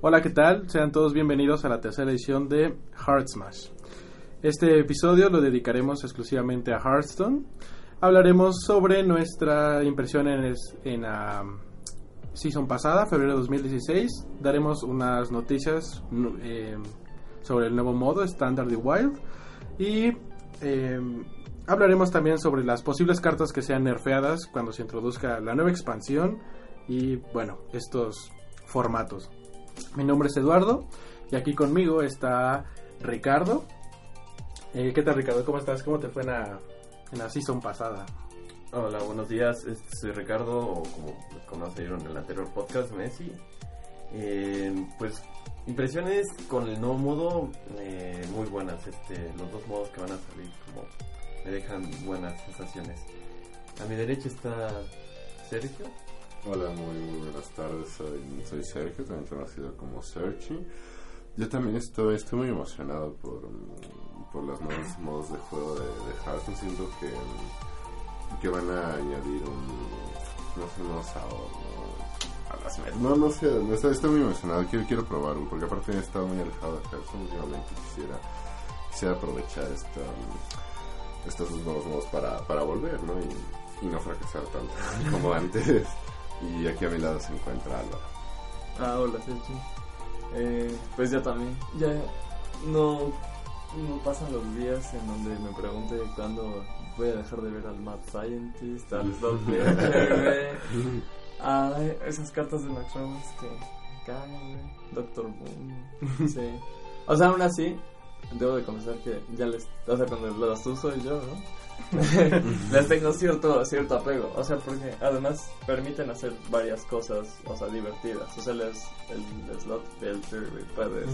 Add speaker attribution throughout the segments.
Speaker 1: Hola, ¿qué tal? Sean todos bienvenidos a la tercera edición de Heart Smash. Este episodio lo dedicaremos exclusivamente a Hearthstone. Hablaremos sobre nuestra impresión en, es- en la season pasada, febrero de 2016. Daremos unas noticias nu- eh, sobre el nuevo modo Standard y Wild. Y eh, hablaremos también sobre las posibles cartas que sean nerfeadas cuando se introduzca la nueva expansión y, bueno, estos formatos. Mi nombre es Eduardo y aquí conmigo está Ricardo. Eh, ¿Qué tal, Ricardo? ¿Cómo estás? ¿Cómo te fue en la, en la season pasada?
Speaker 2: Hola, buenos días. Este, soy Ricardo, o como me conocieron en el anterior podcast, Messi. Eh, pues impresiones con el nuevo modo eh, muy buenas. Este, los dos modos que van a salir como me dejan buenas sensaciones. A mi derecha está Sergio.
Speaker 3: Hola, muy, muy buenas tardes. Soy, soy Sergio, también conocido como Sergi. Yo también estoy, estoy muy emocionado por, mm, por los nuevos modos de juego de, de Hearthstone. Siento que, mm, que van a añadir un, no sé, nuevos sabor, ¿no? a las metas. No, no sé, no, estoy, estoy muy emocionado. Quiero, quiero probarlo porque aparte he estado muy alejado de Hearthstone últimamente. Quisiera, quisiera aprovechar esta, mm, estos nuevos modos para, para volver, ¿no? Y, y no fracasar tanto como antes. Y aquí a mi lado se encuentra Álvaro.
Speaker 4: Ah, hola, Sergio. Eh, pues ya también. Ya no, no pasan los días en donde me pregunte cuándo voy a dejar de ver al Mad Scientist, al Slot Player, güey. A esas cartas de Macromas que cagan, güey. Doctor Boom. Sí. O sea, aún así, debo de confesar que ya les. O sea, cuando las uso yo, ¿no? les tengo cierto, cierto apego. O sea, porque además permiten hacer varias cosas, o sea, divertidas. O sea, les, el, el slot del Fury puedes.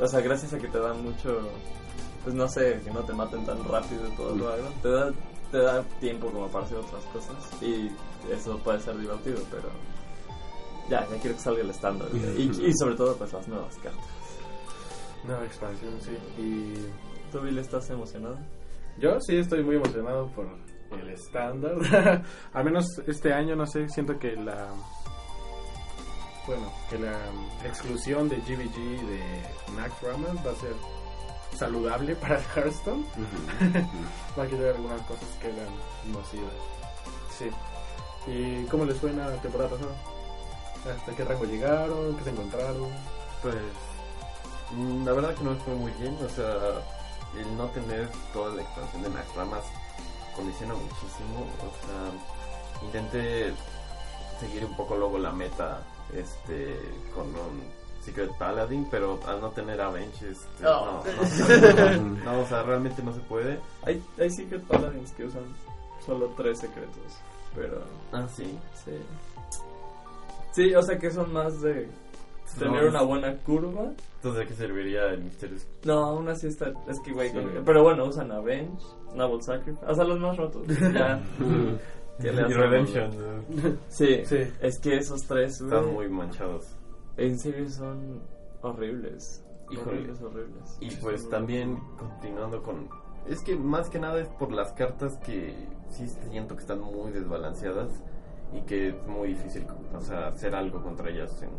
Speaker 4: O sea, gracias a que te da mucho. Pues no sé, que no te maten tan rápido y todo lo algo. Te da, te da tiempo como para hacer otras cosas. Y eso puede ser divertido, pero. Ya, ya quiero que salga el estándar. Y, y sobre todo, pues las nuevas cartas.
Speaker 1: Nueva expansión, sí. Y
Speaker 4: ¿Tú, Bill, estás emocionado?
Speaker 1: yo sí estoy muy emocionado por el estándar. Al menos este año, no sé, siento que la... Bueno, que la exclusión de GBG y de Max Raman va a ser saludable para el Hearthstone. Va a quitar algunas cosas que eran nocivas. Sí. ¿Y cómo les fue en la temporada pasada? ¿Hasta qué rango llegaron? ¿Qué se encontraron?
Speaker 2: Pues mm, la verdad que no me fue muy bien, o sea, el no tener toda la expansión de las ramas condiciona muchísimo, o sea, intenté seguir un poco luego la meta este con un Secret Paladin, pero al no tener Avenge, este,
Speaker 4: No.
Speaker 2: no, no, no, no, o sea, realmente no se puede.
Speaker 4: Hay, hay Secret Paladins que usan solo tres secretos, pero
Speaker 2: Ah, sí.
Speaker 4: sí. Sí, o sea que son más de tener
Speaker 2: No.
Speaker 4: una buena curva.
Speaker 2: Entonces, ¿de qué serviría el Mysterious
Speaker 4: No, aún así está. Es que, güey,
Speaker 2: Sí,
Speaker 4: con-
Speaker 2: güey.
Speaker 4: pero bueno, usan Avenge, Noble Sacrifice, hasta los más rotos. ya. ¿Qué le
Speaker 2: y
Speaker 4: hacemos,
Speaker 2: Redemption? ¿no?
Speaker 4: Sí,
Speaker 1: Sí.
Speaker 4: es que esos tres, güey,
Speaker 2: Están muy manchados.
Speaker 4: en serio son horribles.
Speaker 2: Híjole.
Speaker 4: Horribles, horribles.
Speaker 2: Y pues también continuando con... Es que más que nada es por las cartas que sí siento que están muy desbalanceadas y que es muy difícil, o sea, hacer algo contra ellas en,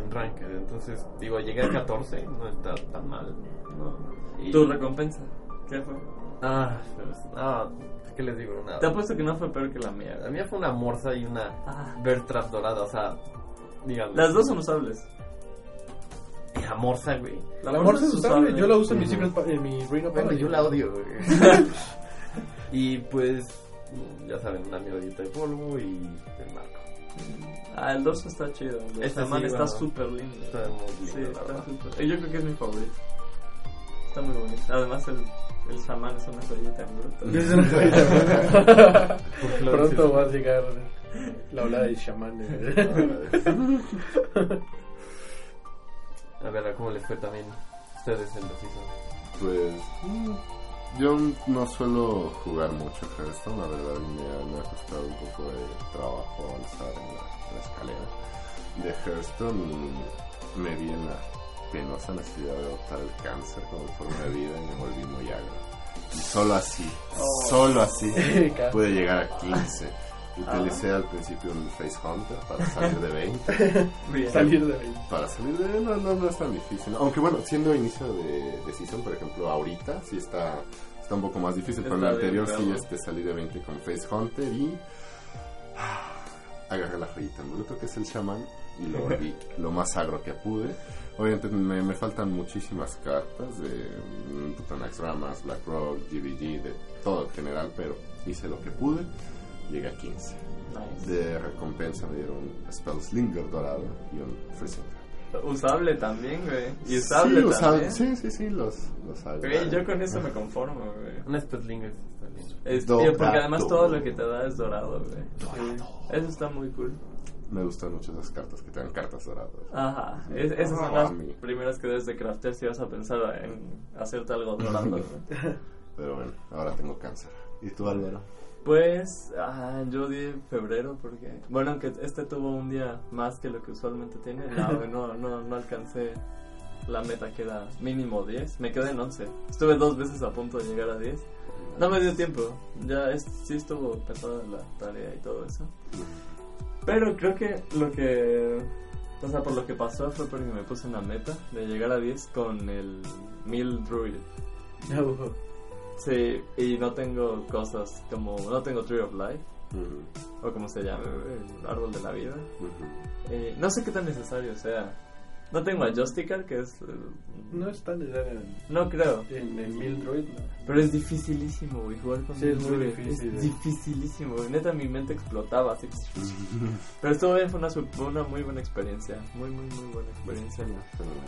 Speaker 2: en Ranked. Entonces, digo, llegué a 14, no está tan mal.
Speaker 4: No.
Speaker 2: Y-
Speaker 4: Tu recompensa, ¿qué fue?
Speaker 2: Ah, pues, ah, ¿qué les digo? Una,
Speaker 4: Te apuesto que no fue peor que la mía.
Speaker 2: la mía fue una morsa y una
Speaker 4: Ah.
Speaker 2: Bertrap dorada, o sea, digamos.
Speaker 4: Las dos son usables.
Speaker 2: La morsa, güey.
Speaker 1: La morsa es usable, yo la uso
Speaker 4: ¿eh?
Speaker 1: en mi,
Speaker 2: Ujú.
Speaker 1: Secret Pa- en mi Reign of
Speaker 2: Bueno,
Speaker 1: Paladin.
Speaker 2: yo la odio. güey. y pues, ya saben, una mierdita de polvo y el marco.
Speaker 4: Ah, el dorso está chido. El
Speaker 2: Este
Speaker 4: man
Speaker 2: sí,
Speaker 4: está
Speaker 2: bueno.
Speaker 4: súper lindo.
Speaker 2: Está muy lindo,
Speaker 4: Sí,
Speaker 2: la
Speaker 4: está
Speaker 2: verdad.
Speaker 4: súper. Yo creo que es mi favorito. Está muy bonito. Además, el, el chamán es una joyita
Speaker 1: Yo sí
Speaker 4: bruta.
Speaker 1: se la doy también.
Speaker 2: ¿Por qué lo
Speaker 1: Pronto
Speaker 2: dices?
Speaker 1: va a llegar la ola de chamán.
Speaker 2: A ver, ¿cómo les fue también ustedes en los season?
Speaker 3: Pues mm, yo no suelo jugar mucho a Hearthstone, la verdad me ha, me ha costado un poco de trabajo avanzar en la, en la escalera de Hearthstone y me vi en la penosa necesidad de adoptar el cáncer como forma de vida y me volví
Speaker 1: Oh.
Speaker 3: muy agro. Y solo así, solo así pude llegar a 15. Y
Speaker 4: Ah.
Speaker 3: realicé al principio un Face Hunter para salir de 20.
Speaker 4: Bien.
Speaker 5: Salir de ahí.
Speaker 3: para salir de no, no, no es tan difícil. Aunque bueno, siendo inicio de, de season, por ejemplo, ahorita sí está, está un poco más difícil, pero en la
Speaker 4: Está bien,
Speaker 3: anterior sí
Speaker 4: claro.
Speaker 3: este, salí de 20 con Face Hunter y ah, agarré la joyita en bruto que es el chamán y lo volví lo más agro que pude. Obviamente me, me faltan muchísimas cartas de mm, Tutanax Ramas, Black Rock, GBG, de todo en general, pero hice lo que pude. Llegué a 15.
Speaker 4: Nice.
Speaker 3: De recompensa me dieron un Spellslinger dorado y un Freezing Trap.
Speaker 4: Usable también, güey.
Speaker 3: sí,
Speaker 4: Y usable
Speaker 3: los
Speaker 4: también.
Speaker 3: ab- sí, sí, sí, los, los
Speaker 4: Güey,
Speaker 3: abren.
Speaker 4: yo con eso me conformo, güey.
Speaker 2: Una Spetlinger está bien.
Speaker 4: Es-
Speaker 3: Dorado.
Speaker 4: tío, porque además todo lo que te da es dorado, güey. Sí. Eso está muy cool.
Speaker 3: Me gustan mucho esas cartas que te dan cartas doradas.
Speaker 4: Ajá. Es- esas son
Speaker 3: Ah,
Speaker 4: las
Speaker 3: mami.
Speaker 4: primeras que debes de craftear si vas a pensar en hacerte algo dorado, güey.
Speaker 3: Pero bueno, ahora tengo cáncer. ¿Y tú, Álvaro?
Speaker 4: Pues ah, yo di febrero porque... Bueno, aunque este tuvo un día más que lo que usualmente tiene, no, güey, no, no, no alcancé la meta que era mínimo 10. Me quedé en 11. Estuve dos veces a punto de llegar a 10. No me dio tiempo. Ya es- sí estuvo pesada la tarea y todo eso. Pero creo que lo que. O sea, por lo que pasó fue porque me puse una meta de llegar a 10 con el 1000 Druid.
Speaker 5: No.
Speaker 4: Sí, y no tengo cosas como. No tengo Tree of Life,
Speaker 3: Ujú,
Speaker 4: o como se llame, el árbol de la vida.
Speaker 3: ujú.
Speaker 4: Eh, no sé qué tan necesario sea. No tengo a Justicar, que es. eh,
Speaker 5: No es tan ideal en,
Speaker 4: No creo.
Speaker 5: en, en Mildroid, no.
Speaker 4: Pero es dificilísimo, güey, jugar con
Speaker 5: Sí, es muy
Speaker 4: Druid.
Speaker 5: difícil,
Speaker 4: Es
Speaker 5: eh.
Speaker 4: dificilísimo, güey. Neta, mi mente explotaba así. Pero estuvo bien, fue una, su- fue una muy buena experiencia. Muy, muy, muy buena experiencia.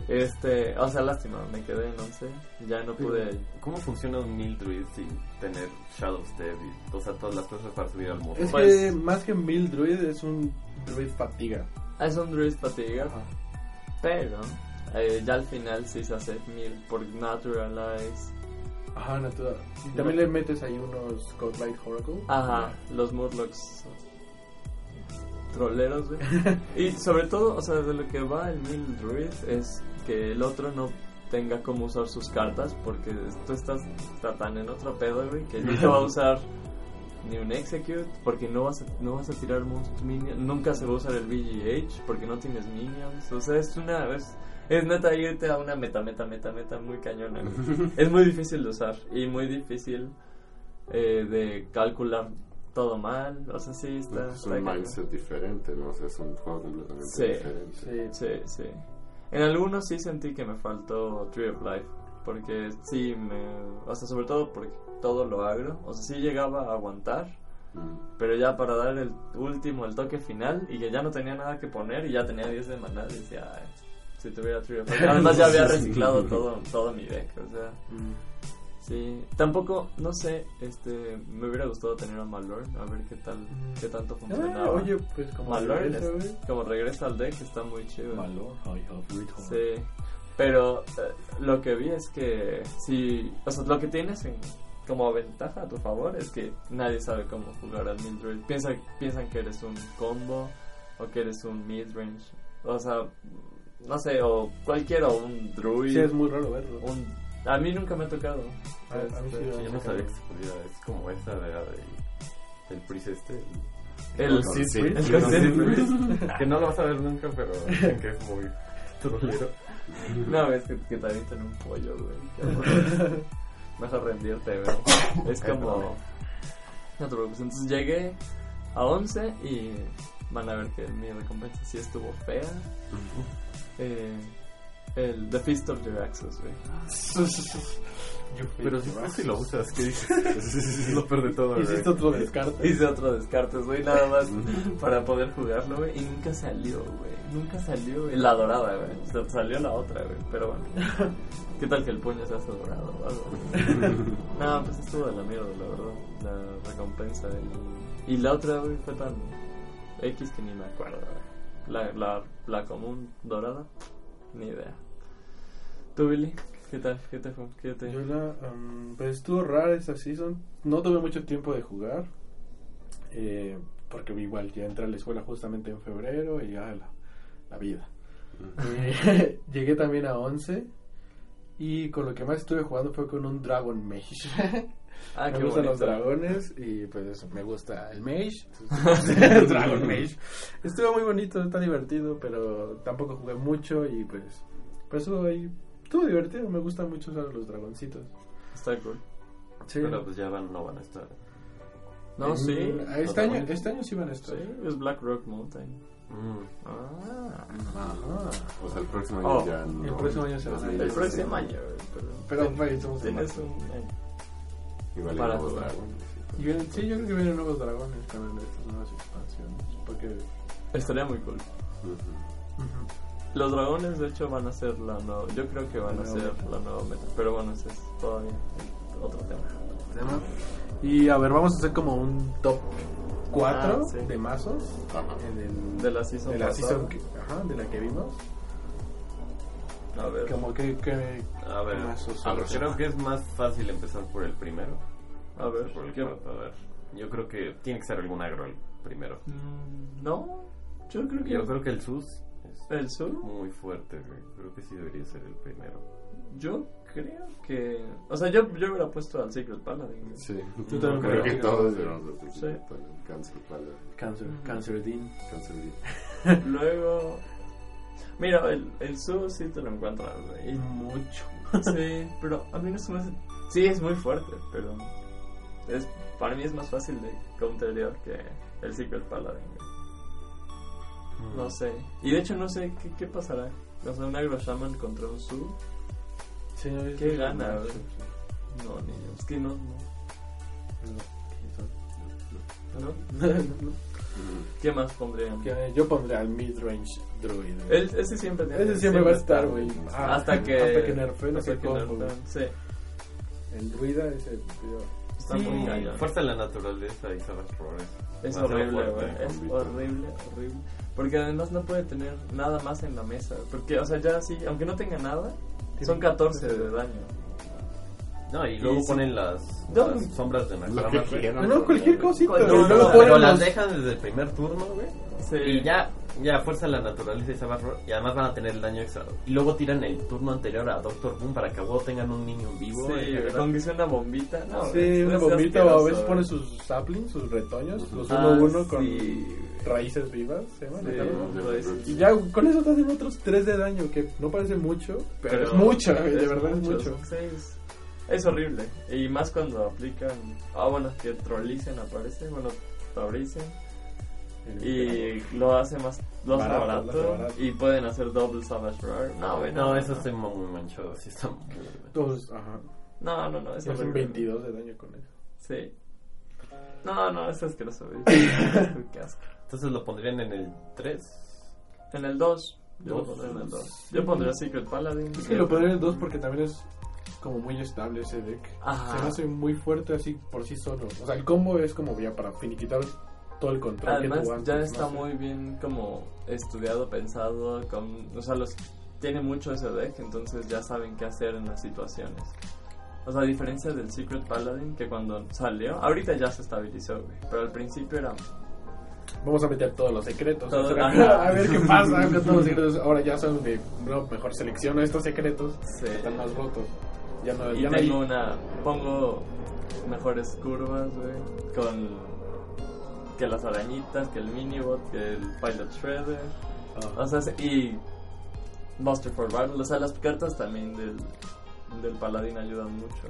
Speaker 3: Pero,
Speaker 4: Este, o sea, lástima, me quedé en 11. Ya no pude.
Speaker 2: ¿Cómo funciona un Mildred sin tener Shadow Step y o sea, todas las cosas para subir al mono?
Speaker 5: Es
Speaker 4: Pues-
Speaker 5: que Eh, más que Mildroid es un druid fatiga.
Speaker 4: Ah, Es un druid fatiga, pero eh, ya al final sí se hace mil por Naturalize.
Speaker 5: Ajá, natural. Y también le metes ahí unos Godlight Oracle.
Speaker 4: Ajá, los Murlocs. Troleros, güey. Y sobre todo, o sea, de lo que va el Mill Druid es que el otro no tenga cómo usar sus cartas, porque tú estás tan en otro pedo, güey, que no te va a usar ni un Execute, porque no vas a, no vas a tirar monstruos minions, nunca se va a usar el VGH, porque no tienes minions, o sea, es una... Es, es neta irte a una meta, meta, meta, meta muy cañona. güey. es muy difícil de usar y muy difícil eh, de calcular todo mal. O sea, sí, está...
Speaker 3: Es
Speaker 4: Ah, está
Speaker 3: un
Speaker 4: cañón.
Speaker 3: mindset diferente, ¿no? O sea, es un juego completamente
Speaker 4: Sí.
Speaker 3: diferente.
Speaker 5: Sí.
Speaker 4: Sí, sí. En algunos sí sentí que me faltó Tree of Life. Porque sí me. O sea, sobre todo porque todo lo agro. O sea, sí llegaba a aguantar.
Speaker 3: Mm.
Speaker 4: Pero ya para dar el último, el toque final. Y que ya no tenía nada que poner. Y ya tenía 10 de maná. Decía, "Ay, si tuviera Tree of Life. Además, ya había reciclado todo, todo mi deck. O sea,
Speaker 5: Mm.
Speaker 4: sí. Tampoco, no sé. este Me hubiera gustado tener a Malor. A ver qué tal. Qué tanto funcionaba.
Speaker 5: Mm. Ah, oye, pues como
Speaker 4: Malor,
Speaker 5: regresa,
Speaker 4: es-
Speaker 5: güey.
Speaker 4: como regresa al deck, está muy chido.
Speaker 6: Sí.
Speaker 4: Sí, pero eh, lo que vi es que si, o sea, lo que tienes en- como ventaja a tu favor es que nadie sabe cómo jugar al midrange. Piensa, piensan que eres un combo o que eres un midrange. O sea, no sé, o cualquiera, un druid.
Speaker 5: Sí, es muy raro verlo.
Speaker 4: un, a mí nunca me ha tocado.
Speaker 5: A- a mí sí,
Speaker 4: Este,
Speaker 2: Yo no sabía que se podía. Es como esa ¿verdad? de el Priest este. el-
Speaker 4: el,
Speaker 3: Sí, sí.
Speaker 4: el-
Speaker 2: Yo no sé,
Speaker 4: el-
Speaker 2: que no lo vas a ver nunca, pero dicen que es muy trolero.
Speaker 4: No, ves que, que te avientan un pollo, güey. Qué horror. Mejor rendirte, güey. Es como... No te preocupes. Entonces llegué a 11 y van a ver que mi recompensa sí estuvo fea. Eh, el The Feast of Your Access, güey.
Speaker 2: Pero si si lo usas, ¿qué dices? Pues Es lo peor de todo,
Speaker 5: Hiciste
Speaker 2: ¿verdad?
Speaker 5: otro descarte.
Speaker 4: Hice otro descartes, güey, nada más para poder jugarlo, güey. Y nunca salió, güey. Nunca salió, güey. La dorada, güey. O sea, salió la otra, güey. Pero bueno. ¿Qué tal que el puño se hace dorado o algo? no, pues estuvo de la mierda, la verdad. La recompensa. Y, y la otra, güey, fue tan X que ni me acuerdo, güey. La, la, la común dorada, ni idea. ¿Tú, Billy? ¿Qué tal? ¿Qué te fue? ¿Qué te...
Speaker 5: Yo la, am, pues estuvo rara esa season. No tuve mucho tiempo de jugar. eh, porque igual ya entré a la escuela justamente en febrero y ya la, la vida. Eh, llegué también a 11. Y con lo que más estuve jugando fue con un Dragon Mage.
Speaker 4: Ah,
Speaker 5: me
Speaker 4: qué
Speaker 5: gustan los
Speaker 4: bonito.
Speaker 5: dragones y pues me gusta el mage. entonces, el Dragon Mage. Estuvo muy bonito, está divertido, pero tampoco jugué mucho y pues pues estuvo ahí. Estuvo divertido, me gusta mucho usar los dragoncitos.
Speaker 4: Está cool.
Speaker 5: Sí.
Speaker 2: Pero pues ya van, no van a estar.
Speaker 4: No,
Speaker 5: Mm,
Speaker 4: sí.
Speaker 2: los
Speaker 5: Este año,
Speaker 2: dragones.
Speaker 5: este año sí van a estar.
Speaker 4: Sí, es Black Rock Mountain.
Speaker 2: Mm.
Speaker 4: Ah.
Speaker 5: Ajá.
Speaker 3: O sea, el próximo año
Speaker 4: Oh,
Speaker 3: ya no.
Speaker 5: el próximo año se va a hacer.
Speaker 3: Sí,
Speaker 4: El
Speaker 3: sí,
Speaker 4: próximo
Speaker 3: sí.
Speaker 4: año, pero-
Speaker 5: Pero pues, estamos en
Speaker 4: Tienes
Speaker 5: marzo.
Speaker 4: un eh, año.
Speaker 3: Igual
Speaker 4: Para
Speaker 3: para los
Speaker 4: jugar.
Speaker 3: dragones.
Speaker 5: Y vienen- sí, yo creo que vienen nuevos dragones también de estas nuevas expansiones. Porque
Speaker 4: Estaría muy cool.
Speaker 3: Ujú.
Speaker 4: Los dragones, de hecho, van a ser la nueva. Yo creo que van
Speaker 5: La
Speaker 4: a
Speaker 5: nueva
Speaker 4: ser
Speaker 5: meta.
Speaker 4: la nueva meta. Pero bueno, ese es todavía otro tema.
Speaker 5: tema. Y a ver, vamos a hacer como un top 4
Speaker 4: Ah, sí.
Speaker 5: de mazos.
Speaker 3: Ajá.
Speaker 5: en el-
Speaker 4: De la season.
Speaker 5: de la
Speaker 4: pasada.
Speaker 5: season que, ajá, de la que vimos.
Speaker 4: A ver.
Speaker 5: Como que, que-
Speaker 2: A ver,
Speaker 5: Mazos.
Speaker 2: a ver, creo que es más fácil empezar por el primero.
Speaker 4: A ver.
Speaker 2: Por el
Speaker 4: ¿qué-
Speaker 2: cuarto, a ver. Yo creo que tiene que ser algún agro el primero.
Speaker 4: Mm, No. Yo creo que.
Speaker 2: Yo creo que el SUS es
Speaker 4: ¿El sur?
Speaker 2: muy fuerte, güey. Creo que sí debería ser el primero.
Speaker 4: Yo creo que. O sea, yo, yo hubiera puesto al Secret Paladin.
Speaker 3: Sí.
Speaker 5: Yo
Speaker 3: Yo
Speaker 5: también
Speaker 3: creo
Speaker 5: creo.
Speaker 3: que todos debemos de
Speaker 4: Sí.
Speaker 3: sí. cáncer para
Speaker 5: Cáncer,
Speaker 4: Ujú.
Speaker 5: Cáncer Dean.
Speaker 3: cáncer bien.
Speaker 4: Luego. Mira, el, el sur sí te lo encuentras. güey.
Speaker 5: Mm. Mucho.
Speaker 4: Sí, pero a mí no se me hace. Sí, es muy fuerte, pero. Es, para mí es más fácil de counterear que el Secret Paladin. güey. No sé. Y de hecho, no sé qué, qué pasará. O sea, un Agro Shaman contra un Su.
Speaker 5: Sí, no, es-
Speaker 4: Qué gana,
Speaker 5: mucho,
Speaker 4: güey.
Speaker 5: sí.
Speaker 4: No, ni yo. Es que no. no. ¿No?
Speaker 5: No, no, no.
Speaker 4: ¿Qué más pondrían?
Speaker 5: Que Yo pondré al midrange druid.
Speaker 4: El, ese siempre tiene-
Speaker 5: Ese siempre va a estar,
Speaker 4: está,
Speaker 5: güey.
Speaker 3: Ah,
Speaker 4: hasta que.
Speaker 5: Hasta que nerfeen
Speaker 4: hasta
Speaker 5: ese
Speaker 4: que
Speaker 5: combo. güey.
Speaker 4: nerfeen. Sí,
Speaker 5: El druida ese tío.
Speaker 4: está
Speaker 2: Sí,
Speaker 4: muy cañón.
Speaker 2: fuerza de la naturaleza y sabes errores.
Speaker 4: Es
Speaker 2: Demasiado
Speaker 4: horrible,
Speaker 2: fuerte.
Speaker 4: güey. Es
Speaker 3: Combito.
Speaker 4: horrible, horrible. Porque además no puede tener nada más en la mesa. Porque, o sea, ya sí, aunque no tenga nada, son 14 de daño.
Speaker 2: No, y luego
Speaker 4: Y sí.
Speaker 2: ponen las,
Speaker 4: No.
Speaker 2: las sombras de
Speaker 3: Lo que
Speaker 2: Nakama. güey.
Speaker 3: quieran.
Speaker 5: No, no, cualquier cosita.
Speaker 4: Cualquier
Speaker 5: güey.
Speaker 4: cosa.
Speaker 5: Luego
Speaker 2: Pero
Speaker 5: ponen
Speaker 2: las
Speaker 5: los-
Speaker 2: dejan desde el primer turno, güey.
Speaker 4: Sí.
Speaker 2: Y ya, ya fuerza de la naturaleza y sabes error. Y además van a tener el daño extra. Y luego tiran el turno anterior a Doctor Boom para que a huevo tengan un niño vivo.
Speaker 4: Sí,
Speaker 2: güey.
Speaker 4: con que sea una bombita. No,
Speaker 5: Sí, una bombita o a veces pone sus saplings, sus retoños, los uno a uno con raíces vivas. ¿se llaman?
Speaker 4: Ah, Sí,
Speaker 5: ¿no?
Speaker 4: raíces.
Speaker 5: Y ya con eso te hacen otros 3 de daño, que no parece mucho, pero, es mucho, güey, de verdad es mucho.
Speaker 4: Sí, es, es horrible. Y más cuando aplican. Ah, bueno, que trolicen aparece. Bueno, tabricen. Y lo hace más. Lo hace
Speaker 5: Barato,
Speaker 4: barato,
Speaker 5: lo hace barato.
Speaker 4: Y pueden hacer double Savage Roar. No, güey,
Speaker 2: no, eso está muy manchado. Sí, está muy.
Speaker 5: Entonces, ajá,
Speaker 4: No, no, no, es
Speaker 5: se hacen
Speaker 4: horrible.
Speaker 5: 22 de daño con eso.
Speaker 4: Sí. No, no, es asqueroso. güey. Qué asco.
Speaker 2: Entonces lo pondrían en el 3.
Speaker 4: En el 2. Yo lo
Speaker 2: Dos.
Speaker 4: pondría en el 2. Yo pondría Secret Paladin.
Speaker 5: Es que lo pondré en el 2 porque también es como muy estable ese deck.
Speaker 4: Ajá.
Speaker 5: Se me hace muy fuerte así por sí solo. O sea, el combo es como ya para finiquitar todo el control que
Speaker 4: Además,
Speaker 5: tú antes,
Speaker 4: ya
Speaker 5: ¿no?
Speaker 4: está
Speaker 5: Sí.
Speaker 4: muy bien como estudiado, pensado. Con, o sea, los, tiene mucho ese deck, entonces ya saben qué hacer en las situaciones. O sea, a diferencia del Secret Paladin, que cuando salió, ahorita ya se estabilizó, güey. Pero al principio era.
Speaker 5: Vamos a meter todos los secretos.
Speaker 4: Todo-
Speaker 5: o sea,
Speaker 4: ajá.
Speaker 5: a ver qué pasa con todos los secretos. Ahora ya son de, no, mejor selecciono estos secretos.
Speaker 4: Sí.
Speaker 5: que Están más rotos. Ya no,
Speaker 4: Y
Speaker 5: ya no
Speaker 4: tengo
Speaker 5: hay...
Speaker 4: una. Pongo mejores curvas, güey. Con. Que las arañitas, que el minibot, que el pilot shredder.
Speaker 5: Ah.
Speaker 4: O sea, se- y. Buster for Battle. O sea, las cartas también del. Del paladín ayudan mucho.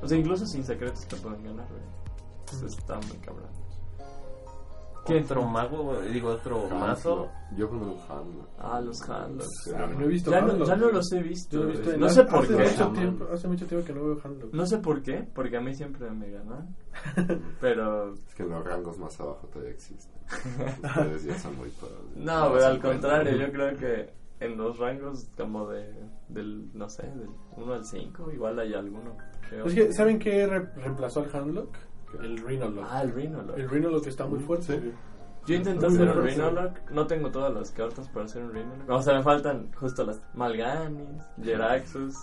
Speaker 4: O sea, incluso sin secretos te pueden ganar, güey. Eso está muy cabrón. ¿Qué?
Speaker 2: Otro mago, digo, otro mazo.
Speaker 3: Yo con un handlo.
Speaker 4: Ah, los handlers.
Speaker 5: Ah, no he visto
Speaker 4: Ya no,
Speaker 5: Handlock.
Speaker 4: ya no los he visto.
Speaker 5: Yo lo he
Speaker 4: güey.
Speaker 5: visto en-
Speaker 4: no sé por
Speaker 5: hace
Speaker 4: qué.
Speaker 5: Mucho
Speaker 4: jamás.
Speaker 5: tiempo, hace mucho tiempo que no veo Handlock.
Speaker 4: No sé por qué, porque a mí siempre me ganan. Pero
Speaker 3: Es que en los rangos más abajo todavía existen. Ustedes ya son muy pobres.
Speaker 4: No, pero al
Speaker 3: se encuentran.
Speaker 4: contrario, yo creo que en los rangos como de, del, no sé, del 1 al 5, igual hay alguno, creo.
Speaker 5: Es que, ¿saben qué re- reemplazó al Handlock?
Speaker 3: ¿Qué?
Speaker 5: El Rhinolock.
Speaker 4: Ah, el Rhinolock.
Speaker 5: El Rhinolock está muy fuerte.
Speaker 3: Sí.
Speaker 4: Yo intenté
Speaker 5: el
Speaker 4: hacer un
Speaker 5: Rhinolock, sí.
Speaker 4: Rhinolock, no tengo todas las cartas para hacer un Rhinolock. O sea, me faltan justo las Malganis, Jeraxus.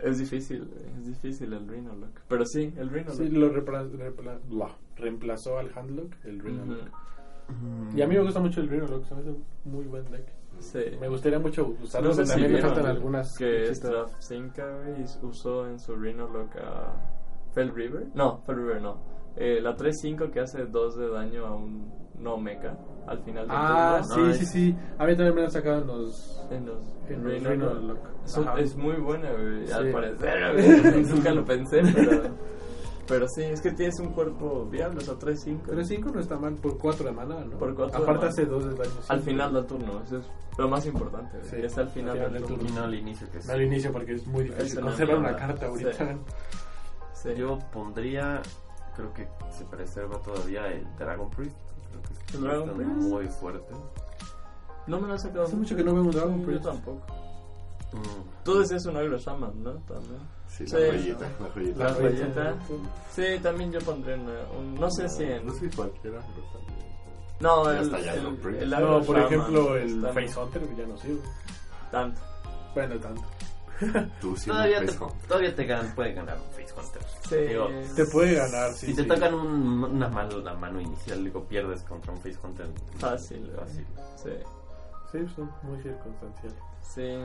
Speaker 4: Es difícil, es difícil el Rhinolock. Pero sí, el Rhinolock.
Speaker 5: Sí, lo repla- repla- bla, reemplazó al Handlock, el Rhinolock.
Speaker 4: Ujú.
Speaker 5: Y a mí me gusta mucho el Rhinolock, se me hace un muy buen deck.
Speaker 4: Sí.
Speaker 5: Me gustaría mucho usarlo,
Speaker 4: No sé
Speaker 5: pero
Speaker 4: si
Speaker 5: también me
Speaker 4: vieron
Speaker 5: faltan algunas.
Speaker 4: que
Speaker 5: cositas.
Speaker 4: Strafinka, güey, usó en su Rhinolock a ah, Fell River. No, Fell River no. Eh, la 3-5 que hace 2 de daño a un no mecha al final del
Speaker 5: Ah,
Speaker 4: turno.
Speaker 5: sí,
Speaker 2: Ay.
Speaker 5: sí, sí. A mí también me han sacado en los.
Speaker 4: En los
Speaker 5: En los
Speaker 4: Reino
Speaker 5: Reino
Speaker 4: Lock.
Speaker 5: Lock.
Speaker 4: Eso
Speaker 5: Ajá.
Speaker 4: es muy buena, güey,
Speaker 5: Sí.
Speaker 4: al parecer. güey. Nunca lo pensé, pero, pero sí, es que tienes un cuerpo viable, o sea, 3-5.
Speaker 5: 3-5 no está mal por 4 de mana, ¿no?
Speaker 4: Por cuatro de
Speaker 5: Aparte
Speaker 4: mana.
Speaker 5: hace 2 de daño.
Speaker 4: Al
Speaker 5: sí.
Speaker 4: final del turno, eso es lo más importante, güey,
Speaker 5: Sí,
Speaker 4: que es al final, del turno.
Speaker 2: Y no al inicio que es.
Speaker 5: No al inicio porque es muy
Speaker 4: Es
Speaker 5: difícil
Speaker 4: una
Speaker 5: conservar una
Speaker 4: mierda.
Speaker 5: carta ahorita.
Speaker 4: Sí. Sí.
Speaker 2: Yo pondría, creo que se preserva todavía el Dragon Priest. Creo que es-
Speaker 4: ¿El Dragon
Speaker 2: está
Speaker 4: Priest?
Speaker 2: muy fuerte.
Speaker 4: No me lo has sacado.
Speaker 5: Hace mucho que no veo un Dragon
Speaker 4: Sí,
Speaker 5: Priest.
Speaker 4: Yo tampoco.
Speaker 2: Mm.
Speaker 4: Tú decías un Agro Shaman, ¿no? También.
Speaker 3: Sí,
Speaker 4: Sí.
Speaker 3: la joyita, la joyita.
Speaker 4: La joyita.
Speaker 5: Sí.
Speaker 4: Sí, también yo pondré una- un. No sé si en.
Speaker 3: No sé si cualquiera, pero también.
Speaker 4: No,
Speaker 3: Ya
Speaker 4: el,
Speaker 3: está, ya
Speaker 4: el,
Speaker 3: no,
Speaker 4: el,
Speaker 3: Priest.
Speaker 4: Agro
Speaker 5: No, por
Speaker 4: Shaman
Speaker 5: ejemplo, el
Speaker 4: está-
Speaker 5: Face Hunter ya no sirve.
Speaker 4: Tanto.
Speaker 5: Bueno, tanto.
Speaker 3: Tú sí
Speaker 2: Todavía,
Speaker 3: me
Speaker 2: te,
Speaker 3: pesas.
Speaker 2: todavía te ganan, puede ganar un Face Hunter.
Speaker 4: Sí.
Speaker 2: Digo,
Speaker 5: Te puede ganar, sí.
Speaker 2: si te
Speaker 5: sí.
Speaker 2: tocan un- una, mano, una mano inicial, digo, pierdes contra un Face Hunter.
Speaker 4: Fácil, güey.
Speaker 2: Fácil.
Speaker 4: Sí.
Speaker 5: Sí, son muy circunstanciales.
Speaker 4: Sí.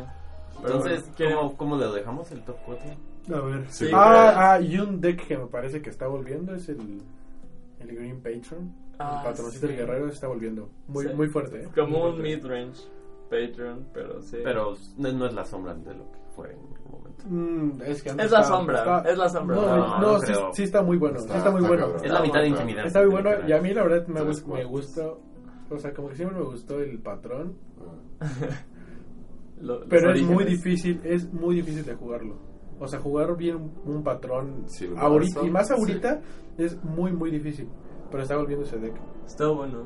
Speaker 2: Entonces,
Speaker 4: bueno,
Speaker 2: ¿cómo, ¿cómo lo dejamos el top 4?
Speaker 5: A ver.
Speaker 3: Sí.
Speaker 5: ah, ah, y un deck que me parece que está volviendo es el, el Green Patron.
Speaker 4: Ah,
Speaker 5: el patroncito del
Speaker 4: sí.
Speaker 5: guerrero se está volviendo. Muy,
Speaker 4: Sí.
Speaker 5: muy fuerte. ¿eh?
Speaker 4: Como
Speaker 5: Muy
Speaker 4: un
Speaker 5: fuerte.
Speaker 4: mid-range Patreon, pero sí.
Speaker 2: Pero no, no es la sombra de lo que fue en un momento.
Speaker 5: Mm, es que antes
Speaker 4: Es la
Speaker 5: estaba-
Speaker 4: sombra,
Speaker 5: estaba-
Speaker 4: es la sombra.
Speaker 5: No,
Speaker 2: No,
Speaker 5: no,
Speaker 2: no
Speaker 5: sí,
Speaker 2: creo.
Speaker 5: sí está muy bueno. Está,
Speaker 3: Está-
Speaker 5: muy
Speaker 3: está
Speaker 5: bueno.
Speaker 3: cabrón.
Speaker 2: Es la mitad
Speaker 4: bueno.
Speaker 2: intimidante.
Speaker 5: Está muy
Speaker 2: de lo
Speaker 5: bueno.
Speaker 2: que
Speaker 5: Y
Speaker 2: era.
Speaker 5: a mí, la verdad, me,
Speaker 3: Tres
Speaker 5: gust- me
Speaker 3: cuartos.
Speaker 5: gusta. O sea, como que siempre me gustó el patrón.
Speaker 4: Lo- los
Speaker 5: Pero es
Speaker 4: orígenes.
Speaker 5: muy difícil, es muy difícil de jugarlo. O sea, jugar bien un patrón
Speaker 3: Sí, un
Speaker 5: ahorita,
Speaker 3: mazo,
Speaker 5: y más
Speaker 3: sí.
Speaker 5: ahorita es muy, muy difícil. Pero está volviendo ese deck.
Speaker 4: Está bueno.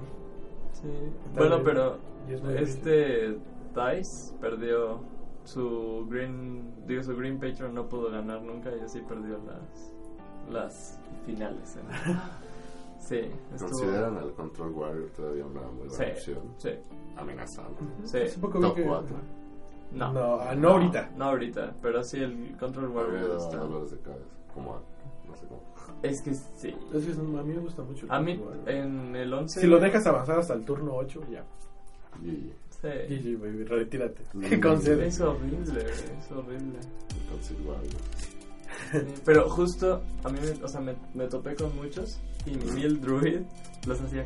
Speaker 4: Sí.
Speaker 5: Está
Speaker 4: Bueno,
Speaker 5: bien.
Speaker 4: pero
Speaker 5: Y es muy
Speaker 4: este Dice perdió su Green, digo su Green Patreon no pudo ganar nunca y así perdió las las finales. ¿eh? Sí, estuvo-
Speaker 3: Consideran al Control Warrior todavía una muy
Speaker 4: Sí,
Speaker 3: buena opción.
Speaker 4: sí,
Speaker 3: Amenazante.
Speaker 5: Hace
Speaker 4: sí.
Speaker 5: poco vi
Speaker 3: Top
Speaker 5: que-
Speaker 3: 4.
Speaker 4: No. no.
Speaker 5: No, ah, no ahorita.
Speaker 4: ahorita, pero sí el Control Warrior
Speaker 3: Había
Speaker 4: está.
Speaker 3: dolores de cabeza. Como a. No sé cómo.
Speaker 4: Es que sí.
Speaker 5: Es que es un- a mí me gusta mucho. el
Speaker 4: A mí
Speaker 5: Control Warrior.
Speaker 4: en el 11
Speaker 5: Si lo dejas avanzar hasta el turno 8, ya.
Speaker 3: GG.
Speaker 4: Sí.
Speaker 5: GG, baby, retírate.
Speaker 3: Mm.
Speaker 5: Concede.
Speaker 4: Es horrible, es horrible.
Speaker 3: El Control Warrior.
Speaker 4: Sí, Pero justo a mí, me, o sea, me, me topé con muchos y mi el druid los hacía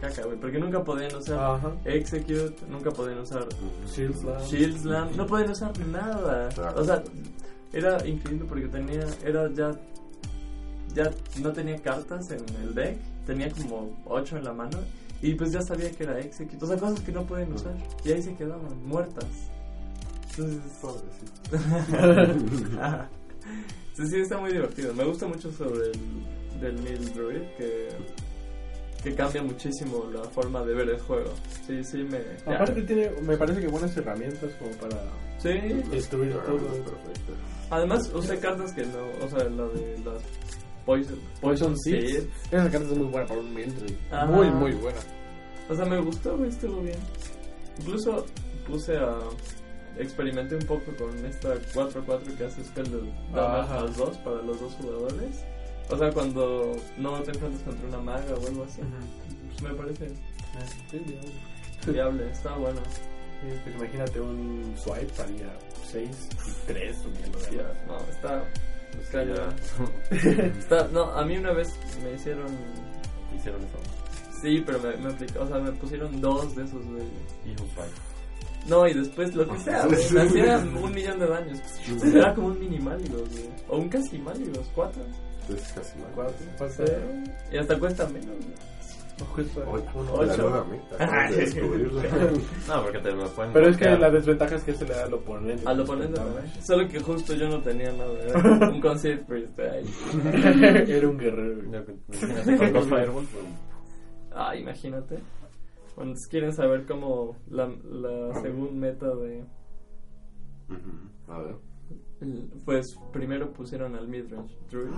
Speaker 4: caca, güey, porque nunca podían usar
Speaker 5: Ajá.
Speaker 4: execute, nunca podían usar
Speaker 5: Shield Slam.
Speaker 4: shield slam, no podían usar nada.
Speaker 3: Claro.
Speaker 4: O sea, era increíble porque tenía, era ya, ya no tenía cartas en el deck, tenía como 8 en la mano y pues ya sabía que era execute, o sea, cosas que no podían usar y ahí se quedaban muertas. Entonces,
Speaker 3: Pobrecito.
Speaker 4: Ah. sí, sí, está muy divertido. Me gusta mucho sobre el del Neil Druid que, que cambia muchísimo la forma de ver el juego. Sí, sí, me. ya.
Speaker 5: Aparte tiene, me parece que buenas herramientas como para...
Speaker 4: Sí,
Speaker 5: Destruir
Speaker 3: Las
Speaker 5: todo.
Speaker 3: herramientas perfectas.
Speaker 4: además usé cartas que no. O sea, la de las Poison,
Speaker 5: Poison Seeds.
Speaker 4: Seed.
Speaker 5: Esa carta es muy buena para un Mildred.
Speaker 4: Ajá.
Speaker 5: Muy, muy buena.
Speaker 4: O sea, me gustó, güey, estuvo bien. Incluso puse a. Experimenté un poco con esta 4-4 que hace spell damage
Speaker 5: Ajá.
Speaker 4: a los dos para los dos jugadores. O sea, cuando no te enfrentas contra una maga o algo así. Pues me parece viable, está bueno.
Speaker 5: Sí, pues imagínate un swipe salía 6 y 3
Speaker 4: Ya, ah, No, está.
Speaker 2: Pues
Speaker 4: Calla.
Speaker 2: ya
Speaker 4: Está, no, a mí una vez me hicieron.
Speaker 2: hicieron eso.
Speaker 4: Sí, pero me, me aplica- o sea, me pusieron dos de esos, güey.
Speaker 2: Y un fight.
Speaker 4: No, y después lo que sea, güey. Me hacían un millón de daños. Era como un mini Máligos, güey. O un casi Máligos, cuatro.
Speaker 3: Es casi mal.
Speaker 5: Falta
Speaker 4: Y hasta cuesta menos, güey.
Speaker 3: Oye,
Speaker 5: uno.
Speaker 4: Ocho.
Speaker 3: La nueva meta. acabas de descubrirla.
Speaker 2: No, porque te lo pueden.
Speaker 5: Pero es que
Speaker 2: bloquear.
Speaker 5: la desventaja es que se le da al oponente.
Speaker 4: Al oponente también. Solo que justo yo no tenía nada, era Un concert freestyle.
Speaker 5: Era un guerrero. güey.
Speaker 2: No, imagínate, Con dos fireballs. pues,
Speaker 4: Ah, imagínate. Bueno, si quieren saber cómo la, la segunda meta de...
Speaker 3: Ujú. A ver.
Speaker 4: Pues primero pusieron al Midrange Druid.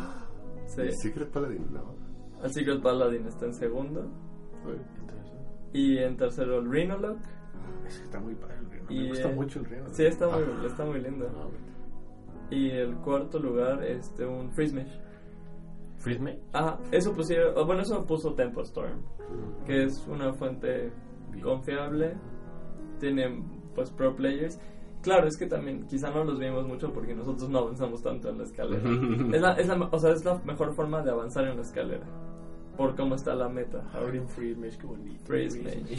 Speaker 4: Sí.
Speaker 3: Secret Paladin, no.
Speaker 4: Al Secret Paladin está en segundo.
Speaker 3: Oye,
Speaker 4: Y en tercero el Rhinolock.
Speaker 5: Es que está muy padre el reno.
Speaker 4: Y,
Speaker 5: Me gusta
Speaker 4: eh,
Speaker 5: mucho el reno.
Speaker 4: Sí, está muy, está muy lindo.
Speaker 3: no, vete.
Speaker 4: Y el cuarto lugar, este, un Frismish.
Speaker 2: Freeze me.
Speaker 4: Ajá, eso pusieron... oh, Bueno, eso puso Tempo Storm. Que es una fuente confiable. Tiene, pues, pro players. Claro, es que también quizá no los vimos mucho porque nosotros no avanzamos tanto en la escalera. es, la, es, la, o sea, es la mejor forma de avanzar en la escalera. Por cómo está la meta.
Speaker 5: Ahora Free Mesh, qué bonito.
Speaker 4: Praise Mage.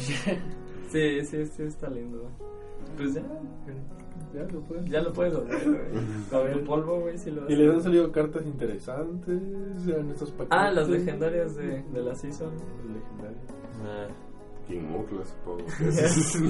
Speaker 4: sí, sí, sí, está lindo. Pues ya.
Speaker 5: Ya lo puedes.
Speaker 4: Ya lo puedo. Con el polvo, güey, si lo
Speaker 5: Y les han salido cartas interesantes ya en estos paquetes.
Speaker 4: Ah, las legendarias de, de la season.
Speaker 5: Legendarias.
Speaker 2: Ah,
Speaker 3: King Mukla, supongo. que es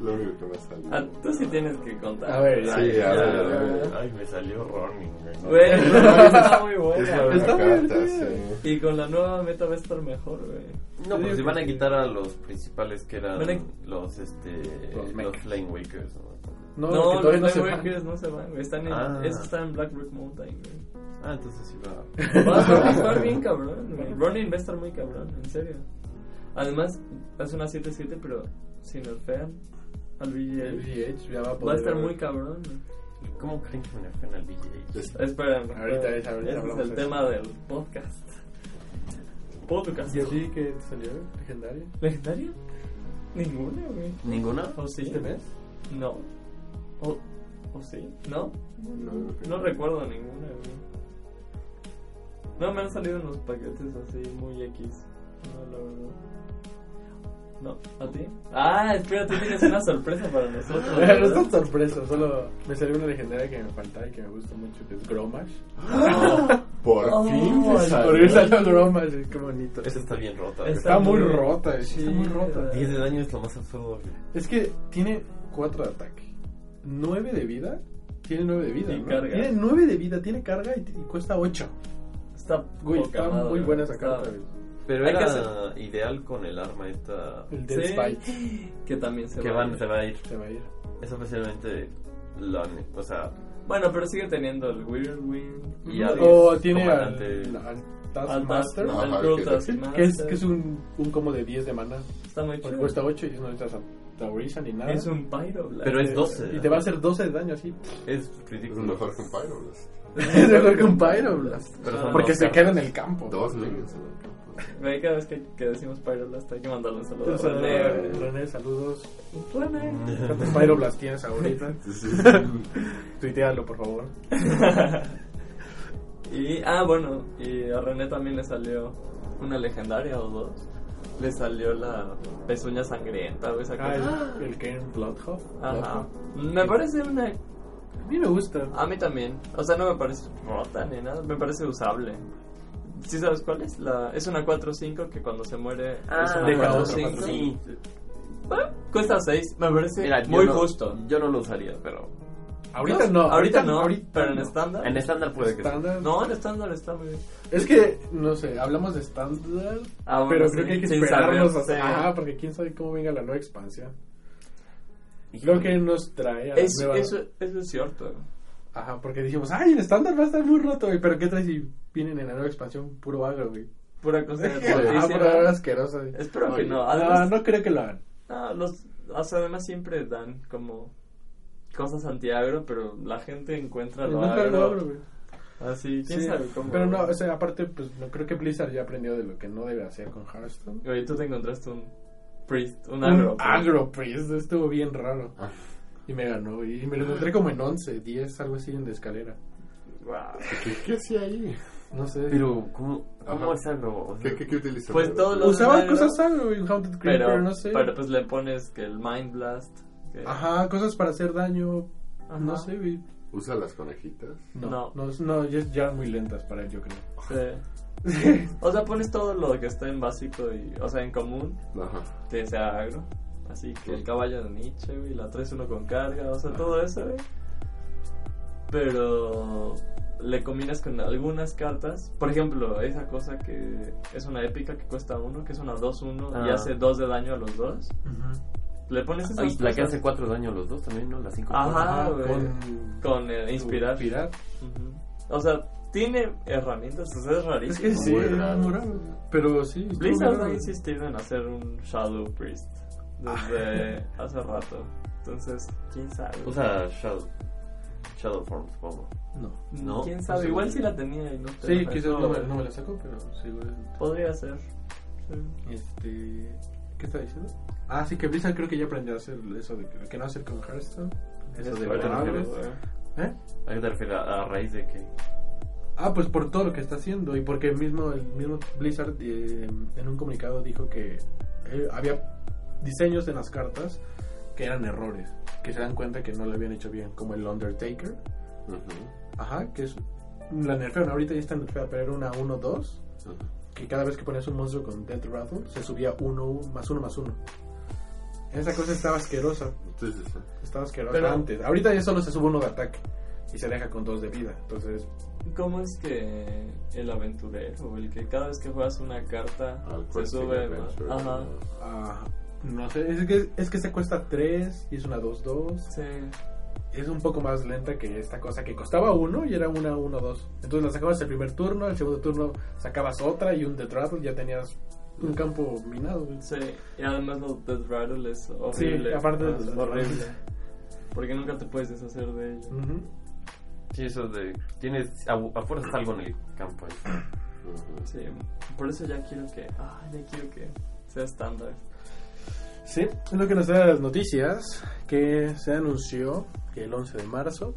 Speaker 3: lo único que me salió.
Speaker 4: Ah, tú sí tienes que contar.
Speaker 5: A ver,
Speaker 3: Sí,
Speaker 4: Ya,
Speaker 3: a ver,
Speaker 4: ya,
Speaker 3: a ver.
Speaker 4: ya.
Speaker 2: Ay, me salió Ronin, güey. ¿no?
Speaker 4: Güey, está muy
Speaker 3: Es la
Speaker 4: buena.
Speaker 3: buena
Speaker 5: Está
Speaker 3: carta,
Speaker 5: divertida.
Speaker 3: sí.
Speaker 4: Y con la nueva meta va a estar mejor, güey.
Speaker 2: No,
Speaker 5: Yo
Speaker 2: pues si
Speaker 5: digo
Speaker 2: van
Speaker 5: que
Speaker 2: a
Speaker 5: sí.
Speaker 2: quitar a los principales que eran
Speaker 4: Van
Speaker 2: los, este,
Speaker 5: Los
Speaker 2: los,
Speaker 5: mechas.
Speaker 2: Flame Wakers. ¿no?
Speaker 5: No,
Speaker 4: No,
Speaker 5: porque todavía no
Speaker 4: los
Speaker 5: se
Speaker 4: Night
Speaker 5: van.
Speaker 4: Walkers no se van, güey. Están en,
Speaker 2: Ah.
Speaker 4: Eso está en Black Rock Mountain, güey.
Speaker 2: Ah, entonces sí va.
Speaker 4: Va a estar- va a estar bien cabrón, güey. Ronin va a estar muy cabrón, en serio. Además, es una 7-7, pero sin el fan. Al
Speaker 5: El
Speaker 4: VGA.
Speaker 5: VH ya va a
Speaker 4: Va a
Speaker 5: poder
Speaker 4: estar
Speaker 5: ver.
Speaker 4: muy cabrón, güey.
Speaker 2: ¿Y ¿Cómo creen que manejan al BJ?
Speaker 3: Es-
Speaker 4: Espérame.
Speaker 5: Ahorita es, ahorita
Speaker 4: Ese
Speaker 5: hablamos
Speaker 4: es el
Speaker 5: de
Speaker 4: tema
Speaker 5: eso.
Speaker 4: del podcast. Podcast.
Speaker 5: ¿Y a ti qué te salió? ¿Legendaria?
Speaker 4: ¿Legendaria? Ninguna, güey.
Speaker 2: ¿Ninguna?
Speaker 4: ¿O sí?
Speaker 5: ¿Este mes?
Speaker 4: No. ¿O, o sí? ¿No?
Speaker 3: No,
Speaker 4: No recuerdo ninguna, güey. No, me han salido unos paquetes así muy X. No, la verdad. No, ¿a ti? Ah, espera, tú tienes una sorpresa para nosotros.
Speaker 5: No es
Speaker 4: ¿verdad?
Speaker 5: tan sorpresa, solo me salió una legendaria que me faltaba y que me gusta mucho, que es Gromash.
Speaker 3: Por
Speaker 4: Oh,
Speaker 3: fin
Speaker 4: ay,
Speaker 3: me salió.
Speaker 5: Por eso salió Gromash, qué bonito.
Speaker 2: Esa está bien rota.
Speaker 4: Es-
Speaker 5: Está muy
Speaker 4: muy-
Speaker 5: rota, sí.
Speaker 4: está muy rota.
Speaker 2: 10 de daño es lo más absurdo. güey.
Speaker 5: Es que tiene 4 de ataque, 9 de vida. Tiene 9 de vida.
Speaker 4: Y
Speaker 5: ¿no?
Speaker 4: carga.
Speaker 5: Tiene 9 de vida, tiene carga y, y cuesta 8.
Speaker 4: Está,
Speaker 5: Güey,
Speaker 4: poca
Speaker 5: está
Speaker 4: madre,
Speaker 5: muy buena esa
Speaker 4: está-
Speaker 5: carta. güey.
Speaker 2: Pero
Speaker 4: Hay que
Speaker 2: era ideal con el arma esta
Speaker 5: El
Speaker 4: Sí.
Speaker 5: Dead Spike
Speaker 4: Que también se
Speaker 2: que
Speaker 4: va a
Speaker 2: van,
Speaker 4: ir.
Speaker 2: se va a ir.
Speaker 5: se va a ir.
Speaker 2: Es oficialmente la, o sea,
Speaker 4: Bueno, pero sigue teniendo el Weird Wing.
Speaker 2: Y a
Speaker 5: o
Speaker 2: los
Speaker 5: Oh, tiene al,
Speaker 2: comandantes-
Speaker 5: al
Speaker 4: Al
Speaker 5: Taskmaster.
Speaker 4: Master.
Speaker 3: Ajá,
Speaker 4: Al
Speaker 3: que-
Speaker 4: Groot
Speaker 3: que-
Speaker 4: Taskmaster.
Speaker 5: Que es, que es un, un combo de 10 de maná.
Speaker 4: Está muy
Speaker 5: Porque
Speaker 4: chido.
Speaker 5: cuesta 8 y no necesitas a Taurisan ni nada.
Speaker 4: Es un Pyro Blast.
Speaker 2: Pero es 12.
Speaker 5: Y te va a hacer 12 de daño así.
Speaker 2: es
Speaker 3: Es
Speaker 2: ridículo.
Speaker 3: mejor que un Pyroblast.
Speaker 5: Es mejor que un Pyroblast.
Speaker 2: Pero
Speaker 4: Ah,
Speaker 2: son
Speaker 5: Porque
Speaker 2: dos
Speaker 5: se
Speaker 2: cartas.
Speaker 5: queda en el campo.
Speaker 3: Dos minions en el campo.
Speaker 4: Güey, cada vez que, que decimos Pyroblast hay que mandarle un saludo. a
Speaker 5: Entonces,
Speaker 4: René,
Speaker 5: René,
Speaker 4: güey.
Speaker 5: René, saludos.
Speaker 4: René.
Speaker 5: ¿Cuántos Pyroblast tienes ahorita?
Speaker 3: Sí, sí.
Speaker 5: Tuitealo, por favor.
Speaker 4: Y, ah, bueno, y a René también le salió una legendaria o dos. Le salió la pezuña sangrienta o esa
Speaker 5: Ah,
Speaker 4: cosa.
Speaker 5: el, el Kern Bloodhoff.
Speaker 4: Ajá.
Speaker 5: Bloodhoff.
Speaker 4: Me parece una...
Speaker 5: A mí me gusta.
Speaker 4: A mí también. O sea, no me parece rota ni nada. Me parece usable. ¿Sí sabes cuál es? La, es una 4-5 que cuando se muere es una
Speaker 5: deja otro
Speaker 4: 4-5.
Speaker 2: Sí.
Speaker 4: Ah, Cuesta 6. Me parece
Speaker 2: Mira, yo
Speaker 4: muy
Speaker 2: no-
Speaker 4: justo.
Speaker 2: Yo no lo usaría, pero
Speaker 5: Ahorita no.
Speaker 4: Ahorita no.
Speaker 5: ahorita
Speaker 4: pero en
Speaker 5: no.
Speaker 4: estándar.
Speaker 2: en estándar puede que sí.
Speaker 5: Estándar.
Speaker 4: No, en estándar está muy bien.
Speaker 5: Es que, no sé, hablamos de estándar.
Speaker 4: Ah, bueno,
Speaker 5: pero
Speaker 4: sí,
Speaker 5: creo que hay que
Speaker 4: sin
Speaker 5: esperarnos.
Speaker 4: saber,
Speaker 5: hasta-
Speaker 4: sí.
Speaker 5: Ajá, porque quién sabe cómo venga la nueva expansión. Creo que nos trae a la
Speaker 4: Es-
Speaker 5: nueva-
Speaker 4: eso, eso es cierto.
Speaker 5: Ajá, porque dijimos, ay, el estándar va a estar muy roto, güey. Pero ¿qué trae si vienen en la nueva expansión puro agro, güey?
Speaker 4: Pura cosa de
Speaker 5: Ah,
Speaker 4: rotísima.
Speaker 5: pero ahora asqueroso, güey.
Speaker 4: Espero que
Speaker 3: Oye,
Speaker 4: no.
Speaker 5: No,
Speaker 4: Además,
Speaker 5: no creo que lo hagan.
Speaker 4: no, los, o sea, además siempre dan como cosas antiagro, pero la gente encuentra lo
Speaker 5: Nunca
Speaker 4: agro.
Speaker 5: lo abro, güey.
Speaker 2: Ah,
Speaker 4: Así, quién
Speaker 5: Sí,
Speaker 4: sabe cómo.
Speaker 5: Pero no, o sea, aparte, pues no creo que Blizzard ya aprendió de lo que no debe hacer con Hearthstone.
Speaker 4: Oye, tú te encontraste un priest, un agro.
Speaker 5: Un agro, pues, estuvo bien raro.
Speaker 3: Ah.
Speaker 5: Y me ganó, y me lo encontré como en 11, 10, algo así en la escalera.
Speaker 4: Guau.
Speaker 3: ¿Qué, qué hacía ahí?
Speaker 5: No sé.
Speaker 2: Pero ¿cómo, cómo
Speaker 3: Ajá.
Speaker 2: es algo? O sea,
Speaker 3: ¿Qué, qué, qué utilizó?
Speaker 4: Pues todos los-
Speaker 5: Usaba
Speaker 4: agro-
Speaker 5: cosas agro, güey, Haunted Creeper,
Speaker 4: Pero,
Speaker 5: no sé.
Speaker 4: pero pues le pones que el Mind Blast. que-
Speaker 5: Ajá, cosas para hacer daño.
Speaker 4: Ajá.
Speaker 5: No sé, güey.
Speaker 3: Usa las conejitas.
Speaker 5: No,
Speaker 4: No.
Speaker 5: no, no, ya, ya eran muy lentas para él, yo creo.
Speaker 4: Sí. O sea, pones todo lo que está en básico y, o sea, en común,
Speaker 3: Ajá.
Speaker 4: que sea agro. Así que el caballo de Nietzsche, güey, la 3-1 con carga, o sea, todo eso, güey. Pero le combinas con algunas cartas. Por ejemplo, esa cosa que es una épica que cuesta uno, que es una 2-1 y
Speaker 2: Ah.
Speaker 4: hace 2 de daño a los dos. Le pones
Speaker 5: Ah,
Speaker 4: esas
Speaker 2: ay, la que
Speaker 4: cosas
Speaker 2: hace 4 daño a los dos también, ¿no? La 5
Speaker 4: Ajá, güey.
Speaker 5: con
Speaker 4: con el inspirar.
Speaker 5: Inspirar.
Speaker 4: Ujú. O sea, tiene herramientas, o sea, es rarísimo.
Speaker 5: Es que sí,
Speaker 3: Muy
Speaker 5: es
Speaker 3: raro.
Speaker 5: muy raro. Pero sí. estuvo
Speaker 4: Blizzard
Speaker 5: raro.
Speaker 4: ha insistido en hacer un Shadow Priest desde hace rato. Entonces, quién sabe.
Speaker 2: Usa Shadow Shadow Form, supongo.
Speaker 5: No.
Speaker 2: no,
Speaker 4: Mm, quién sabe.
Speaker 2: pues,
Speaker 4: Igual si la tenía y no te
Speaker 5: Sí,
Speaker 4: la-
Speaker 5: quizás
Speaker 4: no,
Speaker 5: no, me- no me la saco, pero seguramente.
Speaker 4: Podría ser. Sí.
Speaker 5: Este. ¿Qué está diciendo? Ah, sí, que Blizzard creo que ya aprendió a hacer eso de que, que no hacer con Hearthstone. eso de
Speaker 2: ¿A qué te
Speaker 5: verdad.
Speaker 2: refieres?
Speaker 5: ¿Eh?
Speaker 2: ¿A qué te refieres? ¿A a raíz de qué?
Speaker 5: Ah, pues por todo lo que está haciendo y porque mismo, el mismo Blizzard eh, en un comunicado dijo que eh, había diseños en las cartas que eran errores, que se dan cuenta que no lo habían hecho bien, como el Undertaker,
Speaker 3: Ujú,
Speaker 5: ajá, que es la nerfearon, ahorita ya está nerfeada, pero era una 1-2,
Speaker 3: ujú.
Speaker 5: que cada vez que ponías un monstruo con Death Rattle se subía 1 más 1 más 1. Esa cosa estaba asquerosa,
Speaker 3: Sí, sí, sí.
Speaker 5: estaba asquerosa
Speaker 4: Pero-
Speaker 5: antes. Ahorita ya solo se sube uno de ataque y se deja con dos de vida, entonces
Speaker 4: ¿Cómo es que el aventurero, el que cada vez que juegas una carta
Speaker 3: Al
Speaker 4: se
Speaker 3: Questing
Speaker 4: sube más?
Speaker 3: Adventure,
Speaker 4: Ajá,
Speaker 3: ¿no?
Speaker 5: Ah, no sé, es que, es que se cuesta 3 y es una 2-2.
Speaker 4: sí.
Speaker 5: Es un poco más lenta que esta cosa que costaba 1 y era una 1-2. Entonces la sacabas el primer turno, el segundo turno sacabas otra y un Death Rattle, ya tenías un campo minado. güey.
Speaker 4: Sí, y además los Death Rattle es
Speaker 5: Sí,
Speaker 4: horrible.
Speaker 5: aparte de
Speaker 4: ah,
Speaker 5: los Death
Speaker 4: horrible. Porque nunca te puedes deshacer de ellos.
Speaker 5: Ujú.
Speaker 2: Sí, eso de. Tienes. A, a fuerzas algo en el campo ahí.
Speaker 3: Ujú.
Speaker 4: Sí, por eso ya quiero que, ah, ya quiero que sea estándar.
Speaker 5: Sí, es lo que nos da las noticias, que se anunció que el 11 de marzo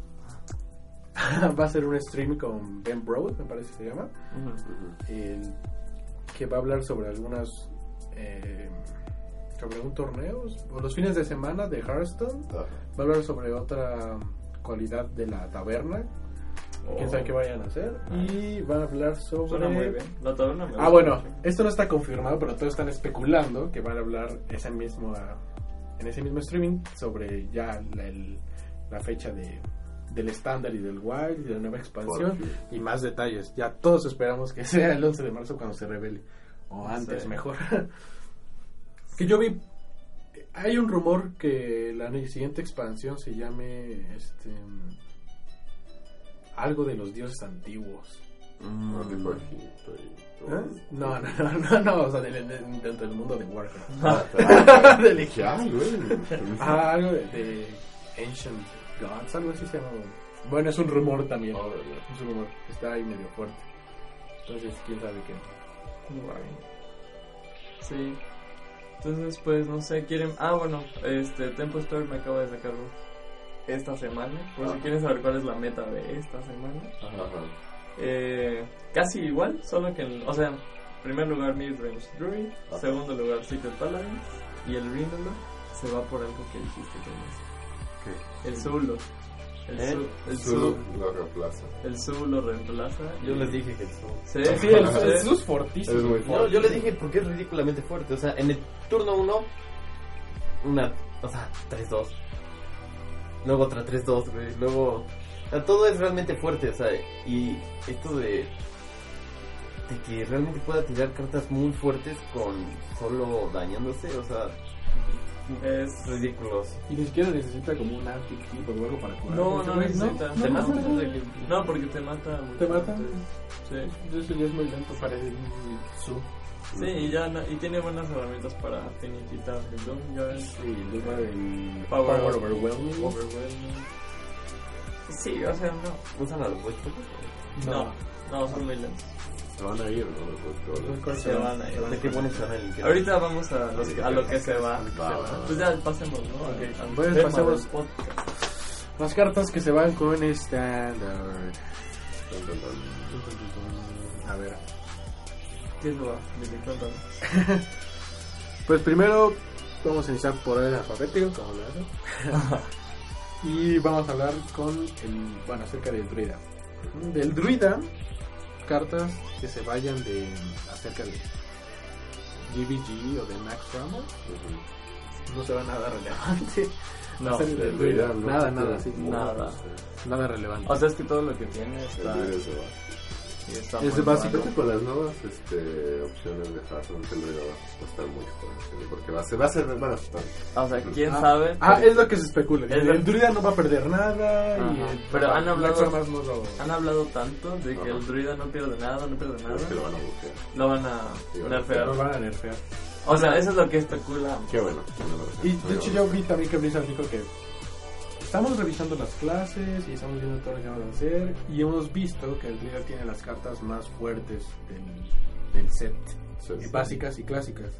Speaker 5: va a ser un stream con Ben Broad, me parece que se llama.
Speaker 3: Ujú.
Speaker 5: el- que va a hablar sobre algunas eh, sobre un torneo o los fines de semana de Hearthstone
Speaker 3: Ajá.
Speaker 5: va a hablar sobre otra um, cualidad de la taberna quién sabe qué vayan a hacer y va a hablar sobre
Speaker 4: Oh. Ah. Suena muy bien. La taberna me
Speaker 5: ah
Speaker 4: gusta
Speaker 5: bueno
Speaker 4: mucho.
Speaker 5: esto no está confirmado pero todos están especulando que van a hablar ese mismo ah, en ese mismo streaming sobre ya la, el- la fecha de del estándar y del wild y de la nueva expansión
Speaker 3: Porque-
Speaker 5: y más detalles. Ya todos esperamos que sea el 11 de marzo cuando se revele. O antes,
Speaker 4: Sí.
Speaker 5: mejor. que yo vi. Hay un rumor que la siguiente expansión se llame. Este. Algo de los dioses antiguos.
Speaker 3: porque
Speaker 2: Mm.
Speaker 3: Jorgito y-
Speaker 4: ¿Eh?
Speaker 5: No, no, no, no, no, o sea, del- del- dentro del mundo de Warcraft.
Speaker 3: Ah, está-
Speaker 5: Del equipo.
Speaker 3: Ya, güey.
Speaker 5: Ah, algo de, de Ancient Gods, algo así se llama. Bueno, es un rumor también.
Speaker 3: Órale.
Speaker 5: Es un rumor, está ahí medio fuerte. Entonces, quién sabe qué.
Speaker 4: Sí. Entonces, pues no sé, quieren. Ah, bueno, este Tempo Store me acaba de sacarlo esta semana. Por si
Speaker 3: Ah.
Speaker 4: quieren saber cuál es la meta de esta semana.
Speaker 3: Ajá.
Speaker 4: Eh, casi igual, solo que. en- o sea, en primer lugar Midrange Druid,
Speaker 3: Ah.
Speaker 4: segundo lugar Secret Paladins y el Rindolo se va por algo que dijiste que no es. El Zulo. El,
Speaker 2: ¿Eh?
Speaker 4: Zu- el
Speaker 3: Solo
Speaker 4: Zu-
Speaker 3: lo reemplaza.
Speaker 4: el Zu lo reemplaza.
Speaker 2: Yo
Speaker 4: y-
Speaker 2: les dije que eso.
Speaker 4: Sí,
Speaker 5: Sí, el,
Speaker 4: sí.
Speaker 5: el Zeus
Speaker 3: Es
Speaker 5: fortísimo.
Speaker 3: muy
Speaker 2: No,
Speaker 3: fuerte.
Speaker 2: yo le dije porque es ridículamente fuerte. O sea, en el turno 1, una. O sea, 3-2. Luego otra 3-2, güey. Luego. O sea, todo es realmente fuerte, o sea, y esto de. de que realmente pueda tirar cartas muy fuertes con solo dañándose, o sea,
Speaker 4: Es.
Speaker 2: ridículos.
Speaker 5: Y ni siquiera necesita como un anti o algo para curar.
Speaker 4: No, no necesita.
Speaker 5: No,
Speaker 2: Te
Speaker 5: no,
Speaker 2: mata,
Speaker 5: no, no.
Speaker 4: No, porque te mata. mucho
Speaker 5: ¿Te mata?
Speaker 4: antes. Sí.
Speaker 5: Eso ya es muy lento para el su.
Speaker 4: Sí, y, ya, na- y tiene buenas herramientas para finiquitar el Doom, ya es
Speaker 5: Sí, el tema del
Speaker 4: Power-
Speaker 5: Overwhelming.
Speaker 4: overwhelming. Sí, o sea,
Speaker 2: Usan a los bots.
Speaker 4: no. No, no, son muy lentos.
Speaker 3: Se van a ir, ¿no? Los
Speaker 5: Los
Speaker 3: goles.
Speaker 5: cuales
Speaker 4: Se van a ir.
Speaker 2: No sé qué buenos son el que-
Speaker 4: Ahorita vamos a, los- a lo que se va.
Speaker 3: Va, va, va.
Speaker 4: Pues ya pasemos, ¿no?
Speaker 5: Ok,
Speaker 4: Al- al
Speaker 5: pues
Speaker 4: tema
Speaker 5: pasemos.
Speaker 4: del podcast.
Speaker 5: Las cartas que se van con este estándar. A ver.
Speaker 4: ¿Quién lo va? Dile, cuéntanos.
Speaker 5: Pues primero vamos a iniciar por orden alfabético, como lo hacen. y vamos a hablar con el, bueno, acerca del druida. Del druida, cartas que se vayan de acerca de GBG o de Max Ramos,
Speaker 3: Ujú.
Speaker 5: no será nada relevante.
Speaker 4: No,
Speaker 5: Acerca del
Speaker 3: El
Speaker 5: druida,
Speaker 3: Druida, ¿no?
Speaker 5: nada, nada, sí,
Speaker 4: Nada.
Speaker 5: nada relevante.
Speaker 4: O sea, es que todo lo que tiene
Speaker 3: El
Speaker 4: está.
Speaker 3: Druida se va.
Speaker 4: y está
Speaker 5: es
Speaker 4: muy
Speaker 5: básico.
Speaker 4: bueno.
Speaker 3: Creo que con las nuevas este, opciones de Hearthstone el Druida va a estar muy fuerte. Porque va a ser, va a ser, van a estar.
Speaker 4: O sea, ¿quién
Speaker 5: Ah,
Speaker 4: sabe?
Speaker 5: Ah, es lo que se especula.
Speaker 4: Es
Speaker 5: el
Speaker 4: lo-
Speaker 5: druida no va a perder nada. y
Speaker 4: Ajá.
Speaker 5: el-
Speaker 4: Pero han hablado-
Speaker 5: Max Ramos no lo-
Speaker 4: Han hablado tanto de
Speaker 3: Ajá.
Speaker 4: que el druida no pierde nada, no pierde
Speaker 3: Ah. Es que lo
Speaker 4: nada.
Speaker 3: van a bloquear.
Speaker 4: Lo van a
Speaker 3: Sí, bueno,
Speaker 4: nerfear.
Speaker 5: lo van a nerfear.
Speaker 4: O sea, eso es lo que especulamos.
Speaker 3: Qué bueno.
Speaker 5: Y de hecho yo vi también que Blizzard dijo que estamos revisando las clases y estamos viendo todo lo que vamos a hacer y hemos visto que el Druida tiene las cartas más fuertes del, del set, y básicas y clásicas.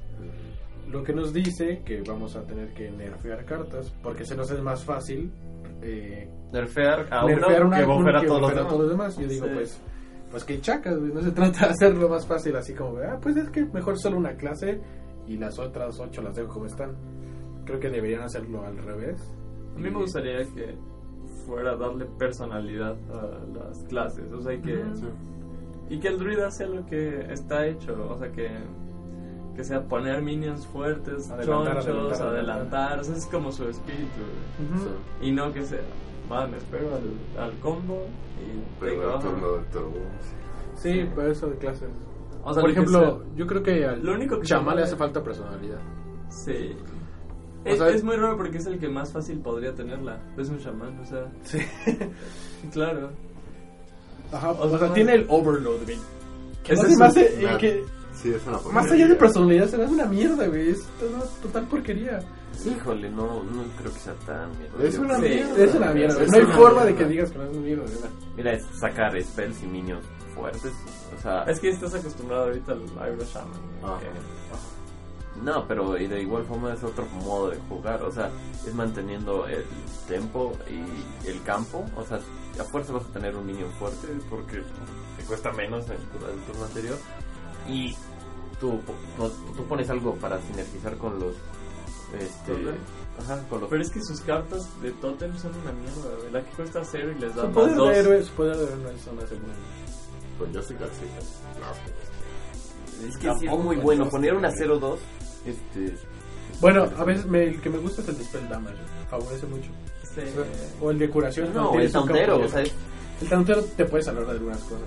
Speaker 5: Lo que nos dice que vamos a tener que nerfear cartas porque se nos es más fácil eh,
Speaker 2: Nerfear a uno
Speaker 5: nerfear una
Speaker 2: que bofera a
Speaker 5: que
Speaker 2: todos los
Speaker 5: bofea
Speaker 2: demás.
Speaker 5: a todos los demás. Yo digo,
Speaker 4: Sí.
Speaker 5: pues, pues que chacas, güey, no se trata de hacerlo más fácil así como, ah, pues es que mejor solo una clase y las otras ocho las dejo como están. Creo que deberían hacerlo al revés.
Speaker 4: A mí me gustaría que fuera darle personalidad a las clases, o sea, que...
Speaker 5: Ujú.
Speaker 4: Y que el druida sea lo que está hecho, o sea, que, que sea poner minions fuertes,
Speaker 5: Adelantar,
Speaker 4: chonchos,
Speaker 5: adelantar,
Speaker 4: adelantar, o sea, es como su espíritu. güey.
Speaker 5: Ujú.
Speaker 4: Y no que sea, va, me espero al, al combo y
Speaker 3: Pero
Speaker 4: tengo-
Speaker 3: el turno del turbo.
Speaker 5: Sí, para eso de clases.
Speaker 4: O sea,
Speaker 5: Por
Speaker 4: lo que
Speaker 5: ejemplo, yo creo que al
Speaker 4: Lo único que
Speaker 5: chamán
Speaker 4: se
Speaker 5: le
Speaker 4: puede-
Speaker 5: hace falta personalidad.
Speaker 4: sea- sí.
Speaker 5: O
Speaker 4: Es,
Speaker 5: sea-
Speaker 4: es muy raro porque es el que más fácil podría tenerla. Es un chamán, o sea,
Speaker 5: Sí.
Speaker 4: claro.
Speaker 5: Ajá,
Speaker 4: O
Speaker 5: o,
Speaker 4: sea,
Speaker 5: sea, tiene el overload, güey. Que
Speaker 4: Ese
Speaker 5: no se
Speaker 4: es
Speaker 5: me
Speaker 4: un-
Speaker 5: hace, eh,
Speaker 3: Nah,
Speaker 5: que
Speaker 3: Sí, es una
Speaker 5: más allá de personalidad, se me hace una mierda, güey. Es toda- total porquería.
Speaker 2: Híjole, no, no creo que sea tan bien.
Speaker 3: Es una
Speaker 4: Sí.
Speaker 3: mierda.
Speaker 5: Es una mierda.
Speaker 3: Es
Speaker 5: no hay
Speaker 3: una
Speaker 5: forma de
Speaker 3: mierda.
Speaker 5: que digas que no es una mierda. ¿verdad?
Speaker 2: Mira, es sacar spells y minions fuertes. O sea, eh,
Speaker 4: Es que estás acostumbrado ahorita al Iron Shaman.
Speaker 3: Ah.
Speaker 4: que-
Speaker 2: no, pero y de igual forma es otro modo de jugar. O sea, es manteniendo el tempo y el campo. O sea, a fuerza vas a tener un minion fuerte porque te cuesta menos el, tur- el turno anterior. Y tú, po- no, tú pones algo para sinergizar con los. Este,
Speaker 4: Totem.
Speaker 2: ajá, con los.
Speaker 4: Pero es que sus cartas de totem son una mierda, güey. La que cuesta cero y les da
Speaker 5: Su
Speaker 4: más
Speaker 5: poder
Speaker 4: dos.
Speaker 5: de héroe, su poder de héroe no es una segunda.
Speaker 3: Con Jessica, pues sí. No,
Speaker 2: Es que sí es muy bueno. Poner una 0-2. Este,
Speaker 5: Bueno, a veces me- el que me gusta es el de Spell Damage, favorece mucho.
Speaker 4: Sí.
Speaker 5: O el de curación. cuando
Speaker 2: no, el
Speaker 5: tienes un
Speaker 2: tantero.
Speaker 5: campo
Speaker 2: O sea,
Speaker 5: lleno.
Speaker 2: es-
Speaker 5: El tantero te puede salvar de algunas cosas.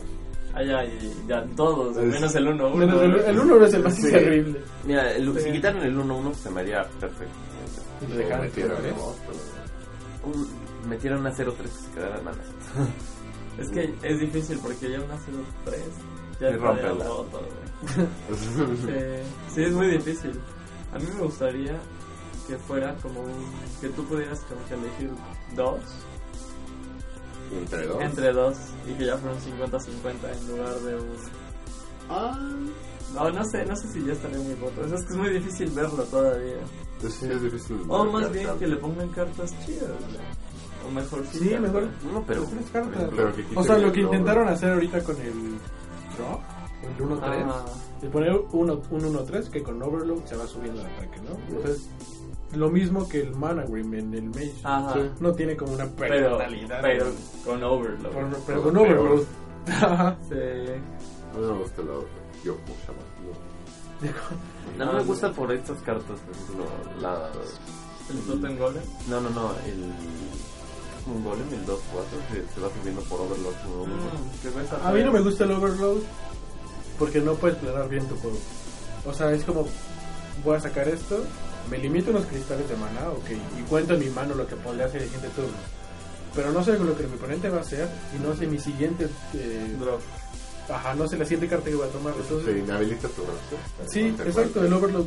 Speaker 4: Ay, ay, ya todos,
Speaker 3: Es-
Speaker 4: menos el 1
Speaker 5: Menos el, el uno es el más
Speaker 3: Sí.
Speaker 5: terrible.
Speaker 2: Mira, el-
Speaker 5: Sí.
Speaker 2: si quitaran el 1-1 se me haría perfecto.
Speaker 5: Y lo
Speaker 3: me
Speaker 5: dejaron
Speaker 3: metieron,
Speaker 5: tres.
Speaker 3: ¿no? Pero-
Speaker 2: Un- metieron una 0-3 que se quedaran malas.
Speaker 4: Es que es difícil porque ya una 0 3 ya
Speaker 2: Y
Speaker 4: está
Speaker 2: rompe
Speaker 4: ya
Speaker 2: la-
Speaker 4: roto, güey. Sí, sí, es muy difícil. A mí me gustaría que fuera como un, que tú pudieras como que elegir dos
Speaker 3: Entre dos.
Speaker 4: entre dos y que ya fueran 50-50 en lugar de un
Speaker 3: Ah,
Speaker 4: No, no sé, no sé si ya estaría muy roto. O sea, es que es muy difícil verlo todavía.
Speaker 3: pues sí, es difícil.
Speaker 4: O más
Speaker 3: marcar
Speaker 4: bien
Speaker 3: tanto.
Speaker 4: que le pongan cartas chidas, güey. O mejor
Speaker 5: Sí, mejor.
Speaker 2: No, pero.
Speaker 5: Tres cartas.
Speaker 3: Pero que quiten
Speaker 5: O sea, lo
Speaker 3: el
Speaker 5: que
Speaker 3: logo.
Speaker 5: intentaron hacer ahorita con el drop, el 1-3,
Speaker 4: Ah,
Speaker 5: de poner un 1-3 que con overload se va subiendo el ataque, ¿no? Entonces, lo mismo que el mana Grim en el mage.
Speaker 4: Ajá.
Speaker 5: Sí. No tiene como una
Speaker 4: pero,
Speaker 5: personalidad.
Speaker 4: pero con
Speaker 5: ¿no?
Speaker 4: Overlord.
Speaker 5: Por- pero
Speaker 3: Pero
Speaker 5: con
Speaker 3: peor.
Speaker 5: overload. Ajá.
Speaker 4: Sí.
Speaker 3: A mí me gusta la otra. Yo, como chamán. no.
Speaker 2: No me gusta por estas cartas, por ejemplo. La,
Speaker 4: El Totem Golem.
Speaker 2: no, no, no. El. Un golem, el 2-4, que se va subiendo por overload. uno, uno.
Speaker 5: Mm.
Speaker 4: que cuesta
Speaker 5: A mí no me
Speaker 4: tres.
Speaker 5: gusta el overload porque no puedes planear bien tu juego. O sea, es como, voy a sacar esto, me limito unos cristales de maná, ok, y cuento en mi mano lo que podría hacer el siguiente turno. Pero no sé lo que mi oponente va a hacer y no sé mi siguiente... eh,
Speaker 4: Drop.
Speaker 5: ajá, no sé la siguiente carta que voy a tomar.
Speaker 3: Te
Speaker 5: Entonces,
Speaker 3: inhabilita tu brazo.
Speaker 5: sí,
Speaker 3: Te
Speaker 5: exacto,
Speaker 3: falta.
Speaker 5: el overload.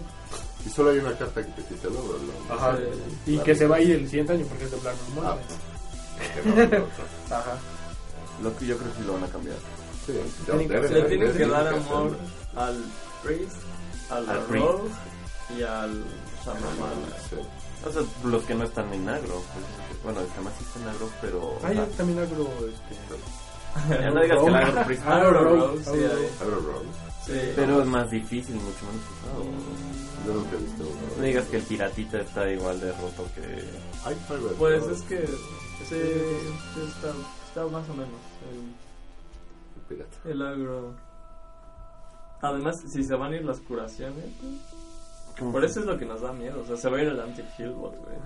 Speaker 3: Y solo hay una carta que te quita el logo. ¿no?
Speaker 5: Ajá.
Speaker 3: Sí,
Speaker 5: Y
Speaker 3: la
Speaker 5: que se
Speaker 3: vida.
Speaker 5: va a ir el siguiente año porque es de Black Moon.
Speaker 3: Ah, que no, no, no.
Speaker 5: Ajá.
Speaker 2: Lo que yo creo que sí lo van a cambiar.
Speaker 3: Sí, ya
Speaker 5: Tienen que-
Speaker 3: deben-
Speaker 4: Le tienes
Speaker 3: deben
Speaker 4: que dar
Speaker 3: hacerlo.
Speaker 4: amor al Priest, al
Speaker 2: Al
Speaker 4: Rose y al Shaman.
Speaker 3: Sí.
Speaker 2: O sea, los que no están en agro. pues, bueno, jamás sí está en agro, pero.
Speaker 5: Ah, yo
Speaker 2: ajá.
Speaker 5: también agro. Este,
Speaker 2: Ya no digas que el agro freestyle,
Speaker 5: Agro
Speaker 4: Agro
Speaker 5: Rogue,
Speaker 4: Rogue, sí,
Speaker 5: Agro
Speaker 4: ahí.
Speaker 5: Rogue.
Speaker 3: Arrow Roll.
Speaker 4: Ah, Sí.
Speaker 2: Pero es más difícil, mucho menos usado.
Speaker 3: Yo nunca he visto uno.
Speaker 2: No digas que el piratita está igual de roto que.
Speaker 3: Hay fiber,
Speaker 4: Pues
Speaker 3: ¿no?
Speaker 4: es que sí, está, está más o menos el,
Speaker 3: Pirata.
Speaker 4: el agro. Además, si se van a ir las curaciones, por eso es lo que nos da miedo. O sea, se va a ir el anti-healbot, güey.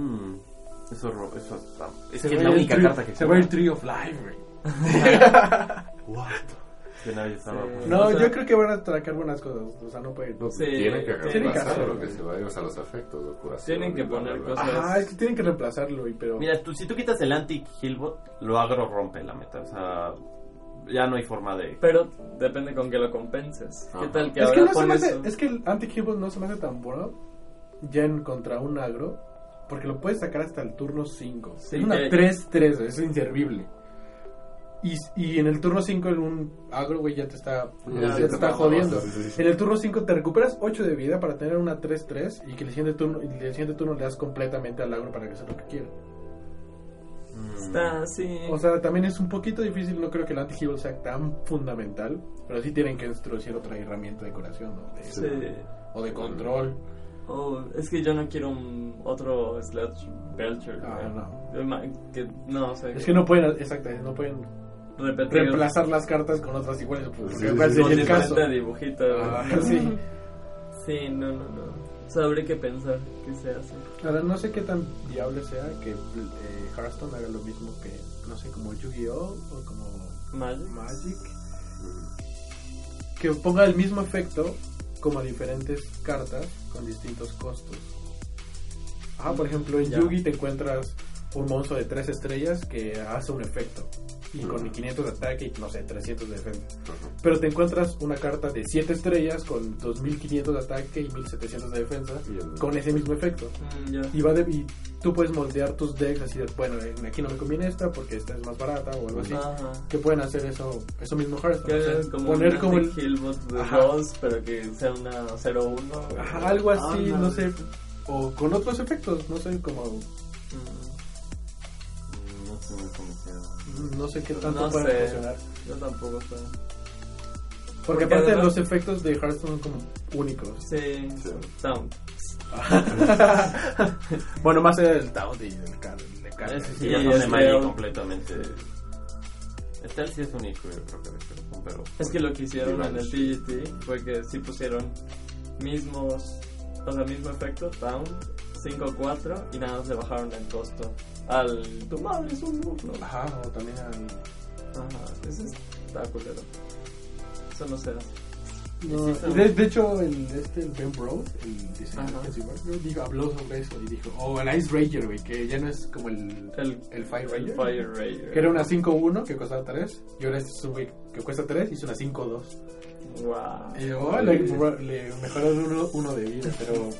Speaker 2: Mm, eso, ro- eso está. Es
Speaker 5: se
Speaker 2: que
Speaker 5: va
Speaker 2: es la
Speaker 5: el
Speaker 2: única
Speaker 5: Tree-
Speaker 2: carta que
Speaker 5: Se va el
Speaker 2: cura.
Speaker 5: Tree of Life, güey.
Speaker 2: Que nadie estaba.
Speaker 4: Sí.
Speaker 5: No,
Speaker 4: O sea-
Speaker 5: yo creo que van a tracar buenas cosas. O sea, no puede.
Speaker 3: No,
Speaker 4: Sí,
Speaker 3: tienen que agarrar
Speaker 5: tienen que
Speaker 3: más
Speaker 5: hacerlo.
Speaker 3: lo que se va a ir, o sea, los efectos, la curación,
Speaker 4: Tienen que
Speaker 3: bla, bla,
Speaker 4: poner
Speaker 3: bla.
Speaker 4: cosas.
Speaker 5: Ajá, es que tienen que reemplazarlo, y pero.
Speaker 2: Mira, tú, si tú quitas el anti Hillbot, lo agro rompe la meta. O sea, ya no hay forma de.
Speaker 4: Pero depende con que lo compenses. ¿Qué
Speaker 3: Ajá.
Speaker 4: tal que
Speaker 5: es
Speaker 4: ahora
Speaker 5: que no se me
Speaker 4: pones
Speaker 5: hace.
Speaker 4: un-
Speaker 5: Es que el anti no se me hace tan bueno. Ya en contra un agro. Porque lo puedes sacar hasta el turno 5.
Speaker 4: Sí,
Speaker 5: es una
Speaker 4: que-
Speaker 5: 3-3, güey, es inservible. Y, y en el turno 5 un agro, güey, ya te está,
Speaker 3: Ya te
Speaker 5: ya te
Speaker 3: está
Speaker 5: está
Speaker 3: matando,
Speaker 5: jodiendo.
Speaker 3: sí, sí, sí.
Speaker 5: En el turno 5 te recuperas 8 de vida para tener una 3-3 y que el siguiente turno, y el siguiente turno le das completamente al agro para que haga lo que quiera.
Speaker 4: Está, sí.
Speaker 5: O sea, también es un poquito difícil, no creo que el anti-heal sea tan fundamental, pero sí tienen que introducir otra herramienta de curación ¿no? De-
Speaker 4: Sí.
Speaker 5: o de control.
Speaker 4: Oh, es que yo no quiero un- otro Slash Belcher.
Speaker 5: Ah,
Speaker 4: güey.
Speaker 5: no.
Speaker 4: Yo ma- que, no, o sea,
Speaker 5: Es que no pueden, exactamente, no pueden
Speaker 4: repetir
Speaker 5: reemplazar las cartas con otras iguales, pues,
Speaker 3: Sí,
Speaker 5: me
Speaker 3: sí,
Speaker 5: parece
Speaker 3: sí.
Speaker 4: con
Speaker 5: que el caso.
Speaker 4: diferente dibujito. güey.
Speaker 5: Ah, sí.
Speaker 4: Sí, no, no, no. O sea, habría que pensar qué se hace.
Speaker 5: Ahora no sé qué tan viable sea que eh, Hearthstone haga lo mismo que, no sé, como Yu-Gi-Oh! o como
Speaker 4: Magic.
Speaker 5: Magic. Que ponga el mismo efecto como a diferentes cartas con distintos costos. Ajá, por ejemplo, en
Speaker 4: Ya.
Speaker 5: Yugi te encuentras un monstruo de 3 estrellas que hace un efecto. Y con 500 de ataque y, no sé, 300 de defensa. Pero te encuentras una carta de 7 estrellas con 2500 de ataque y 1700 de defensa
Speaker 3: Bien.
Speaker 5: con ese mismo efecto.
Speaker 4: Mm, ya.
Speaker 5: Y, va de- y tú puedes moldear tus decks así de, bueno, en- aquí no me conviene esta porque esta es más barata o algo así.
Speaker 4: Ajá.
Speaker 5: Que pueden hacer eso, eso mismo
Speaker 4: Que
Speaker 5: Hearthstone. o sea,
Speaker 4: hagan como
Speaker 5: poner
Speaker 4: un
Speaker 5: como el-
Speaker 4: Hillbot de
Speaker 5: Ajá.
Speaker 4: 2, pero que sea una 0-1. güey.
Speaker 5: ajá, algo así,
Speaker 4: Ah,
Speaker 5: no sé. O con otros efectos, no sé, como,
Speaker 4: Mm,
Speaker 2: No estoy muy convencido.
Speaker 5: no sé qué tanto
Speaker 4: No
Speaker 5: pueden
Speaker 4: sé.
Speaker 5: funcionar.
Speaker 4: Yo tampoco, o sea.
Speaker 5: Porque,
Speaker 4: Porque
Speaker 5: aparte
Speaker 4: además-
Speaker 5: los efectos de Hearthstone son como únicos.
Speaker 4: Sí,
Speaker 3: Sí.
Speaker 4: sound.
Speaker 5: Bueno, más el Taut y el Car. el Car-
Speaker 2: Ese sí,
Speaker 4: Y
Speaker 2: ya no
Speaker 4: es
Speaker 2: de Magic
Speaker 4: feo.
Speaker 2: completamente. Este sí es único, yo creo que de Hearthstone, pero. pues,
Speaker 4: Es que lo que hicieron en el
Speaker 2: Dimanche.
Speaker 4: TGT fue que sí pusieron mismos, o sea, mismo efecto, down, 5-4, y nada más le bajaron el costo al tu madre es un burro.
Speaker 5: Ajá, o también al...
Speaker 4: Ajá, ese está culero. Eso no se hace.
Speaker 5: No,
Speaker 4: Sí, sí,
Speaker 5: de,
Speaker 4: sí.
Speaker 5: de hecho, el, este, el Ben Bro, el diseñador
Speaker 4: Ajá.
Speaker 5: principal, creo, dijo- habló sobre eso y dijo, oh, el Ice Ranger, güey, que ya no es como el,
Speaker 4: El,
Speaker 5: el Fire
Speaker 4: el
Speaker 5: Ranger.
Speaker 4: Fire Ranger.
Speaker 5: Que era una 5-1 que costaba 3, y ahora este es un güey que cuesta 3 y es una 5-2.
Speaker 4: Wow.
Speaker 5: Y yo, oh, le, le mejoraron uno, uno de vida, pero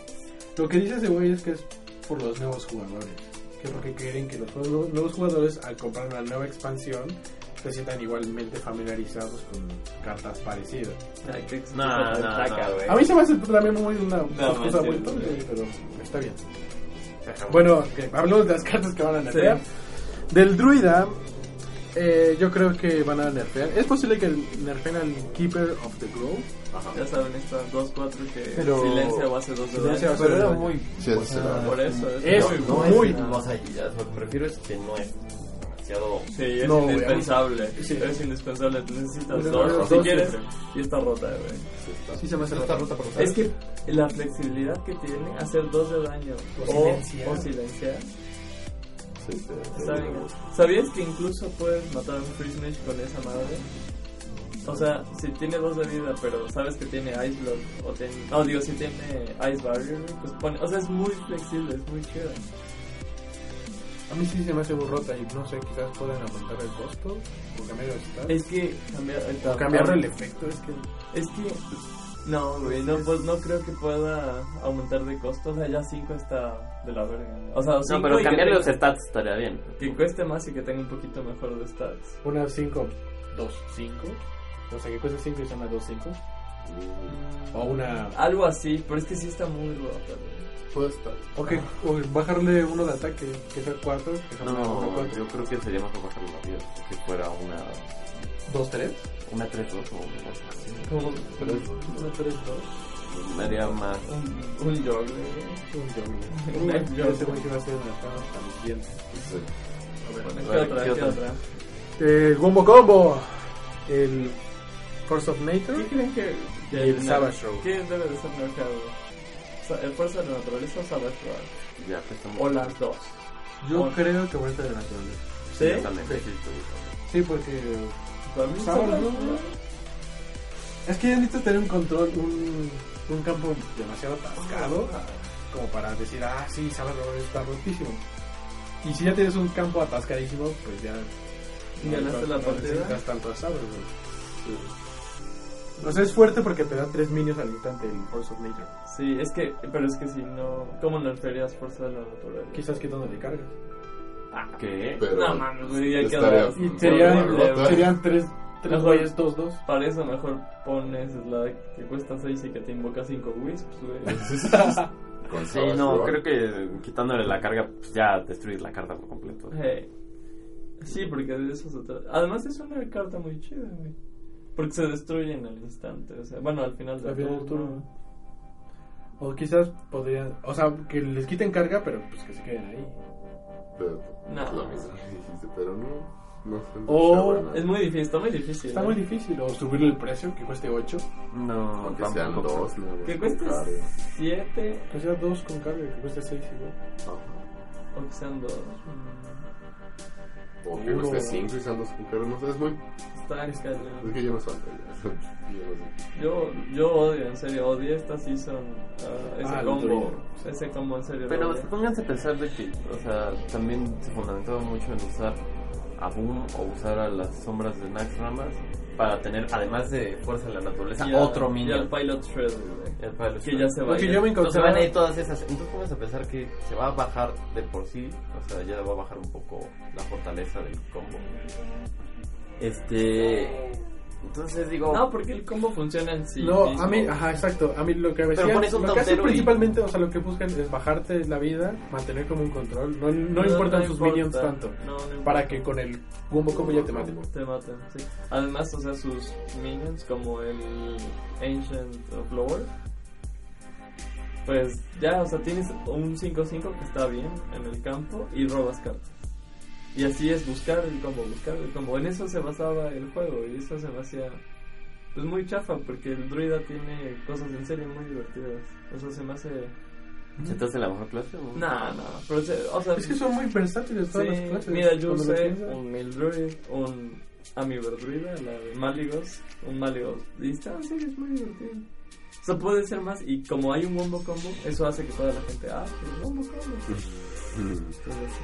Speaker 5: lo que dice ese güey es que es por los nuevos jugadores. Que porque quieren que los nuevos- nuevos jugadores, al comprar una nueva expansión, se sientan igualmente familiarizados con cartas parecidas.
Speaker 4: Ay, qué
Speaker 2: No,
Speaker 4: excusa tan
Speaker 2: no,
Speaker 4: chaca,
Speaker 2: no.
Speaker 4: güey.
Speaker 5: A mí se me hace también muy una una
Speaker 4: no
Speaker 5: cosa muy
Speaker 4: entiendo.
Speaker 5: tonta, pero está bien. Bueno, ok, hablemos de las cartas que van a nerfear. Del druida, eh, yo creo que van a nerfear. Es posible que nerfeen al Keeper of the Grove.
Speaker 4: Ya saben, estas 2-4 que
Speaker 5: Pero-
Speaker 4: silencia o hace 2 de
Speaker 5: Silencia
Speaker 4: daño.
Speaker 5: va a ser-
Speaker 3: Sí, es
Speaker 4: Ah, Por eso.
Speaker 5: Es
Speaker 4: muy-
Speaker 2: No
Speaker 5: muy-
Speaker 2: es, más allá, lo que prefiero es que no es demasiado.
Speaker 4: Sí, es
Speaker 5: No, güey,
Speaker 4: indispensable.
Speaker 5: sí.
Speaker 4: Es indispensable. Necesitas
Speaker 5: No,
Speaker 4: dos,
Speaker 5: no,
Speaker 4: si
Speaker 5: dos,
Speaker 4: quieres.
Speaker 5: siempre.
Speaker 4: Y está rota, güey.
Speaker 5: Sí, se me hace
Speaker 2: Esta ruta por los
Speaker 4: Es que la flexibilidad que tiene hacer dos de daño
Speaker 5: O
Speaker 4: o,
Speaker 5: silenciar.
Speaker 4: o silenciar.
Speaker 3: Sí, sí, sí.
Speaker 4: Está bien. ¿Sabías que incluso puedes matar a un Prismish con esa madre? O sea, si tiene dos de vida, pero sabes que tiene Ice Block o tiene. No, digo, si tiene Ice Barrier, güey, pues pone. O sea, es muy flexible, es muy chido.
Speaker 5: A mí sí se me hace muy rota y no sé, quizás pueden aumentar el costo o cambiar el stat.
Speaker 4: Es que cambiar.
Speaker 5: O cambiarle el efecto, es que...
Speaker 4: Es que. No, güey, no, pues, no creo que pueda aumentar de costo. O sea, ya 5 está de la verga. O sea,
Speaker 2: No,
Speaker 4: cinco y
Speaker 2: pero
Speaker 4: que
Speaker 2: cambiarle los e-
Speaker 4: tenga-
Speaker 2: stats estaría bien.
Speaker 4: Que cueste más y que tenga un poquito mejor de stats.
Speaker 5: Una 5, 2, 5. O sea, que cuesta 5 y se llama 2, 5. O una...
Speaker 4: Algo así, pero es que sí está muy rota, güey.
Speaker 3: Puede estar.
Speaker 4: Eh,
Speaker 5: O que o bajarle uno de ataque, que sea 4, que sea una
Speaker 2: No,
Speaker 5: 4.
Speaker 2: yo creo que sería mejor bajarlo la vida. Que fuera una.
Speaker 5: 2, 3.
Speaker 2: Una 3-2 o una cosa así.
Speaker 4: Como
Speaker 5: Pero es 1, 3, 2.
Speaker 2: Me haría más.
Speaker 4: un, un jogger, güey.
Speaker 5: Un
Speaker 4: Un
Speaker 5: yogur. Un
Speaker 4: yogur.
Speaker 5: yogur. Ese güey que va a ser en la cama también.
Speaker 3: Sí.
Speaker 4: ¿Qué
Speaker 2: Vale,
Speaker 4: otra?
Speaker 2: ¿qué
Speaker 4: ¿Qué
Speaker 2: otra?
Speaker 4: otra?
Speaker 5: El Wombo Combo. eh, El Force of Nature.
Speaker 4: ¿Qué creen que.?
Speaker 5: Y el Savage Row.
Speaker 4: ¿Qué debe de ser mercado? Sa- ¿El fuerza de la naturaleza o Savage Row?
Speaker 2: Ya, que estamos.
Speaker 4: O las dos.
Speaker 5: Yo
Speaker 4: Ok.
Speaker 5: creo que va a ser de naturaleza.
Speaker 4: ¿Sí?
Speaker 2: Yo también,
Speaker 5: Sí.
Speaker 2: sí, sí,
Speaker 5: Sí, porque.
Speaker 4: Para mí,
Speaker 5: Savage
Speaker 4: Savage
Speaker 5: Row.
Speaker 4: Row.
Speaker 5: Es que ya necesitas tener un control, un, un campo demasiado atascado. Como para decir, ah, sí, Savage Row está rotísimo. Y si ya tienes un campo atascadísimo, pues ya. no-
Speaker 4: Ganaste
Speaker 5: no-
Speaker 4: la
Speaker 5: no
Speaker 4: partida.
Speaker 5: necesitas tanto a Savage Row. O sea, es fuerte porque te da tres minions al instante el Force of Nature.
Speaker 4: Sí, es que, pero es que si no, ¿cómo no fuerza de la naturaleza?
Speaker 5: Quizás quitándole carga.
Speaker 2: ¿Qué?
Speaker 3: Pero
Speaker 4: No mames, güey, ya
Speaker 3: estaría-
Speaker 4: quedas.
Speaker 5: Y
Speaker 3: Mm,
Speaker 5: serían,
Speaker 3: bueno, bueno.
Speaker 5: serían tres, tres
Speaker 4: Ajá.
Speaker 5: güeyes, todos dos.
Speaker 4: Para eso mejor pones la que cuesta 6 y que te invoca 5 wisps, güey.
Speaker 3: con
Speaker 2: Sí,
Speaker 4: Ah,
Speaker 3: Savage
Speaker 2: no, creo
Speaker 3: Roar.
Speaker 2: que quitándole la carga, pues ya destruyes la carta por completo.
Speaker 4: Hey. Sí, porque de eso se trata. Además es una carta muy chida, güey. Porque se destruyen al instante, o sea, bueno, al final
Speaker 5: Al final del turno. O quizás podrían, o sea, que les quiten carga, pero pues que se queden ahí.
Speaker 3: Pero,
Speaker 4: No. Oh,
Speaker 3: es lo mismo que dijiste, pero no. No sé.
Speaker 5: O
Speaker 3: está buena.
Speaker 4: Es muy difícil, está muy difícil.
Speaker 5: Oh. Está
Speaker 4: ¿eh?
Speaker 5: muy difícil, o subirle el precio, que cueste 8.
Speaker 2: No,
Speaker 3: Aunque sean
Speaker 2: tampoco.
Speaker 3: dos, ¿no?
Speaker 4: Que cueste
Speaker 3: Claro.
Speaker 4: 7
Speaker 5: Que sea 2 con carga, que cueste 6 igual.
Speaker 3: Ajá.
Speaker 4: o que sean Mm. 2.
Speaker 3: O que
Speaker 5: Uno.
Speaker 3: cueste cinco y sean dos con carga, No sé, es muy.
Speaker 4: Está cañón.
Speaker 3: Es que yo me suelto ya. Yo no sé.
Speaker 4: Yo, yo odio, en serio, odié esta season. ah, ese
Speaker 5: Ah, lo
Speaker 4: combo.
Speaker 5: tuyo.
Speaker 4: Ese combo, en serio. lo
Speaker 2: Pero
Speaker 4: odié.
Speaker 2: pónganse a pensar de que, o sea, también se fundamentaba mucho en usar a Boom o usar a las sombras de Nax Ramas para tener, además de fuerza de la naturaleza,
Speaker 4: Y a-
Speaker 2: otro
Speaker 4: Y al
Speaker 2: minion.
Speaker 4: Pilot Shred, güey.
Speaker 2: El Pilot
Speaker 4: Que
Speaker 2: Shred.
Speaker 4: ya se va.
Speaker 5: Porque
Speaker 4: ya-
Speaker 5: yo me
Speaker 2: Entonces se
Speaker 5: encontraba...
Speaker 2: van a ir todas esas. Entonces pónganse a pensar que se va a bajar de por sí, o sea, ya va a bajar un poco la fortaleza del combo. Este. Entonces digo.
Speaker 4: No, porque el combo funciona en sí.
Speaker 5: no,
Speaker 4: mismo.
Speaker 5: a mí, ajá, exacto. A mí lo que decía,
Speaker 2: pones un
Speaker 5: lo que hacen
Speaker 2: tautero y-
Speaker 5: principalmente, o sea, lo que buscan es bajarte la vida, mantener como un control. No, no, importan
Speaker 4: no
Speaker 5: sus
Speaker 4: importa.
Speaker 5: minions tanto.
Speaker 4: No, no
Speaker 5: Para
Speaker 4: importa.
Speaker 5: que con el combo combo ya te maten.
Speaker 4: Te matan, sí. Además, o sea, sus minions, como el Ancient of Lore, pues ya, o sea, tienes un 5-5 que está bien en el campo y robas cartas. Y así es buscar el combo, buscar el combo. En eso se basaba el juego y eso se me hacía. Pues muy chafa, porque el druida tiene cosas en serio muy divertidas. O sea, se me hace.
Speaker 2: ¿Se te hace la mejor clase? o?
Speaker 4: Nah, nah, pero se- o sea,
Speaker 5: Es que son muy versátiles todas las
Speaker 4: Sí,
Speaker 5: clases.
Speaker 4: mira, yo
Speaker 5: cuando lo
Speaker 4: usé
Speaker 5: piensas.
Speaker 4: un Mildruid, un Amiberdruida, la de Maligos, un Maligos. Y está, sí, es muy divertido. O sea, puede ser más, y como hay un Wombo Combo, eso hace que toda la gente, ah, el Wombo Combo. Entonces,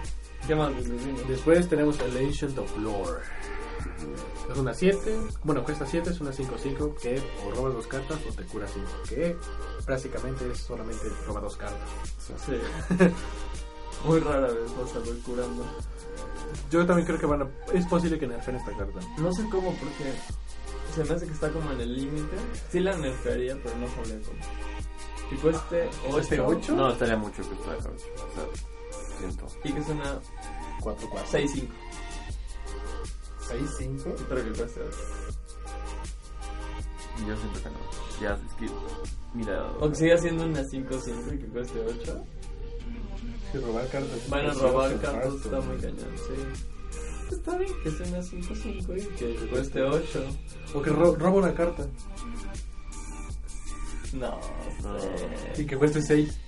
Speaker 4: ¿Qué más, Luis Luisino?
Speaker 5: Después tenemos el Ancient of Lore. Es una 7, bueno, cuesta 7, es una 5-5 que o robas dos cartas o te cura 5, que prácticamente es solamente roba dos cartas.
Speaker 4: Sí. Muy rara vez vas a ver curando.
Speaker 5: Yo también creo que van a, es posible que nerfen esta carta.
Speaker 4: No sé cómo, porque se me hace que está como en el límite. Sí la nerfearía, pero no sabría cómo. Y cueste
Speaker 5: ¿Cueste
Speaker 4: 8
Speaker 5: ocho?
Speaker 2: No, estaría mucho que fuera de ocho, O sea, siento.
Speaker 4: y que es una
Speaker 5: 4 4
Speaker 4: 6-5.
Speaker 5: 6 5.
Speaker 4: Pero que cueste 8.
Speaker 2: Yo siento que no. Ya, es que. Mira.
Speaker 4: O que siga siendo una 5-5 y que cueste 8.
Speaker 5: Si robar cartas.
Speaker 4: Van a
Speaker 5: es
Speaker 4: robar
Speaker 5: Ancient
Speaker 4: cartas,
Speaker 5: Hearthstone.
Speaker 4: está muy cañón, sí. Está bien que sea una 5-5 y que cueste 8.
Speaker 5: O que ro- roba una carta
Speaker 4: No,
Speaker 2: No.
Speaker 5: y
Speaker 4: sé.
Speaker 5: que cueste 6.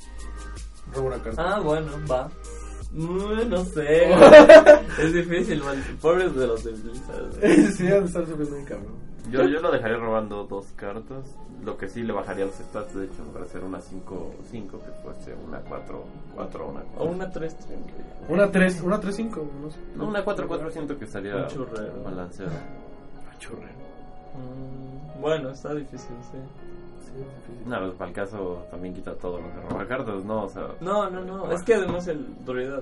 Speaker 5: Roba una carta.
Speaker 4: Ah, bueno, va. Mm, No sé. es difícil, man. Pobres de los de Blizzard.
Speaker 5: sí, han de estar subiendo un cabrón.
Speaker 2: Yo, yo lo dejaría robando dos cartas. Lo que sí le bajaría los stats, de hecho, para hacer una 5-5, que fuese una 4-4 o una 4.
Speaker 4: O una 3
Speaker 5: Una 3, una 3 5, no sé.
Speaker 2: No, una 4-4 siento que estaría
Speaker 4: Un churrero.
Speaker 2: balanceado.
Speaker 5: Churre.
Speaker 4: Mm, Bueno, está difícil, sí.
Speaker 5: Sí, es difícil.
Speaker 2: No, pues, para el caso también quita todo lo que roba cartas, ¿no? O sea,
Speaker 4: No, no, no. Es que además el druida.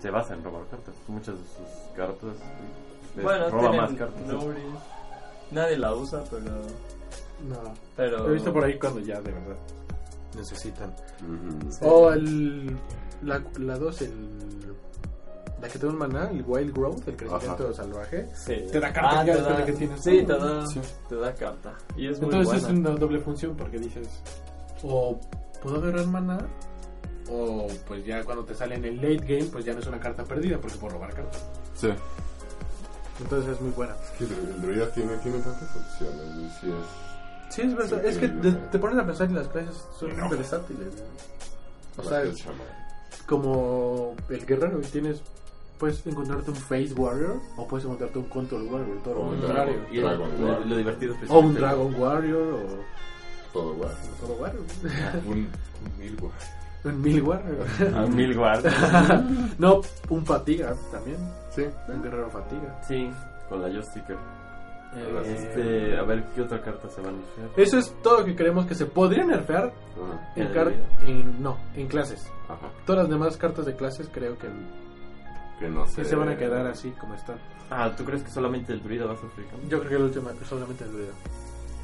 Speaker 2: se basa en robar cartas. Muchas de sus cartas. eh,
Speaker 4: Bueno,
Speaker 2: roba
Speaker 4: tienen
Speaker 2: más cartas.
Speaker 4: Nuri. Nadie la usa, pero.
Speaker 5: No.
Speaker 4: pero...
Speaker 5: Lo he visto por ahí cuando ya de verdad necesitan.
Speaker 3: Ujú.
Speaker 4: Sí.
Speaker 5: O el. La 2, el. La que te da un maná, el Wild Growth, el crecimiento
Speaker 3: Ajá.
Speaker 5: salvaje.
Speaker 4: Sí.
Speaker 5: Te da carta ya
Speaker 4: te
Speaker 5: después
Speaker 4: da-
Speaker 5: de que tienes
Speaker 4: Sí,
Speaker 5: uno.
Speaker 4: te da,
Speaker 5: Sí.
Speaker 4: te da carta. Y es muy
Speaker 5: Entonces es
Speaker 4: buena.
Speaker 5: una doble función porque dices. O puedo agarrar maná. O pues ya cuando te sale en el late game, pues ya no es una carta perdida porque puedo robar cartas.
Speaker 3: Sí.
Speaker 5: Entonces es muy buena.
Speaker 3: Que el el druida tiene, tiene tantas opciones. y Sí, es.
Speaker 5: Sí, es verdad.
Speaker 3: Sí,
Speaker 5: es que
Speaker 3: sí,
Speaker 5: te,
Speaker 3: sí.
Speaker 5: te ponen a pensar que las clases son
Speaker 3: No.
Speaker 5: versátiles. O sea,
Speaker 3: más que el
Speaker 5: es-
Speaker 3: chamán.
Speaker 5: como el guerrero y tienes puedes encontrarte un face warrior o puedes encontrarte un control warrior todo lo
Speaker 3: O un
Speaker 5: contrario
Speaker 3: dragón.
Speaker 2: Y el-
Speaker 3: Dragon
Speaker 2: lo,
Speaker 3: Guard.
Speaker 2: lo divertido es
Speaker 5: o Oh, un
Speaker 2: precisamente-
Speaker 5: dragon warrior o
Speaker 3: Todo guay.
Speaker 5: todo warrior
Speaker 3: Un, un mil guay.
Speaker 5: un mil warrior
Speaker 2: Ah, Mil guardias.
Speaker 5: no un fatiga también
Speaker 3: Sí.
Speaker 5: un guerrero fatiga
Speaker 2: Sí, con la joysticker.
Speaker 5: Eh,
Speaker 2: Este, a ver qué otra carta se va a anunciar.
Speaker 5: eso es todo lo que creemos que se podría nerfear
Speaker 3: Ah,
Speaker 5: en,
Speaker 2: En
Speaker 5: car-
Speaker 2: la vida.
Speaker 5: en- no en clases
Speaker 3: ajá.
Speaker 5: todas las demás cartas de clases creo que
Speaker 3: que no
Speaker 5: Sí,
Speaker 3: se...
Speaker 5: se van a quedar así como están.
Speaker 2: Ah, ¿tú crees que solamente el druida va a sufrir cambio?
Speaker 5: Yo creo que el último es solamente el video.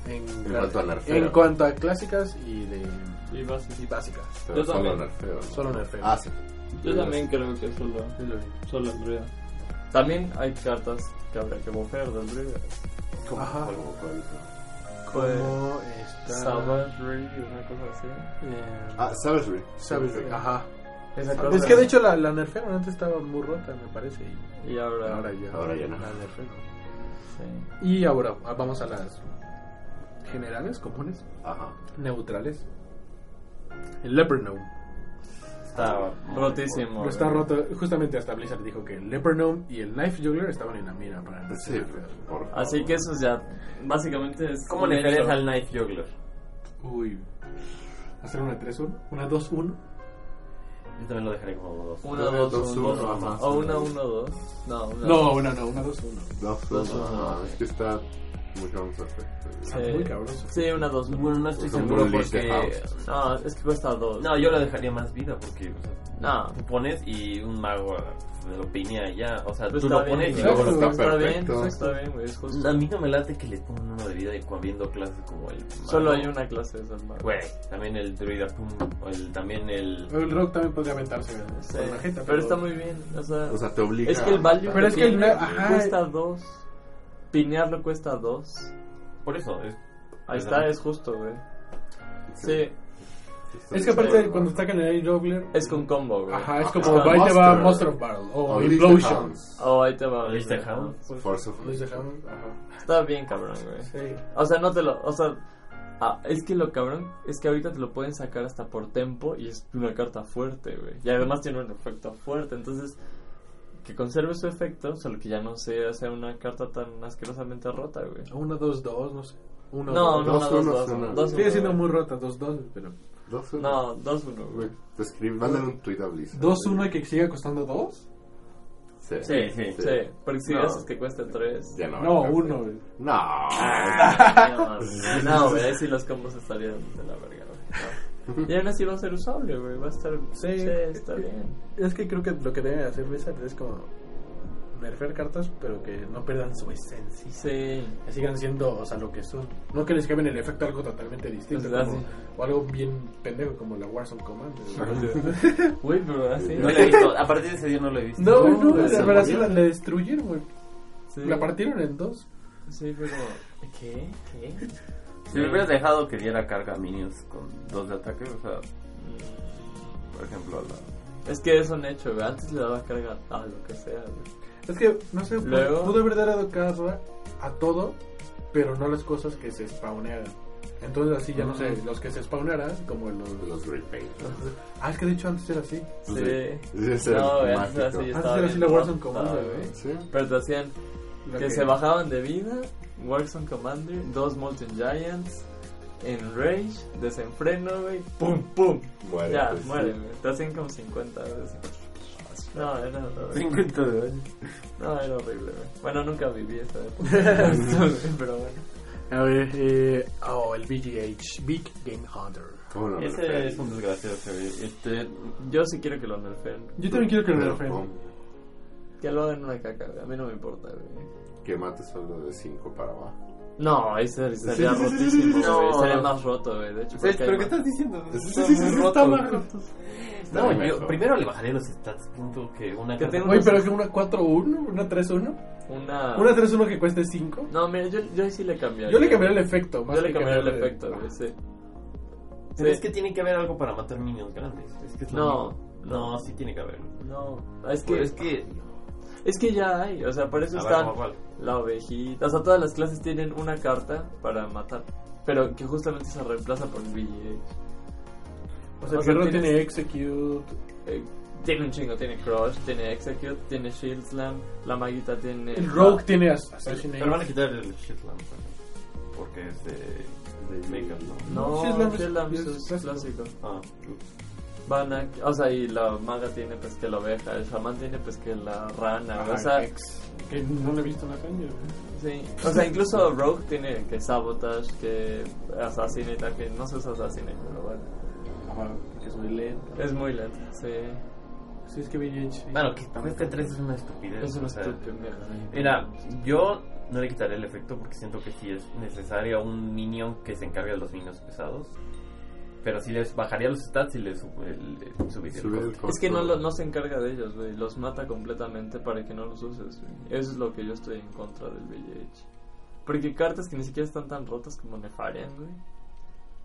Speaker 5: En,
Speaker 3: En cuanto a nerfeo.
Speaker 5: en cuanto a clásicas y de
Speaker 4: Y va a ser-
Speaker 5: y básicas.
Speaker 3: Pero
Speaker 4: Yo
Speaker 3: solo
Speaker 4: también.
Speaker 3: nerfeo, ¿no?
Speaker 5: Solo nerfeo.
Speaker 3: Ah, sí.
Speaker 4: Yo también creo que solo,
Speaker 5: Es lo único.
Speaker 4: solo el druida. También hay cartas que habrá que bofear del druida.
Speaker 5: Ajá.
Speaker 3: Como cual-
Speaker 5: Como
Speaker 3: Eh,
Speaker 5: está...
Speaker 4: Savagery, una cosa así.
Speaker 5: eh,
Speaker 3: Ah, Savagery.
Speaker 5: Savagery, Ajá.
Speaker 4: Esa
Speaker 3: Es
Speaker 4: cosa.
Speaker 5: Es que de hecho la, la nerfearon antes estaba muy rota, me parece. Y
Speaker 4: Y ahora.
Speaker 5: ahora ya,
Speaker 3: Ahora ya no.
Speaker 5: la nerfearon.
Speaker 4: Sí.
Speaker 5: Y ahora ah, vamos a las generales, comunes,
Speaker 3: Ajá.
Speaker 5: neutrales. El Leopardnome.
Speaker 2: Está
Speaker 4: Rotísimo.
Speaker 5: está
Speaker 4: güey.
Speaker 5: roto. Justamente hasta Blizzard dijo que el Leopardnome y el Knife Juggler estaban en la mira para no
Speaker 3: Sí,
Speaker 5: ser nerfeados.
Speaker 3: por favor.
Speaker 4: Así que eso ya. Básicamente es.
Speaker 2: ¿Cómo
Speaker 4: un
Speaker 2: le harías
Speaker 4: hecho.
Speaker 2: al Knife Juggler?
Speaker 5: Uy. Hacer una 3-1, una 2-1.
Speaker 2: Yo también lo dejaré como dos.
Speaker 4: Una,
Speaker 3: Dos,
Speaker 4: dos,
Speaker 3: dos,
Speaker 4: un,
Speaker 3: uno,
Speaker 4: dos,
Speaker 3: ajá.
Speaker 4: uno. O una, uno, dos. No, una.
Speaker 5: No, una no, una 2-1.
Speaker 3: Dos,
Speaker 4: Dos,
Speaker 3: uno,
Speaker 4: uno.
Speaker 3: ajá. Es que está muy concepto.
Speaker 4: Sí.
Speaker 5: Está muy cabroso.
Speaker 4: Sí, una, dos, uno.
Speaker 2: Bueno, no estoy
Speaker 3: Son
Speaker 2: seguro
Speaker 3: bullies de
Speaker 2: porque...
Speaker 3: house.
Speaker 4: No, es que cuesta dos.
Speaker 2: No, yo lo dejaría más vida porque... o sea,
Speaker 4: No.
Speaker 2: Tú pones y un mago te lo pinea y ya. O sea,
Speaker 4: Pues
Speaker 2: tú
Speaker 4: está
Speaker 2: lo pones
Speaker 4: bien,
Speaker 2: y
Speaker 5: ¿no?
Speaker 2: luego
Speaker 3: Luego
Speaker 2: lo...
Speaker 3: está
Speaker 4: Está bien,
Speaker 3: perfecto.
Speaker 4: está bien, güey, es justo.
Speaker 2: A mí no me late que les pongan uno de vida y cu- viendo clases como el... mago.
Speaker 4: Solo hay una clase de esas manos.
Speaker 2: Güey, también el druida, pum, o el, también el...
Speaker 5: El Rock también podría aventarse ¿no?
Speaker 4: Sí,
Speaker 5: con la jeta,
Speaker 4: pero está muy bien. O sea,
Speaker 3: O sea, te obliga.
Speaker 4: es que el value
Speaker 5: Pero
Speaker 4: de
Speaker 5: es que el
Speaker 4: pinear
Speaker 5: na- ajá.
Speaker 4: cuesta dos. Pinearlo cuesta dos.
Speaker 2: Por eso, es...
Speaker 4: Ahí
Speaker 2: Ajá.
Speaker 4: está, es justo, güey. Sí,
Speaker 5: Es que aparte, cuando atacan el Air Juggler,
Speaker 4: es con combo, güey.
Speaker 5: ajá, es
Speaker 3: Ah,
Speaker 5: como
Speaker 4: está
Speaker 5: ahí te va Monster
Speaker 3: Monster.
Speaker 5: of Battle o
Speaker 3: Only the
Speaker 5: Implosion.
Speaker 3: hounds.
Speaker 4: Oh, ahí te va. güey.
Speaker 2: ¿Lista Hound?
Speaker 3: Force of
Speaker 5: Luis de Hound, ajá.
Speaker 4: Está bien, cabrón, güey.
Speaker 5: Sí.
Speaker 4: O sea, no te lo. O sea, ah, es que lo cabrón es que ahorita te lo pueden sacar hasta por tempo y es una carta fuerte, güey. Y además tiene un efecto fuerte. Entonces, que conserve su efecto, solo que ya no sea, sea una carta tan asquerosamente rota, güey.
Speaker 5: Una, dos, dos, no sé. Uno,
Speaker 4: No, no,
Speaker 5: dos,
Speaker 4: no,
Speaker 3: dos,
Speaker 4: dos,
Speaker 3: uno,
Speaker 4: dos,
Speaker 3: uno.
Speaker 4: dos,
Speaker 5: Sigue
Speaker 4: uno,
Speaker 5: siendo
Speaker 4: güey.
Speaker 5: muy rota, 2-2, pero...
Speaker 3: Dos, uno.
Speaker 4: No, 2-1, güey.
Speaker 3: Güey, te escribí, mándale un tweet a Blizzard.
Speaker 5: 2-1 y que siga costando 2?
Speaker 3: Sí,
Speaker 4: Sí, sí, sí. Porque si
Speaker 2: No.
Speaker 4: haces que cuesta 3.
Speaker 3: Ya no.
Speaker 5: No,
Speaker 3: alcanza.
Speaker 5: 1.
Speaker 3: No.
Speaker 4: No, güey, ahí sí los combos estarían de la verga, güey. No. Y aún así va a ser usable, güey. Va a estar.
Speaker 5: Sí.
Speaker 4: sí está bien.
Speaker 5: Es que creo que lo que debe hacer Blizzard es como... Nerfear cartas, pero que no pierdan su esencia.
Speaker 4: Sí.
Speaker 5: Que sigan siendo, o sea, lo que son. No que les cambien el efecto a algo totalmente distinto.
Speaker 4: Pues,
Speaker 5: como-
Speaker 4: así.
Speaker 5: o algo bien pendejo como la Warzone Command.
Speaker 4: Güey, pero así.
Speaker 2: No lo he visto, a partir de ese día no lo he visto.
Speaker 5: no,
Speaker 4: no,
Speaker 5: no,
Speaker 4: se
Speaker 5: la verdad sí
Speaker 3: murió.
Speaker 5: la, la destruyeron, güey.
Speaker 4: Sí.
Speaker 5: La partieron en dos.
Speaker 4: Sí, fue como, ¿qué? ¿Qué?
Speaker 2: Si me hubieras dejado que diera carga a minions con dos de ataque, o sea, mm, por ejemplo, a la...
Speaker 4: Es que es un hecho, güey. Antes le daba carga a lo que sea, güey.
Speaker 5: Es que, no sé,
Speaker 4: Luego-
Speaker 5: pudo, pudo haber dado carga a todo, pero no a las cosas que se spawnearan. Entonces así ya no sé, los que se spawnearan, como los...
Speaker 3: Los repaint.
Speaker 5: Ah, es que de hecho antes era así.
Speaker 4: Sí.
Speaker 3: Es el
Speaker 4: No, güey, antes
Speaker 3: mágico.
Speaker 4: era así.
Speaker 5: Antes
Speaker 4: estaba
Speaker 5: era así
Speaker 4: bien
Speaker 5: la Warzone
Speaker 4: rota,
Speaker 5: Commander,
Speaker 4: güey.
Speaker 5: güey.
Speaker 3: Sí.
Speaker 4: Pero te hacían
Speaker 5: La
Speaker 4: que se bajaban de vida, Warzone Commander, dos Molten Giants, Enrage, Desenfreno, güey. ¡Pum, pum!
Speaker 3: Muere.
Speaker 4: ya,
Speaker 3: pues,
Speaker 4: muere,
Speaker 3: sí.
Speaker 4: güey. Te hacían como 50 veces. No, era horrible.
Speaker 2: 50 de daño.
Speaker 4: No, era horrible, güey. Bueno, nunca viví esa época. pero bueno.
Speaker 5: A ver, eh, oh, el BGH, Big Game Hunter.
Speaker 3: ¿Cómo no?
Speaker 2: Ese es un desgraciado, se ve. Este,
Speaker 4: Yo sí quiero que lo nerfeen.
Speaker 5: Yo también quiero que lo
Speaker 3: Pero,
Speaker 5: nerfeen.
Speaker 3: ¿cómo?
Speaker 4: Que lo hagan una caca, güey. A mí no me importa, güey.
Speaker 3: Que mate solo de 5 para abajo.
Speaker 4: No, ahí ser- estaría
Speaker 3: Sí, sí, sí, sí,
Speaker 2: sí,
Speaker 4: rotísimo,
Speaker 2: sí.
Speaker 4: güey.
Speaker 2: No.
Speaker 4: Sería más roto, güey. De hecho,
Speaker 2: ¿Sabes?
Speaker 4: porque hay
Speaker 2: Pues, ¿Pero qué
Speaker 4: más-
Speaker 2: estás diciendo?
Speaker 3: Sí,
Speaker 2: Está
Speaker 3: sí, sí,
Speaker 2: muy
Speaker 3: sí,
Speaker 2: roto,
Speaker 3: está
Speaker 2: güey.
Speaker 3: más roto.
Speaker 2: No,
Speaker 3: Está
Speaker 2: yo
Speaker 3: mejor.
Speaker 2: primero le bajaré los stats, punto, que una
Speaker 4: Que
Speaker 2: carta-
Speaker 4: tengo-
Speaker 5: Oye, pero que una 4-1, una 3-1.
Speaker 4: Una...
Speaker 5: Una 3-1 que cueste 5.
Speaker 4: No, mira, yo, yo ahí sí le cambiaría.
Speaker 5: Yo le cambiaría el efecto. Más
Speaker 4: Yo le
Speaker 5: que
Speaker 4: cambiaría el
Speaker 5: cambiarle-
Speaker 4: efecto, güey, sí.
Speaker 2: Pero
Speaker 4: Sí.
Speaker 2: es que tiene que haber algo para matar minions grandes. Es que es lo
Speaker 4: No.
Speaker 2: mismo. No, sí tiene que haber.
Speaker 4: No, es que,
Speaker 2: Pues
Speaker 4: es
Speaker 2: es
Speaker 4: que...
Speaker 2: que...
Speaker 4: ya hay, o sea, para eso
Speaker 2: A ver,
Speaker 4: están
Speaker 2: ¿cómo cuál?
Speaker 4: la ovejita, o sea, todas las clases tienen una carta para matar, pero que justamente se reemplaza por VGH.
Speaker 5: O sea,
Speaker 4: O
Speaker 5: el
Speaker 4: sea,
Speaker 5: perro
Speaker 4: tienes-
Speaker 5: tiene Execute.
Speaker 4: Eh, tiene un chingo, tiene Crush, tiene Execute, tiene Shield Slam, la maguita tiene...
Speaker 5: El Rogue tiene as- Assassinate.
Speaker 2: Pero van a quitar el Shitland. ¿no? Porque es de... de Makeup, ¿no?
Speaker 4: No,
Speaker 5: Shield Slam
Speaker 4: Shield
Speaker 5: es-
Speaker 4: Slam
Speaker 5: es
Speaker 4: es
Speaker 5: clásico.
Speaker 4: clásico.
Speaker 2: Ah,
Speaker 4: Van a, o sea, y la maga tiene pues que la oveja, el chamán tiene pues que la rana,
Speaker 5: Ajá,
Speaker 4: o sea,
Speaker 5: ex. Que no lo he visto en la años.
Speaker 4: sí. o sea, incluso Rogue tiene que sabotage, que assassinate, aunque no se usa assassinate, pero bueno,
Speaker 5: Ajá, porque soy LED.
Speaker 4: es muy lento, sí.
Speaker 5: Sí, es que BGH.
Speaker 2: Bueno, que cueste 3 es una estupidez.
Speaker 4: Es una
Speaker 2: o sea,
Speaker 4: estupenda.
Speaker 2: Mira, yo no le quitaré el efecto porque siento que sí es necesario un minion que se encargue de los minions pesados. Pero sí les bajaría los stats y les sub- el- el- subiría el
Speaker 3: Sube el
Speaker 2: costo.
Speaker 3: costo.
Speaker 4: Es que no, lo- no se encarga de ellos, güey. Los mata completamente para que no los uses, güey. Eso es lo que yo estoy en contra del VH. Porque cartas que ni siquiera están tan rotas como Nefarian, güey.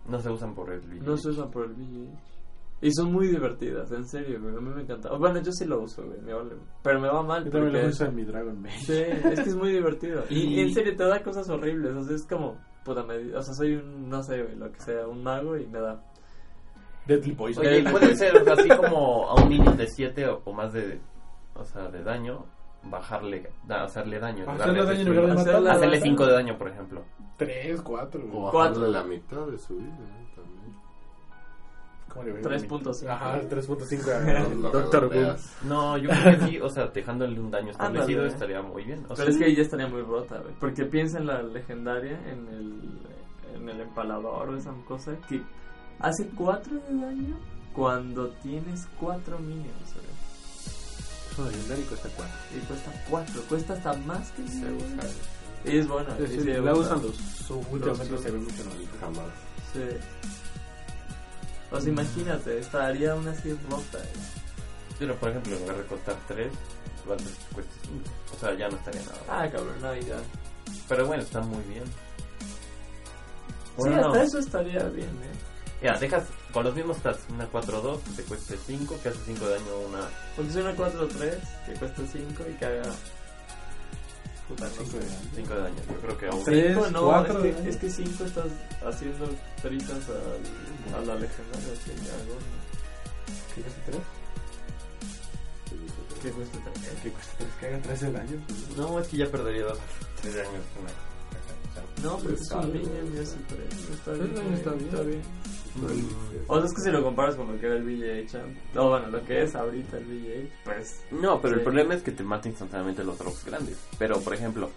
Speaker 2: No se usan por el video.
Speaker 4: No se usan por el VH. Y son muy divertidas, en serio, güey. A mí me encanta. Oh, bueno, yo sí lo uso, güey. Me vale. Pero me va mal.
Speaker 5: Yo también lo
Speaker 4: porque-
Speaker 5: uso en mi Dragon Ball.
Speaker 4: Sí, es que es muy divertido. Y, y en
Speaker 2: Y-
Speaker 4: serio, te da cosas horribles. O sea, es como, puta, me- o sea, soy un, no sé, güey, lo que sea, un mago y me da.
Speaker 5: Deadly Poison.
Speaker 2: Oye, puede
Speaker 4: pues,
Speaker 2: ser o sea, así como a un minion de 7 o, o más de, o sea, de daño, bajarle, da- hacerle daño. en lugar
Speaker 5: Hacerle
Speaker 2: de
Speaker 5: daño en
Speaker 2: destruir-
Speaker 5: lugar de
Speaker 4: Hacerle-
Speaker 5: matarla.
Speaker 2: Hacerle 5 de daño, por ejemplo.
Speaker 5: 3, 4.
Speaker 3: O
Speaker 4: Cuatro.
Speaker 3: bajarle la mitad de su vida, ¿no? También.
Speaker 5: ¿Cómo le ven?
Speaker 4: 3.5.
Speaker 5: Ajá, 3.5.
Speaker 3: Lo
Speaker 5: a- Doctor Boom.
Speaker 3: redondeas.
Speaker 2: No, yo creo que sí, o sea, dejándole un daño establecido
Speaker 4: Ándale.
Speaker 2: estaría muy bien.
Speaker 5: Pues
Speaker 2: O sea,
Speaker 4: Pero es que ahí ya estaría muy rota, güey. Porque piensa en la legendaria, en el, en el empalador o esa cosa, que hace 4 de daño cuando tienes 4 minions, güey.
Speaker 5: Es un legendario y cuesta 4.
Speaker 4: Y cuesta 4, cuesta hasta más que el
Speaker 3: Se
Speaker 4: minion,
Speaker 3: usa.
Speaker 4: güey. Y es buena. y se
Speaker 5: Mm. la
Speaker 4: usa.
Speaker 5: usan los. Últimamente
Speaker 4: los-
Speaker 5: se ve mucho en los.
Speaker 3: Jamás.
Speaker 4: Sí. O sea, imagínate, estaría una así rota, güey.
Speaker 2: Pero, por ejemplo, en lugar de costar 3, cuesta 5. O sea, ya no estaría nada. mal.
Speaker 4: Ah, cabrón, no, ya.
Speaker 2: Pero bueno, está muy bien.
Speaker 4: sí,
Speaker 2: Bueno, no.
Speaker 4: hasta eso estaría bien, ¿eh?
Speaker 2: Mira, dejas con los mismos stats, una 4-2, que te cueste 5, que hace 5 de daño a una...
Speaker 4: Porque es una 4-3 que cuesta 5 y que haga. Puta, no sé.
Speaker 2: 5 de daño, yo creo que aún...
Speaker 5: Tres,
Speaker 4: Cinco, no,
Speaker 5: cuatro,
Speaker 4: es,
Speaker 5: ¿eh?
Speaker 4: que, es que 5 estás haciendo tritas al- a, la legendaria, sí, algo.
Speaker 5: ¿Qué cuesta 3?
Speaker 4: Pues, ¿Qué cuesta 3?
Speaker 5: ¿Qué cuesta 3? Que haga 3 de daño. pues, ¿no?
Speaker 2: No, es que ya perdería 2 3 de daño. es una- o sea,
Speaker 4: No, pero es
Speaker 3: Está
Speaker 4: un
Speaker 3: bien.
Speaker 4: minion y hace 3. Está
Speaker 5: Sí,
Speaker 4: bien,
Speaker 5: no, pues, está bien.
Speaker 4: está bien.
Speaker 2: mm,
Speaker 4: O sea, es que si lo comparas con lo que era el VH, no, bueno, lo que es ahorita el VH, pues
Speaker 2: No, pero
Speaker 4: Sí.
Speaker 2: el problema es que te mata instantáneamente los drops grandes. Pero, por ejemplo,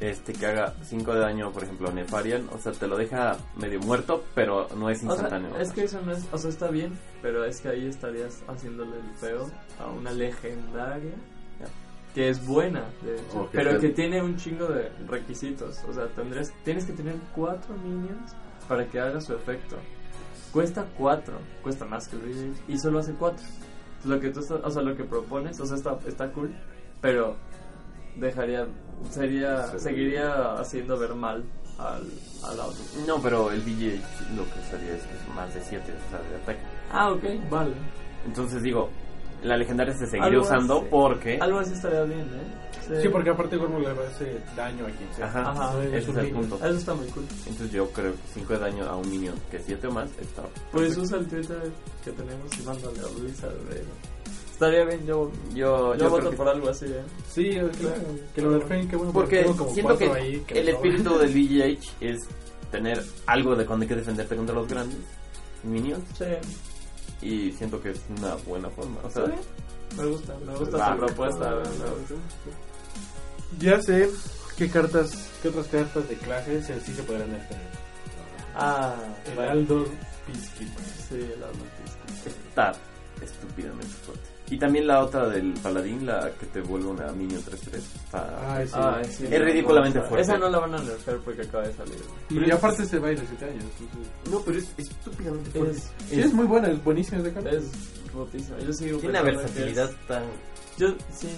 Speaker 2: este que haga 5 de daño, por ejemplo, a Nefarian, o sea, te lo deja medio muerto, pero no es
Speaker 4: O sea,
Speaker 2: instantáneo.
Speaker 4: es que eso no es, o sea, está bien, pero es que ahí estarías haciéndole el feo a una legendaria
Speaker 2: Ya.
Speaker 4: que es buena, de hecho,
Speaker 3: O que
Speaker 4: pero
Speaker 3: te-
Speaker 4: que tiene un chingo de requisitos. O sea, tendrías, tienes que tener cuatro minions para que haga su efecto. Cuesta cuatro, cuesta más que el Radiant, y solo hace cuatro. Entonces, lo que tú estás- o sea, lo que propones, o sea, está, está cool, pero dejaría, sería,
Speaker 3: Sí.
Speaker 4: seguiría haciendo ver mal al, al auto.
Speaker 2: No, pero el DJ lo que usaría es que es más de 7, o sea, de ataque.
Speaker 4: Ah, ok, vale.
Speaker 2: Entonces digo, la legendaria se seguirá
Speaker 4: Algo
Speaker 2: usando
Speaker 4: así.
Speaker 2: porque...
Speaker 4: Algo así estaría bien, ¿eh?
Speaker 5: Sí, porque aparte Gormo le hace daño a quien sea.
Speaker 2: Ajá,
Speaker 4: Ajá,
Speaker 5: es
Speaker 2: ese es
Speaker 5: un
Speaker 2: el
Speaker 5: minion.
Speaker 2: punto.
Speaker 4: Eso está muy cool.
Speaker 2: Entonces yo creo que 5 de daño a un minion que 7 o más está...
Speaker 4: Pues usa el Twitter que tenemos y mándale a Luis al rey. Estaría bien, yo,
Speaker 2: Yo,
Speaker 4: yo,
Speaker 2: yo creo
Speaker 4: voto
Speaker 2: que-
Speaker 4: por algo así, ¿eh?
Speaker 5: Sí, es que, que lo nerfeen, qué bueno.
Speaker 2: Porque
Speaker 5: tengo como
Speaker 2: siento que,
Speaker 5: cuatro ahí me
Speaker 2: el
Speaker 5: sobran.
Speaker 2: espíritu del VGH es tener algo de con que defenderte contra los grandes minions
Speaker 4: Sí,
Speaker 2: y siento que es una buena forma. O sea,
Speaker 4: me gusta, me
Speaker 2: Pues
Speaker 4: gusta
Speaker 3: Va.
Speaker 4: su propuesta. me gusta.
Speaker 5: Ya sé qué cartas, qué otras cartas de clases en sí se podrán nerfear.
Speaker 4: Ah,
Speaker 5: El
Speaker 4: vale.
Speaker 5: Aldor Peacekeeper.
Speaker 4: Sí, la noticia.
Speaker 2: está estúpidamente fuerte. Y también la otra del paladín, la que te vuelve una minion 3-3. Está...
Speaker 5: Ay, sí.
Speaker 4: Ay, Ah, sí,
Speaker 2: Es
Speaker 4: no,
Speaker 2: ridículamente
Speaker 4: no,
Speaker 2: fuerte.
Speaker 4: Esa no la van a nerfear porque acaba de salir.
Speaker 5: y aparte se va a ir en 7 años. entonces- pues,
Speaker 2: No, pero es estúpidamente
Speaker 4: Es,
Speaker 5: Sí, es muy buena, es buenísima esa carta.
Speaker 4: es rotísima. Yo sigo
Speaker 2: Tiene una
Speaker 4: pensando que
Speaker 2: versatilidad tan...
Speaker 4: es- Yo, sí.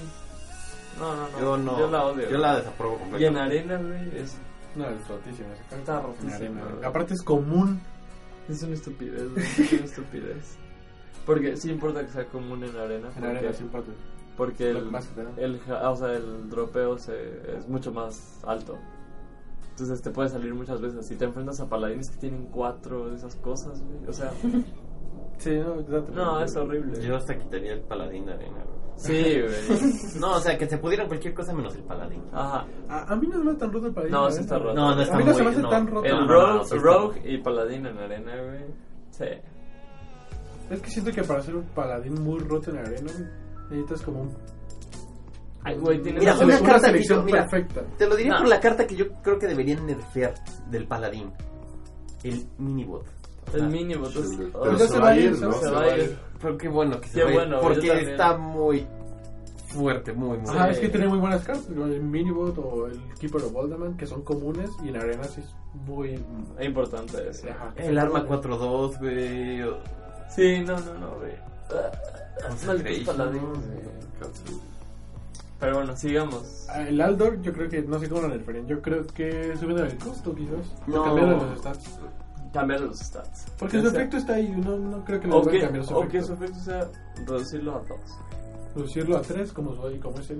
Speaker 4: No, no, no.
Speaker 2: Yo no...
Speaker 4: Yo la odio.
Speaker 2: Yo la desaprobo
Speaker 4: Y en
Speaker 2: completamente.
Speaker 4: arena, güey, es
Speaker 5: No, es rotísima esa carta.
Speaker 4: Está
Speaker 5: En arena.
Speaker 4: rotísimo.
Speaker 5: Aparte es común.
Speaker 4: Es una estupidez, güey, es una estupidez. Porque sí importa que sea común en arena,
Speaker 5: En
Speaker 4: porque,
Speaker 5: arena sí importa.
Speaker 4: porque
Speaker 5: Lo que
Speaker 4: el,
Speaker 5: más te da.
Speaker 4: el, ja- o sea, el dropeo se, es mucho más alto. Entonces te puede salir muchas veces. Si te enfrentas a paladines que tienen cuatro de esas cosas, güey, o sea,
Speaker 5: Sí, no, exacto.
Speaker 4: no, es horrible.
Speaker 2: Yo hasta quitaría el paladín de arena. güey.
Speaker 4: Sí, güey.
Speaker 2: No, o sea, que se pudiera cualquier cosa menos el paladín.
Speaker 4: Ajá.
Speaker 5: A, a mí no me va tan roto para ir.
Speaker 4: No, sí está roto.
Speaker 2: No, no está
Speaker 5: A mí no
Speaker 2: muy-
Speaker 5: se me hace
Speaker 2: no.
Speaker 5: tan roto.
Speaker 4: El
Speaker 2: no, no,
Speaker 4: rogue,
Speaker 2: no, sí está
Speaker 4: rogue y paladín en arena, güey. Sí.
Speaker 5: Es que siento que para ser un paladín muy roto en arena necesitas como un-
Speaker 4: Ay, güey, tienes
Speaker 2: Mira,
Speaker 5: una,
Speaker 4: la-
Speaker 5: sele-
Speaker 2: una
Speaker 5: una
Speaker 2: carta que
Speaker 5: selección
Speaker 2: yo- mira.
Speaker 5: perfecta.
Speaker 2: Te lo diré
Speaker 4: No.
Speaker 2: por la carta que yo creo que deberían nerfear del paladín. El minibot.
Speaker 4: El mínimo, entonces.
Speaker 3: Pero
Speaker 4: oh,
Speaker 5: se va a ir,
Speaker 3: ¿no?
Speaker 4: se va a ir.
Speaker 2: Pero qué bueno que se
Speaker 4: Qué
Speaker 2: vaya,
Speaker 4: bueno, yo
Speaker 2: Porque
Speaker 4: también.
Speaker 2: está muy fuerte, muy, muy.
Speaker 5: Ah,
Speaker 4: Sí.
Speaker 5: es que tiene muy buenas cartas, como el Minibot o el Keeper of Alderman, que son comunes y en arena sí es muy...
Speaker 4: Es importante eso.
Speaker 5: Ajá, que
Speaker 2: El
Speaker 5: son
Speaker 2: arma
Speaker 5: comunes.
Speaker 2: 4-2, güey. o-
Speaker 4: Ah, Sí, no, no, no.
Speaker 2: No, güey. Ah,
Speaker 4: Malditos paladines, güey. Pero bueno, sigamos.
Speaker 5: Ah, El Aldor yo creo que, no sé cómo lo refieren, yo creo que subiendo el costo quizás.
Speaker 4: No.
Speaker 5: Cambiaron los stats.
Speaker 4: Cambiar los stats.
Speaker 5: Porque
Speaker 4: Ya
Speaker 5: su
Speaker 4: sea-
Speaker 5: efecto está ahí, no, no creo que lo
Speaker 4: O
Speaker 5: vayan a
Speaker 4: que,
Speaker 5: cambiar su
Speaker 4: o que su
Speaker 5: efecto.
Speaker 4: efecto sea reducirlo a dos.
Speaker 5: Reducirlo a 3 como, su- como es el...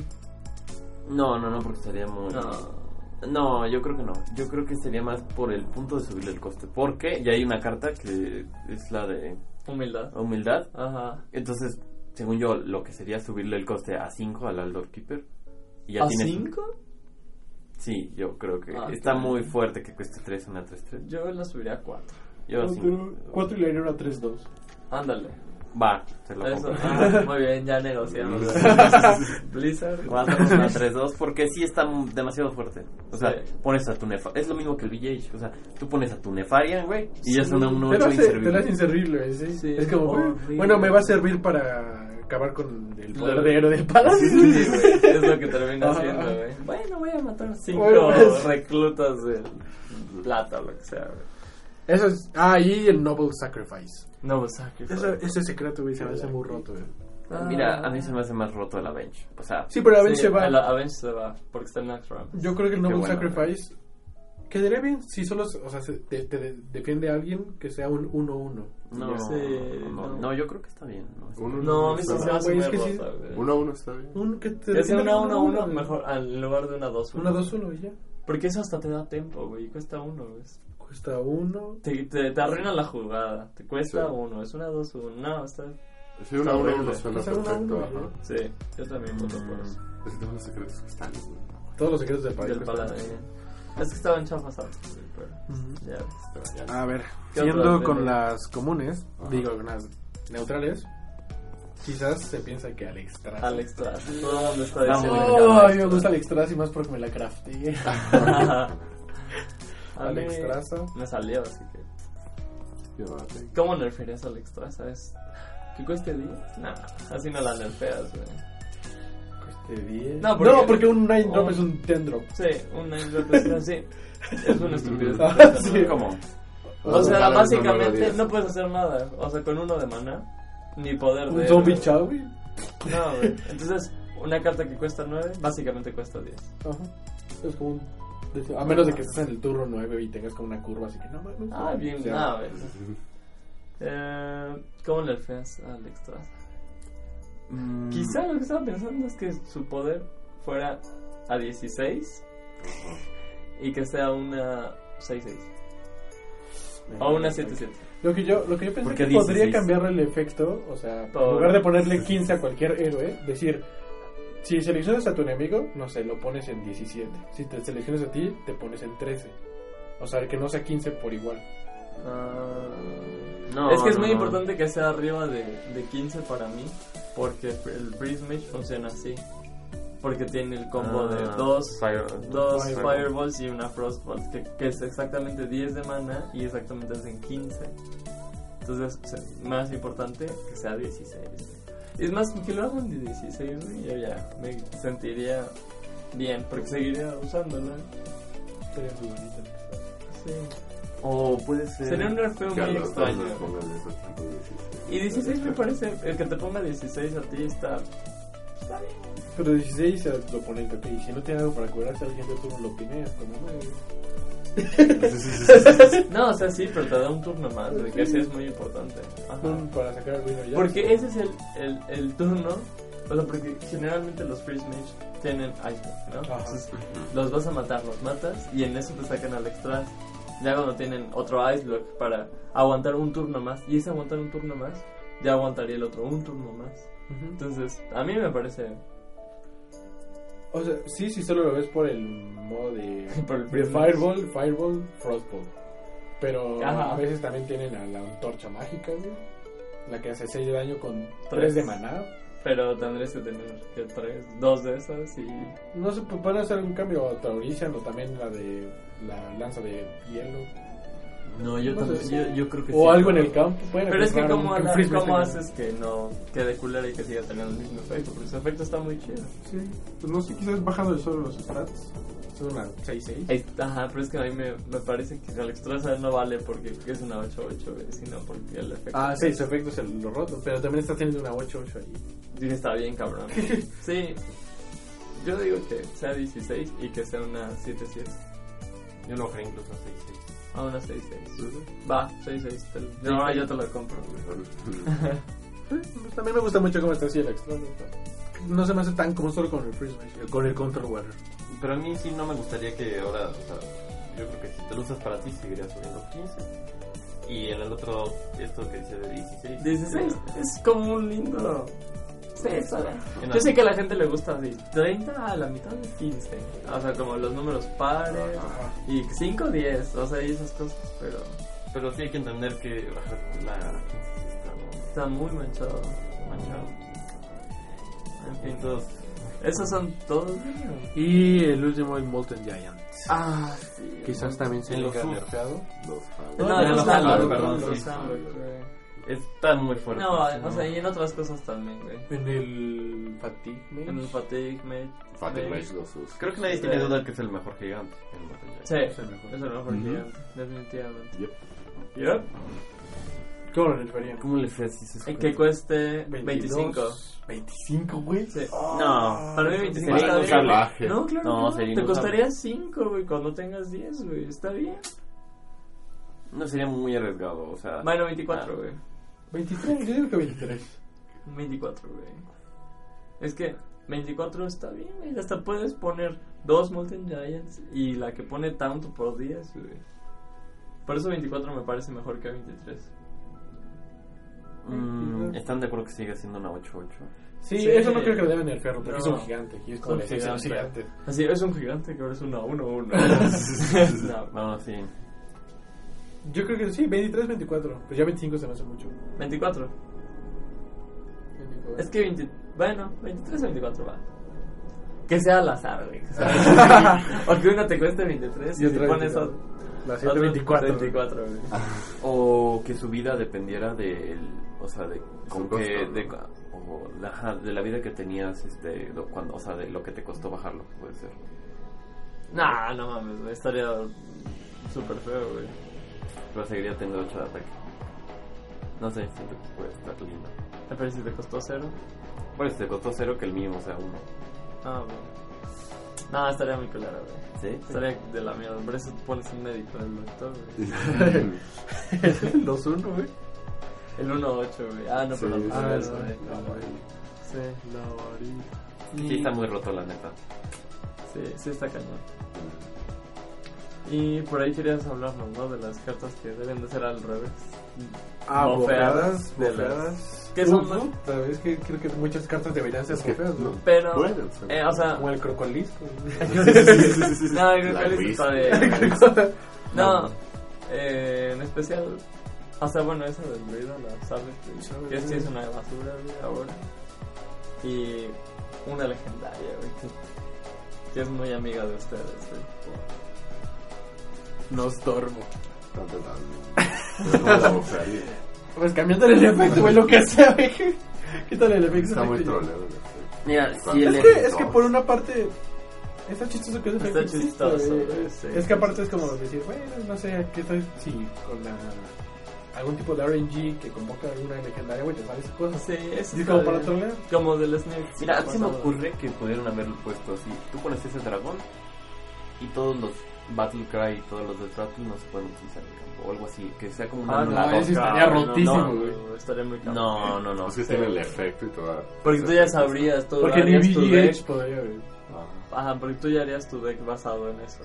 Speaker 2: No, no, no, porque sería muy.
Speaker 4: No.
Speaker 2: No, yo creo que no. Yo creo que sería más por el punto de subirle el coste. Porque ya hay una carta que es la de
Speaker 4: Humildad.
Speaker 2: humildad.
Speaker 4: Ajá.
Speaker 2: Entonces, según yo, lo que sería subirle el coste a 5 al Aldor Keeper. Y ya
Speaker 4: ¿A
Speaker 2: tienes-
Speaker 4: cinco?
Speaker 2: Sí, yo creo que
Speaker 4: Ah,
Speaker 2: está
Speaker 4: ok.
Speaker 2: muy fuerte que cueste 3, una 3-3.
Speaker 4: Yo la subiría a cuatro.
Speaker 2: Yo a cinco.
Speaker 5: 4 y le dieron a 3-2.
Speaker 4: Ándale.
Speaker 2: Va, te lo
Speaker 4: Eso.
Speaker 2: compro.
Speaker 4: Ah, muy bien, ya negociamos. Blizzard.
Speaker 2: 4, 1, 3, 2, porque sí está m- demasiado fuerte. O sea,
Speaker 4: Sí.
Speaker 2: pones a tu Nefarian. Es lo mismo que el VJ. O sea, tú pones a tu Nefarian, güey, y ya es una 1
Speaker 5: Te lo
Speaker 2: 8
Speaker 5: hace, te lo hace
Speaker 2: inservible.
Speaker 5: inservible, güey, sí.
Speaker 4: Sí,
Speaker 5: es como,
Speaker 4: horrible.
Speaker 5: bueno, me va a servir para acabar con el poder
Speaker 4: Claro.
Speaker 5: de héroe del palacio.
Speaker 4: Sí, güey, es lo que termina
Speaker 5: Ajá.
Speaker 4: haciendo, güey. Bueno, voy a matar cinco
Speaker 5: Bueno, pues.
Speaker 4: reclutas del plata, lo que sea, güey.
Speaker 5: Eso es, ah, y el Noble Sacrifice.
Speaker 4: No, pues, sacrifice.
Speaker 5: Eso- ese secreto, güey, se me hace muy roto, güey.
Speaker 4: Ah.
Speaker 2: Mira, a mí se me hace más roto el Avenge. O sea,
Speaker 5: Sí, pero a ver
Speaker 4: Sí,
Speaker 5: se va.
Speaker 4: el Avenge se va, porque está en Next Round.
Speaker 5: Yo creo que el Noble
Speaker 2: bueno,
Speaker 5: Sacrifice quedaría bien si solo, o sea, se- te, te de- defiende a alguien que sea un 1-1.
Speaker 2: no,
Speaker 4: Yo sé,
Speaker 2: no,
Speaker 4: no.
Speaker 2: no, yo creo que está bien. ¿no?
Speaker 3: Uno,
Speaker 4: No, a mí sí
Speaker 3: está
Speaker 4: se
Speaker 5: Ah,
Speaker 4: me hace
Speaker 5: güey,
Speaker 4: muy
Speaker 5: es que sí.
Speaker 4: rota, güey.
Speaker 3: Uno a uno está bien.
Speaker 5: Un que te
Speaker 4: Que sea una 1
Speaker 5: defienda
Speaker 4: 1 mejor en lugar de una 2 1.
Speaker 5: Una 2-1 y ya.
Speaker 4: Porque eso hasta te da tiempo, güey. Cuesta 1, güey.
Speaker 5: Cuesta 1.
Speaker 4: Te, te, te arruina la jugada. Te cuesta
Speaker 3: Sí.
Speaker 4: 1. Es una 2 1. No, está.
Speaker 3: Sí, uno a uno,
Speaker 4: horrible.
Speaker 3: uno suena
Speaker 5: Quizá uno a
Speaker 3: perfecto.
Speaker 5: uno,
Speaker 3: ajá.
Speaker 4: Sí, yo también voto por eso.
Speaker 3: Es que tengo unos secretos que están.
Speaker 5: Todos los secretos del país.
Speaker 4: Del paladín. Es que estaban chafas antes, güey, pero ya.
Speaker 5: A ver,
Speaker 4: ¿Qué
Speaker 5: siguiendo
Speaker 4: otras
Speaker 5: con
Speaker 4: venden?
Speaker 5: las comunes,
Speaker 3: Ajá.
Speaker 5: digo, con las neutrales, quizás se piensa que Alex Trash.
Speaker 4: Alex Trash. Todo el mundo está
Speaker 2: Vamos.
Speaker 4: diciendo. que
Speaker 5: Oh,
Speaker 4: Alex
Speaker 5: a mí me
Speaker 4: Trash.
Speaker 5: gusta Alex Trash y más porque me la crafté.
Speaker 4: A mí
Speaker 5: Alex Traza.
Speaker 4: Me salió, así que.
Speaker 3: Yo no la tengo.
Speaker 4: ¿Cómo nerfearías a Alex Traza? ¿Es que cueste 10? Nah, así no la nerfeas, güey.
Speaker 5: Cueste 10.
Speaker 4: No,
Speaker 5: No,
Speaker 4: porque-
Speaker 5: porque, un 9 drop
Speaker 4: Oh.
Speaker 5: es un 10 drop.
Speaker 4: Sí, un nine drop es así. Es una estupidez.
Speaker 5: Ah,
Speaker 4: completa,
Speaker 5: sí.
Speaker 4: ¿no?
Speaker 2: ¿Cómo?
Speaker 4: O sea,
Speaker 3: Ojalá no me
Speaker 4: básicamente
Speaker 3: lo
Speaker 4: no puedes hacer nada. O sea, con uno de maná, ni poder
Speaker 5: Un
Speaker 4: de.
Speaker 5: zombie chavo, güey.
Speaker 4: No, güey. Entonces, una carta que cuesta 9, básicamente cuesta 10.
Speaker 5: Ajá. Es como un. A menos de que estés en el turno 9 y tengas como una curva, así que no mames.
Speaker 4: Ah,
Speaker 5: O
Speaker 4: bien,
Speaker 5: sea,
Speaker 4: nada, güey. Eh, ¿Cómo le alfeas a Alex Traza?
Speaker 2: Mm,
Speaker 4: Quizá lo que estaba pensando es que su poder fuera a 16 y que sea una 6-6 o
Speaker 2: pues.
Speaker 4: una 7-7.
Speaker 5: Lo que yo, lo que yo pensé
Speaker 2: Porque
Speaker 5: que podría
Speaker 2: 16.
Speaker 5: cambiarle el efecto, o sea,
Speaker 4: Por-
Speaker 5: en lugar de ponerle 15 a cualquier héroe, decir, si seleccionas a tu enemigo, no sé, lo pones en 17. Si te seleccionas a ti, te pones en 13. O sea, que no sea 15 por igual.
Speaker 4: Ah,
Speaker 2: No,
Speaker 4: es que es
Speaker 2: no,
Speaker 4: muy
Speaker 2: no.
Speaker 4: importante que sea arriba de, de 15 para mí porque el Breeze Mage funciona así. Porque tiene el combo de
Speaker 2: Ah,
Speaker 4: 2
Speaker 2: Fire-
Speaker 4: dos
Speaker 5: Fireball.
Speaker 4: Fireballs y una Frostbolt, que, que es exactamente 10 de mana y exactamente es en 15. Entonces, se- más importante que sea 16. Es más, que lo hagan de 16, güey, yo ya me sentiría bien, porque seguiría usándola.
Speaker 5: Sería muy bonito.
Speaker 4: Sí.
Speaker 2: O Oh, puede ser.
Speaker 4: Sería un nerfeo
Speaker 3: Que a
Speaker 4: muy
Speaker 3: los
Speaker 4: extraño.
Speaker 3: dos les pongan esos tipos de 16.
Speaker 4: Y 16 me parece, el que te ponga 16 a ti está... Está bien.
Speaker 5: Pero 16 se lo ponen ok. Y si no tiene algo para curarse, al siguiente turno lo pineas con un nueve.
Speaker 4: No, o sea, sí, pero te da un turno más, güey, que sí es muy importante. Ajá.
Speaker 5: Un para sacar al Rhino ya.
Speaker 4: Porque ese es el, el, el turno. O sea, porque generalmente los Freeze Mage tienen Iceberg, ¿no?
Speaker 5: Ajá.
Speaker 4: Entonces los vas a matar, los matas y en eso te sacan al extra. Ya cuando tienen otro Iceberg para aguantar un turno más. Y ese aguantar un turno más, ya aguantaría el otro un turno más.
Speaker 5: Ujú.
Speaker 4: Entonces, a mí me parece.
Speaker 5: O sea, sí, sí, solo lo ves por el modo de,
Speaker 4: Por el
Speaker 5: de
Speaker 4: Freeze Mage.
Speaker 5: Pues Fireball, Fireball, Frostball. Pero
Speaker 4: Ajá.
Speaker 5: a veces también tienen a la antorcha mágica, güey. La que hace 6 de daño con
Speaker 4: Tres.
Speaker 5: 3 de maná.
Speaker 4: Pero tendrías que tener que traes dos de esas y.
Speaker 5: No sé, pues van a hacer algún cambio a Taurician o también la de la lanza de hielo.
Speaker 2: No, yo,
Speaker 5: No
Speaker 2: también-
Speaker 5: sé.
Speaker 2: yo, yo creo que
Speaker 5: o
Speaker 2: sí,
Speaker 5: algo en
Speaker 2: ¿no?
Speaker 5: el campo. Pueden
Speaker 4: Pero es que
Speaker 5: comprar un-
Speaker 4: ¿cómo,
Speaker 5: un
Speaker 4: la-
Speaker 5: frisbee
Speaker 4: cómo
Speaker 5: también.
Speaker 4: haces que no quede culera y que siga teniendo el mismo efecto? Porque su efecto está muy chido.
Speaker 5: Sí, pues no sé, quizás bajando solo los stats. Son una 6-6.
Speaker 4: Eh, Ajá, pero es que a mí me, me parece que Alex Traza no vale porque es una 8-8, sino porque el efecto.
Speaker 5: Ah, sí, su efecto es el, lo roto, pero también estás teniendo una 8-8 ahí.
Speaker 4: Sí, está bien, cabrón. Sí. Yo digo que sea 16 y que sea una 7-7.
Speaker 2: Yo lo bajé incluso a 6.
Speaker 4: Ah, una 6-6. Va, 6-6. te lo- No, yo te lo compro.
Speaker 5: Pues También me gusta mucho cómo está así el extra. No se me hace tan cómodo con el frisbee, con el control water.
Speaker 2: Pero a mí sí no me gustaría que ahora, o sea, yo creo que si te lo usas para ti seguiría subiendo 15. Y en el otro, esto que dice de 16.
Speaker 4: 16 es como un lindo. Sí, eso.
Speaker 2: En
Speaker 4: Yo
Speaker 2: la-
Speaker 4: sé que a la gente le gusta así. 30 a la mitad de 15. O sea, como los números pares. Y 5, 10. O sea, y esas cosas. Pero
Speaker 2: Pero sí hay que entender que bajar la 15 sí está ¿no?
Speaker 4: está muy manchado.
Speaker 2: manchado.
Speaker 4: En fin,
Speaker 2: Entonces,
Speaker 4: esos son todos.
Speaker 5: Y el último es Molten Giant.
Speaker 4: Ah, sí.
Speaker 5: Quizás también se
Speaker 2: En los
Speaker 5: haya
Speaker 2: sus.
Speaker 5: nerfeado.
Speaker 3: Los
Speaker 2: No,
Speaker 4: No, no,
Speaker 2: los
Speaker 4: los
Speaker 2: Hamlock,
Speaker 4: Hamlock,
Speaker 2: perdón,
Speaker 4: los
Speaker 2: sí.
Speaker 4: Hamlock, güey.
Speaker 2: está muy fuerte.
Speaker 4: No, o sea, y en otras cosas también, güey.
Speaker 5: En el Fatigue. Mage.
Speaker 4: En el Fatigue Mage.
Speaker 3: Fatal
Speaker 4: Mage.
Speaker 3: Mage los usa.
Speaker 2: Creo que nadie tiene duda que es el mejor gigante. el Mortal Kombat.
Speaker 4: Sí,
Speaker 5: Es
Speaker 4: es
Speaker 5: el
Speaker 4: el
Speaker 5: mejor.
Speaker 4: mejor gigante, definitivamente.
Speaker 3: Yep.
Speaker 4: Yep.
Speaker 5: ¿Cómo lo nerfearían?
Speaker 2: ¿Cómo le fue así?
Speaker 4: Y que cueste 25.
Speaker 5: 25, güey.
Speaker 4: Sí.
Speaker 2: No,
Speaker 4: Para mí
Speaker 2: Sería
Speaker 4: 25 está bien.
Speaker 2: inusable.
Speaker 3: salvaje.
Speaker 4: No, claro.
Speaker 2: Ah, No,
Speaker 4: No,
Speaker 2: sería
Speaker 4: Te
Speaker 2: inusable.
Speaker 4: costaría 5, güey, cuando tengas 10, güey. Está bien.
Speaker 2: No sería muy arriesgado, o sea.
Speaker 4: Bueno,
Speaker 2: Ah.
Speaker 4: 24, güey.
Speaker 5: 23, yo digo que 23.
Speaker 4: 24, güey. Es que 24 está bien, güey. Hasta puedes poner dos Molten Giants y la que pone tanto por 10, güey. Por eso 24 me parece mejor que 23.
Speaker 2: mm, ¿Están de acuerdo que sigue siendo una 8-8?
Speaker 5: Sí,
Speaker 4: Sí.
Speaker 5: eso no creo que lo deben nerfear porque
Speaker 4: No.
Speaker 5: es un gigante. Y es como
Speaker 4: Un
Speaker 5: decir, es un
Speaker 4: gigante.
Speaker 5: gigante.
Speaker 4: Así es un gigante que ahora es una 1-1. no,
Speaker 2: Bueno, sí.
Speaker 5: Yo creo que sí, 23, 24. Pero ya 25 se me hace mucho.
Speaker 4: 24. Es que 20, bueno, 23 o 24 va. Que sea al azar, güey. que sea- Porque una te cueste 23 y,
Speaker 5: Y
Speaker 4: te
Speaker 5: otra
Speaker 4: pones
Speaker 5: 24.
Speaker 4: a-
Speaker 5: La
Speaker 4: otro
Speaker 5: 24.
Speaker 4: 24, güey.
Speaker 2: O que su vida dependiera de. o sea, de. Con
Speaker 3: costo,
Speaker 2: que,
Speaker 3: ¿no?
Speaker 2: de, o la, ajá, de la vida que tenías, este, lo- cuando, o sea, de lo que te costó bajarlo, puede ser.
Speaker 4: Nah, no mames, güey. Estaría súper feo, güey.
Speaker 2: Pero seguiría teniendo 8 de ataque. No sé, siento que puede estar lindo.
Speaker 4: Pero si te costó cero.
Speaker 2: Bueno, si te costó cero, que el mínimo sea 1.
Speaker 4: Ah, güey. Nah, estaría muy culera, güey.
Speaker 2: ¿Sí?
Speaker 4: Estaría de la mierda. Por eso pones un médico en el doctor, güey.
Speaker 5: Los 1, güey.
Speaker 4: El 1-8, güey. Ah, no,
Speaker 3: Sí,
Speaker 4: pero
Speaker 3: sí,
Speaker 4: ah,
Speaker 5: sí.
Speaker 4: güey. Sí.
Speaker 5: La varita.
Speaker 2: Sí, está muy roto, la neta.
Speaker 4: Sí, sí está cañón. Y por ahí querías hablarnos, ¿no? De las cartas que deben de ser al revés.
Speaker 5: Ah,
Speaker 4: Bofeadas,
Speaker 5: bofeadas,
Speaker 4: de las-
Speaker 5: bofeadas.
Speaker 4: ¿Qué son,
Speaker 5: Ujú, tal vez que creo que muchas cartas deberían ser bofeadas, ¿no?
Speaker 4: Pero,
Speaker 3: Pueden ser.
Speaker 4: eh, o sea,
Speaker 5: Como el crocolisco.
Speaker 4: no, creo
Speaker 3: La
Speaker 4: que Alice
Speaker 3: Luis.
Speaker 4: está de... no, eh, en especial, o sea, bueno, esa del ruido la sabes, güey, que sí es una basura, güey, ahora. Y una legendaria, güey, que, que es muy amiga de ustedes, güey.
Speaker 5: Nos dormo.
Speaker 3: Tanto, tanto. No la usaría.
Speaker 5: Pues cambiándole el efecto, güey, lo que sea, güey. Quítale el efecto.
Speaker 3: Está muy
Speaker 5: efecto.
Speaker 3: trolero.
Speaker 2: Mira, si
Speaker 3: Es
Speaker 2: el.
Speaker 5: Es que, es que por una parte. Está chistoso que ese
Speaker 4: Está
Speaker 5: efecto exista,
Speaker 4: chistoso,
Speaker 5: güey.
Speaker 4: güey, sí.
Speaker 5: Es que aparte es como decir, bueno, no sé, ¿qué tal si con la, algún tipo de RNG que convoca alguna legendaria, güey, te sale esa cosa?
Speaker 4: Sí, eso
Speaker 5: Y es
Speaker 4: está
Speaker 5: como
Speaker 4: bien.
Speaker 5: para trolear.
Speaker 4: Como del Snake.
Speaker 2: Mira,
Speaker 4: sí
Speaker 2: se me ocurre que pudieron haberlo puesto así. Tú pones ese dragón y todos los Battle Cry y todos los de Battle no se pueden utilizar en el campo o algo así. Que sea como un
Speaker 4: Ah, no,
Speaker 2: anulador.
Speaker 5: ese estaría
Speaker 2: No,
Speaker 5: rotísimo,
Speaker 2: no,
Speaker 5: güey.
Speaker 4: Estaría muy cabrón.
Speaker 2: No, no, no.
Speaker 5: Pues
Speaker 3: Es que tiene el efecto y toda.
Speaker 4: Porque tú ya sabrías, tú
Speaker 5: Porque ni
Speaker 4: harías tu deck.
Speaker 5: BGH podría, güey.
Speaker 3: Ajá.
Speaker 4: Ajá, porque tú ya harías tu deck basado en eso.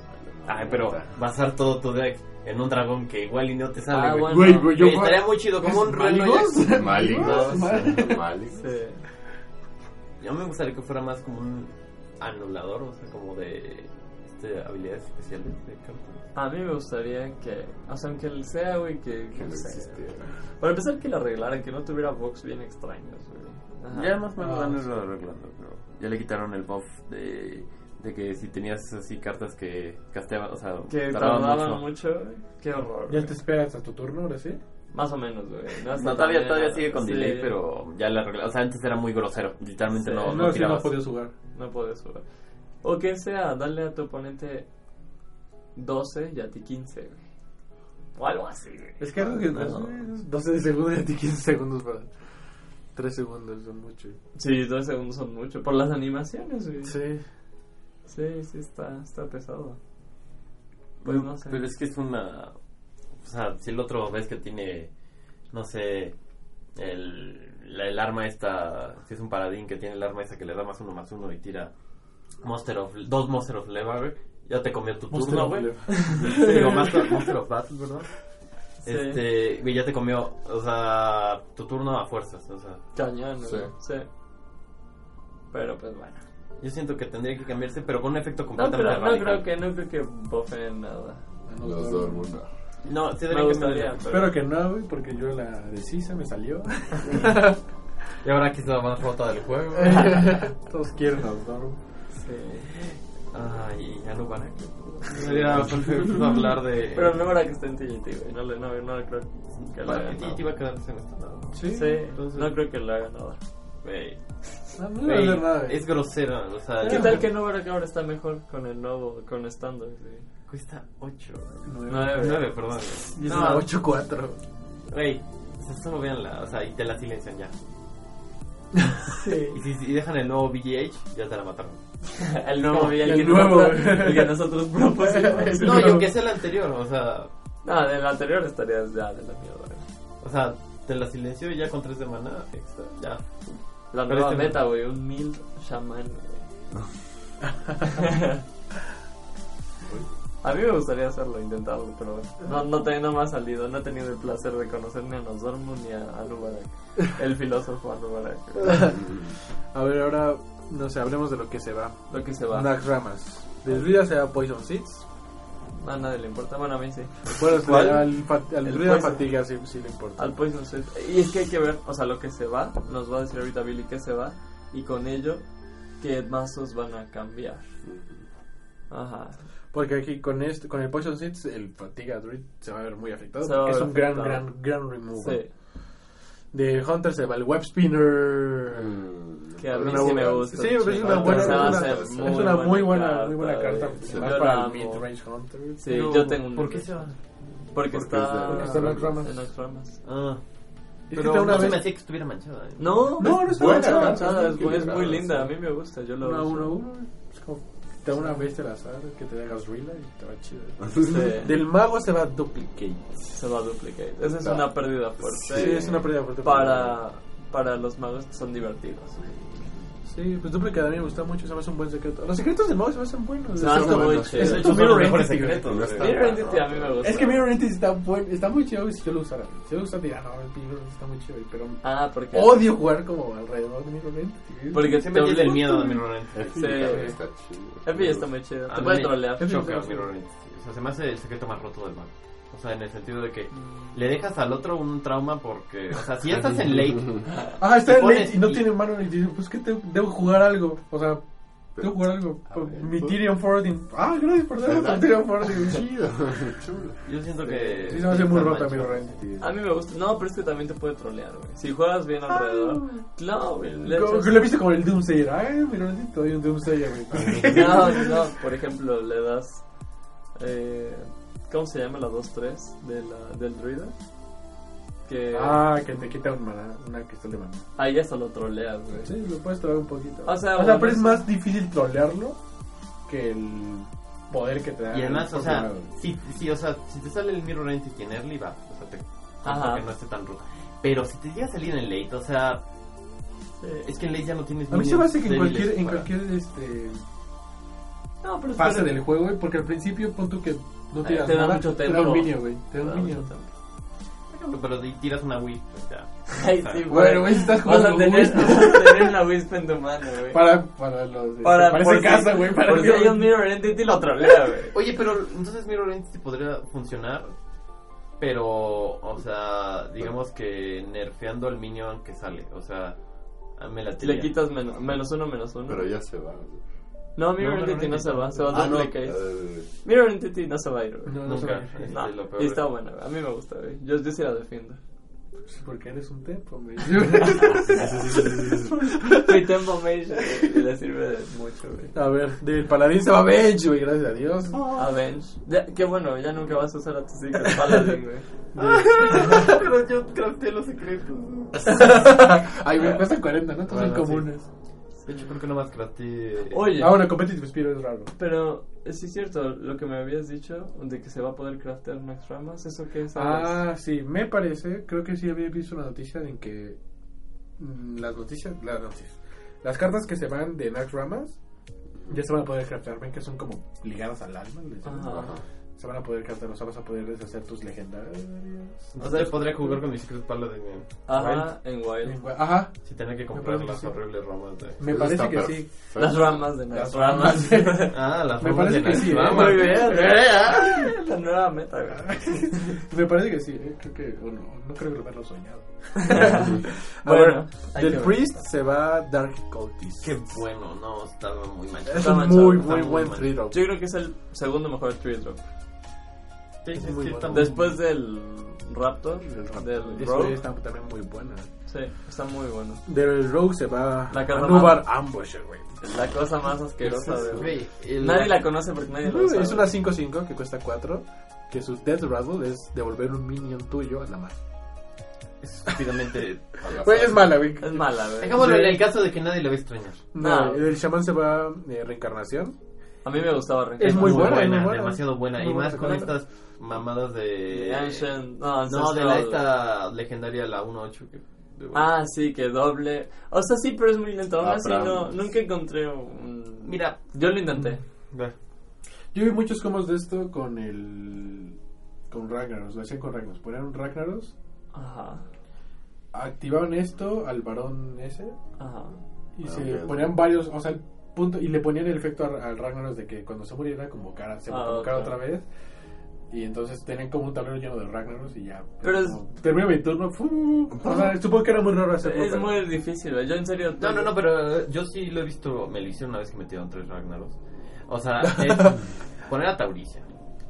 Speaker 2: Ay, pero basar todo tu deck en un dragón que igual y no te sale.
Speaker 4: Ah,
Speaker 2: güey.
Speaker 4: bueno.
Speaker 5: Güey, güey, yo.
Speaker 2: Güey, estaría muy chido, como un reloj.
Speaker 5: ¿Maligos?
Speaker 3: Malignos.
Speaker 5: Malignos.
Speaker 3: Malignos.
Speaker 4: Sí.
Speaker 2: Yo me gustaría que fuera más como un anulador, o sea, como de este, habilidades especiales de campo.
Speaker 4: A mí me gustaría que, o sea, aunque él sea, güey, que...
Speaker 3: Que no
Speaker 4: no sé.
Speaker 3: existiera.
Speaker 4: Para empezar, que lo arreglaran, que no tuviera box bien extraños, güey. Ajá.
Speaker 2: Ya más o menos
Speaker 5: Ah.
Speaker 2: lo han ido arreglando, pero ya le quitaron el buff de De que si tenías así cartas que casteaban, o sea,
Speaker 4: Que
Speaker 2: tardaban
Speaker 4: tardaban mucho, güey. Qué horror.
Speaker 5: ¿Ya
Speaker 4: güey.
Speaker 5: te esperas a tu turno ahora sí?
Speaker 4: Más o menos, güey. No, hasta
Speaker 2: No, todavía,
Speaker 4: tan-
Speaker 2: todavía sigue con
Speaker 4: sí,
Speaker 2: delay, pero ya la arregla. O sea, antes era muy grosero. Literalmente
Speaker 4: Sí.
Speaker 2: no,
Speaker 5: No,
Speaker 2: no,
Speaker 5: sí, no
Speaker 2: tirabas.
Speaker 5: podías jugar.
Speaker 4: No puedes jugar. O que sea, darle a tu oponente 12 y a ti 15, güey. O algo así, güey.
Speaker 5: Es que algo que no,
Speaker 2: No.
Speaker 5: es 12 segundos y a ti 15 segundos para... 3 segundos son mucho.
Speaker 4: Sí, 12 segundos son mucho. Por las animaciones, güey. Sí,
Speaker 5: Sí.
Speaker 4: sí, está, está pesado. Pues
Speaker 2: Pero,
Speaker 4: no sé.
Speaker 2: Mm, pero es que es una. O sea, si el otro ves que tiene. No sé. El, la- el arma esta. Si es un paladín que tiene el arma esa que le da más uno más uno y tira. Monster of, dos Monster of Leva, güey. Ya te comió tu
Speaker 5: Monster
Speaker 2: turno,
Speaker 5: of
Speaker 2: güey.
Speaker 5: Leva.
Speaker 2: Digo, Master- Monster of Battle, ¿verdad?
Speaker 4: Sí.
Speaker 2: Este, güey, ya te comió, o sea, tu turno a fuerzas, o sea.
Speaker 4: Cañón, güey.
Speaker 3: Sí.
Speaker 4: Sí. Pero pues bueno.
Speaker 2: Yo siento que tendría que cambiarse, pero con un efecto
Speaker 4: No,
Speaker 2: completamente
Speaker 4: creo- no creo
Speaker 2: radical.
Speaker 4: que, no creo que buffen nada.
Speaker 3: Los dos, mundo.
Speaker 2: No, sí
Speaker 4: Me
Speaker 2: tendría que
Speaker 4: gustaría,
Speaker 2: cambiarse.
Speaker 5: Espero que no, güey, porque yo la decisa me salió.
Speaker 2: Y ahora aquí es la más rota del juego.
Speaker 5: Todos quieren a Osdorm.
Speaker 4: Sí.
Speaker 2: Ay, ya no van aquí. Sería bastante divertido hablar de...
Speaker 4: Pero no era que esté en TGT, güey. No, le- no, no creo que lo
Speaker 2: Para
Speaker 4: haga.
Speaker 2: ti te iba a quedarse en esta nada.
Speaker 5: Sí.
Speaker 4: Sí, no creo que lo haga nada.
Speaker 2: Güey,
Speaker 5: No, no iba
Speaker 2: güey,
Speaker 5: a hacer nada. güey.
Speaker 2: es grosero, o sea...
Speaker 4: ¿Qué tal que no verá que ahora está mejor con el nuevo, con estándar? Sí.
Speaker 2: Cuesta 8.
Speaker 5: Nueve.
Speaker 2: 9, perdón.
Speaker 5: Y es
Speaker 2: No,
Speaker 5: una 8-4.
Speaker 2: Güey, o sea, solo veanla, o sea, y te la silencian ya.
Speaker 4: sí.
Speaker 2: Y si, si dejan el nuevo BGH, ya te la mataron.
Speaker 4: El nuevo,
Speaker 5: No,
Speaker 4: y el,
Speaker 5: el
Speaker 4: que
Speaker 5: nuevo,
Speaker 4: nosotros-
Speaker 5: güey.
Speaker 4: el que nosotros propusimos.
Speaker 5: Sí,
Speaker 2: No, y
Speaker 5: claro.
Speaker 2: aunque sea el anterior, o sea...
Speaker 4: No, del anterior estarías ya de la mierda. güey.
Speaker 2: O sea, te la silencio y ya con 3 de mana extra, ya.
Speaker 4: La
Speaker 2: Pero
Speaker 4: nueva
Speaker 2: este-
Speaker 4: meta, güey, un mil shaman, güey. A mí me gustaría hacerlo, intentarlo, pero no, no, te- no me ha salido, no he tenido el placer de conocer ni a Nosdormu ni a Anubarak, el filósofo Anubarak. güey.
Speaker 5: A ver, ahora, no sé, hablemos de lo que se va.
Speaker 4: Lo que se va.
Speaker 5: Dark Ramas. Desvida se da Poison Seeds.
Speaker 4: A nadie le importa, bueno, a mí sí.
Speaker 5: Recuerdas
Speaker 2: ¿Cuál?
Speaker 5: al, fa- al
Speaker 4: El
Speaker 5: druida
Speaker 4: Poison.
Speaker 5: fatiga sí, sí le importa.
Speaker 4: Al Poison Set. Y es que hay que ver, o sea, lo que se va, nos va a decir ahorita Billy que se va, y con ello, qué mazos van a cambiar. Ajá.
Speaker 5: Porque aquí con este, con el Poison Seeds, el Fatiga Druid se va a ver muy afectado.
Speaker 4: Se va a
Speaker 5: porque es
Speaker 4: ver
Speaker 5: un gran,
Speaker 4: afectado.
Speaker 5: gran, gran removal.
Speaker 4: Sí,
Speaker 5: De Hunter se va el Web Spinner.
Speaker 3: Mm.
Speaker 4: que a mí
Speaker 5: Una
Speaker 4: sí
Speaker 5: buena-
Speaker 4: me gusta.
Speaker 5: Sí, pero es
Speaker 4: chico.
Speaker 5: una buena,
Speaker 4: Se va a
Speaker 5: es una-
Speaker 4: hacer
Speaker 5: es una muy buena, muy buena carta.
Speaker 4: güey.
Speaker 5: Se
Speaker 4: Yo
Speaker 5: va
Speaker 4: la
Speaker 5: para el
Speaker 4: amo.
Speaker 5: Mid Range Hunter.
Speaker 4: Sí, yo tengo un.
Speaker 2: ¿Por qué se va?
Speaker 4: Porque está.
Speaker 3: Porque
Speaker 5: está en las ramas.
Speaker 4: en las ramas.
Speaker 2: Ah,
Speaker 5: Es
Speaker 2: pero
Speaker 5: que
Speaker 2: no
Speaker 5: una
Speaker 2: se
Speaker 5: vez-
Speaker 2: me hacía que estuviera manchada. ¿eh?
Speaker 4: No,
Speaker 5: No, no está
Speaker 4: buena
Speaker 5: manchada,
Speaker 4: manchada,
Speaker 3: está
Speaker 4: es, muy- es muy
Speaker 3: equilibrada,
Speaker 4: linda, a
Speaker 3: sí.
Speaker 4: mí me gusta, yo lo
Speaker 5: Una
Speaker 4: uso.
Speaker 5: 1-1. Es como te da una bestia al azar que te dejas Rila y te va chido.
Speaker 4: Sí.
Speaker 5: Del mago se va a Duplicate.
Speaker 4: Este, Se va a duplicate. Esa es
Speaker 3: No.
Speaker 4: una pérdida fuerte.
Speaker 5: Sí, es una pérdida fuerte.
Speaker 4: para, para los magos que son divertidos.
Speaker 5: Sí, pues Duplicate a mí me gusta mucho. Se me hace un buen secreto. Los secretos del mago se me hacen buenos.
Speaker 4: Se me hace
Speaker 5: Excepto-
Speaker 4: muy
Speaker 5: bueno,
Speaker 4: chido.
Speaker 5: excepto
Speaker 4: Esos
Speaker 2: son los
Speaker 5: Mirror
Speaker 2: mejores
Speaker 5: Entity, güey.
Speaker 2: secretos, güey.
Speaker 3: Está
Speaker 4: Mirror
Speaker 3: raro.
Speaker 4: Entity a mí me gusta.
Speaker 5: Es que Mirror Entity está, buen, está muy chido güey, si yo lo usara. Si yo lo usara, diría, "Ah, no, el Mirror Entity está muy chido, güey, pero
Speaker 4: Ah, porque.
Speaker 5: odio jugar como alrededor de Mirror ¿eh? Entity. güey.
Speaker 4: Porque
Speaker 2: Siempre
Speaker 4: te-
Speaker 2: tiene el miedo de Mirror Entity.
Speaker 3: Epi
Speaker 4: Sí.
Speaker 3: también está chido.
Speaker 4: Epi está muy chido.
Speaker 2: A
Speaker 4: Te
Speaker 2: mí
Speaker 4: puede
Speaker 2: me
Speaker 4: trolear.
Speaker 2: Choca Mirror Entity. O sea, se me hace el secreto más roto del mago. O sea, en el sentido de que
Speaker 4: Mm.
Speaker 2: le dejas al otro un trauma porque... O sea, si ya estás en late...
Speaker 5: Ah, está
Speaker 2: Te
Speaker 5: en late
Speaker 2: pones
Speaker 5: y no
Speaker 2: y-
Speaker 5: tiene mano y dice, pues que te- debo jugar algo. O sea, debo jugar algo.
Speaker 3: A ver,
Speaker 5: Mi
Speaker 3: tú-
Speaker 5: Tyrion Fordin. Ah, gracias por darme tu Tyrion Fordin. Sí,
Speaker 3: Chido, chulo.
Speaker 2: Yo siento que...
Speaker 5: se me hace muy
Speaker 2: está
Speaker 5: rota
Speaker 2: manchado.
Speaker 5: Mirror Entity.
Speaker 4: A mí me gusta. No, pero es que también te puede trolear, güey. Si juegas bien alrededor. Claro, güey. le
Speaker 5: Ah. Como-
Speaker 4: echas-
Speaker 5: que Lo he visto como el Doomsayer. Ay, Mirror Entity, doy un Doomsayer, güey.
Speaker 4: No, no, por ejemplo, le das. Eh, ¿Cómo se llama la 2-3 de la- del druida? Que
Speaker 5: Ah, que te quita un mana, una cristal de mana.
Speaker 4: ahí ya solo troleas, güey.
Speaker 5: Sí, lo puedes trolear un poquito.
Speaker 4: O sea, bueno,
Speaker 5: pero es
Speaker 4: sí.
Speaker 5: más difícil trolearlo que el poder que te da.
Speaker 2: Y además,
Speaker 5: el
Speaker 2: o sea,
Speaker 5: Fortnite.
Speaker 2: si, si, o sea, si te sale el Mirror Entity en early, va. O sea, te...
Speaker 4: Ajá.
Speaker 2: Que no esté tan roto. Pero si te llega a salir en late, o sea...
Speaker 4: Sí.
Speaker 2: Es que en late ya no tienes...
Speaker 5: A mí se
Speaker 2: minions
Speaker 5: me hace que en
Speaker 2: débiles
Speaker 5: cualquier, en
Speaker 2: para-
Speaker 5: cualquier este,
Speaker 4: No, pero espera. Ah,
Speaker 5: fase del juego, güey, porque al principio pon tú que no
Speaker 4: Eh,
Speaker 5: tiras
Speaker 4: te da
Speaker 5: nada,
Speaker 4: mucho
Speaker 5: Te da un
Speaker 4: tempo.
Speaker 5: minion, güey. Te da
Speaker 4: Ah,
Speaker 5: un minion.
Speaker 2: Pero si tiras una Wii, pues o sea...
Speaker 4: Ay, sí,
Speaker 5: Bueno, güey, si estás
Speaker 4: Vas
Speaker 5: jugando
Speaker 4: a, tener,
Speaker 5: güey,
Speaker 4: vas a tener la Wisp en tu mano, güey.
Speaker 5: para, para los... este,
Speaker 4: Para-
Speaker 5: para
Speaker 4: por
Speaker 5: ese
Speaker 4: si-
Speaker 5: caso, güey. Para
Speaker 4: Por si hay un Mirror Entity lo trolea, güey.
Speaker 2: Oye, pero entonces Mirror Entity podría funcionar, pero, o sea, digamos que nerfeando al minion que sale, o sea, me la
Speaker 4: Le quitas menos, menos uno, menos uno.
Speaker 3: Pero ya se va.
Speaker 4: No, Mirror
Speaker 6: No, no,
Speaker 4: Entity
Speaker 6: no,
Speaker 4: no se va, se va a
Speaker 3: Ah, no,
Speaker 4: Duplicate.
Speaker 3: eh,
Speaker 4: Mirror Entity no se va a ir, güey.
Speaker 5: No, no se va
Speaker 2: Nunca.
Speaker 5: a ir.
Speaker 2: este,
Speaker 4: No,
Speaker 2: lo peor
Speaker 4: y
Speaker 2: es-
Speaker 4: está buena, güey. a mí me gusta, güey. Yo, yo sí la defiendo.
Speaker 5: Pues porque eres un tempo, güey.
Speaker 4: Mi Tempo Mage güey, le sirve de mucho, güey.
Speaker 5: A ver, del paladín se va Benji, güey, gracias a Dios.
Speaker 4: Avenge. Ya, qué bueno, ya nunca vas a usar a tus hijos Paladin, güey.
Speaker 2: Pero yo crafté los secretos.
Speaker 5: Ay, me cuesta 40, ¿no? Todos
Speaker 2: Bueno,
Speaker 5: son comunes.
Speaker 2: Yo creo que nomás crafté.
Speaker 4: Oye,
Speaker 5: Ah, bueno, Competitive Spear es raro.
Speaker 4: pero eh, sí es cierto lo que me habías dicho de que se va a poder craftear Max Ramas. ¿Eso qué es?
Speaker 5: Ah, sí, me parece. Creo que sí había visto una noticia en que mm, las noticias, las noticias, las cartas que se van de Nax Ramas ya se van a poder craftear. Ven que son como ligadas al alma. Les llaman.
Speaker 4: Ajá.
Speaker 5: Se van a poder craftear, o sea, vas a poder deshacer tus legendarias.
Speaker 2: O sea, podría jugar con mi Secret Paladin. eh.
Speaker 4: Ajá, en Wild.
Speaker 5: Ajá,
Speaker 2: Si tenía que
Speaker 5: Me
Speaker 2: comprar
Speaker 5: parece que
Speaker 2: las
Speaker 5: sí.
Speaker 2: horribles ramas de.
Speaker 5: me
Speaker 3: Eso
Speaker 5: parece
Speaker 3: Pues está
Speaker 5: que sí.
Speaker 3: perfecto.
Speaker 4: Las ramas de
Speaker 5: Las
Speaker 4: Max Ramas.
Speaker 2: Ah, las
Speaker 5: Me
Speaker 2: ramas
Speaker 5: parece
Speaker 2: de
Speaker 5: que
Speaker 2: las
Speaker 5: sí, ¿eh?
Speaker 2: ramas.
Speaker 4: Muy bien,
Speaker 2: Eh, ah.
Speaker 4: güey. La nueva meta, güey.
Speaker 5: Me parece que sí, eh, creo que, o no, no creo que lo haberlo soñado.
Speaker 4: Bueno, hay
Speaker 5: del
Speaker 4: que ver.
Speaker 5: Priest se va Dark Cultist.
Speaker 2: Qué bueno, no, estaba muy mal.
Speaker 5: es
Speaker 4: está
Speaker 5: un
Speaker 4: manchado,
Speaker 5: muy,
Speaker 4: está
Speaker 5: muy
Speaker 2: muy
Speaker 5: buen
Speaker 2: manchado.
Speaker 5: three drop.
Speaker 4: Yo creo que es el segundo mejor tree drop.
Speaker 2: Sí, sí,
Speaker 5: muy
Speaker 2: sí,
Speaker 5: bueno.
Speaker 2: está muy-
Speaker 4: Después del Raptor, Este
Speaker 5: Del Rogue.
Speaker 4: del
Speaker 5: Esta
Speaker 4: Rogue.
Speaker 5: está también muy buena.
Speaker 4: Sí, está muy bueno.
Speaker 5: Del Rogue se va
Speaker 4: La
Speaker 5: a
Speaker 4: carta
Speaker 5: Nubar Ambusher, güey.
Speaker 4: La cosa más asquerosa de
Speaker 2: Güey, el-
Speaker 4: Nadie la conoce porque nadie la usa.
Speaker 5: Es una
Speaker 4: güey.
Speaker 5: 5-5 que cuesta 4. Que su Death Rattle es devolver un minion tuyo a la mano.
Speaker 2: Es estúpidamente.
Speaker 5: Güey, es mala, güey.
Speaker 4: Es mala, güey.
Speaker 2: Dejámoslo en
Speaker 5: Sí.
Speaker 2: el caso de que nadie le va a extrañar.
Speaker 5: No,
Speaker 4: No.
Speaker 5: el chamán se va eh, reencarnación.
Speaker 4: A mí me gustaba Rengar.
Speaker 5: Es muy buena, muy buena.
Speaker 2: demasiado buena.
Speaker 5: Muy
Speaker 2: y
Speaker 5: buena
Speaker 2: más con
Speaker 5: secuela.
Speaker 2: estas mamadas de.
Speaker 4: De Ancient. No,
Speaker 2: No,
Speaker 4: Ancestral.
Speaker 2: de la esta legendaria, la 1.8. Que... de-
Speaker 4: Ah, sí, que doble. O sea, sí, pero es muy lento. Aún
Speaker 3: Ah,
Speaker 4: así,
Speaker 3: pero-
Speaker 4: no, nunca encontré un.
Speaker 2: Mira.
Speaker 4: yo lo intenté.
Speaker 2: Ve.
Speaker 5: Yo vi muchos combos de esto con el. Con Ragnaros. Lo hacían con Ragnaros. Ponían un Ragnaros.
Speaker 4: Ajá.
Speaker 5: Activaban esto al varón ese.
Speaker 4: Ajá.
Speaker 5: Y
Speaker 3: Ah,
Speaker 5: se
Speaker 3: ok.
Speaker 5: ponían varios. O sea, el punto. Y le ponían el efecto a- al Ragnaros de que cuando se muriera, convocara, se
Speaker 4: Ah,
Speaker 5: convocara
Speaker 4: ok.
Speaker 5: otra vez. Y entonces tenían como un tablero lleno de Ragnaros y ya.
Speaker 4: Pero es-
Speaker 5: como, Termino mi turno. ¡fu! O sea, supongo que era muy raro hacerlo.
Speaker 4: Es
Speaker 5: pero-
Speaker 4: muy difícil, güey. Yo en serio.
Speaker 2: No, no, no, pero eh, yo sí lo he visto. Me lo hicieron una vez que metieron tres Ragnaros. O sea, es poner a Tauricia.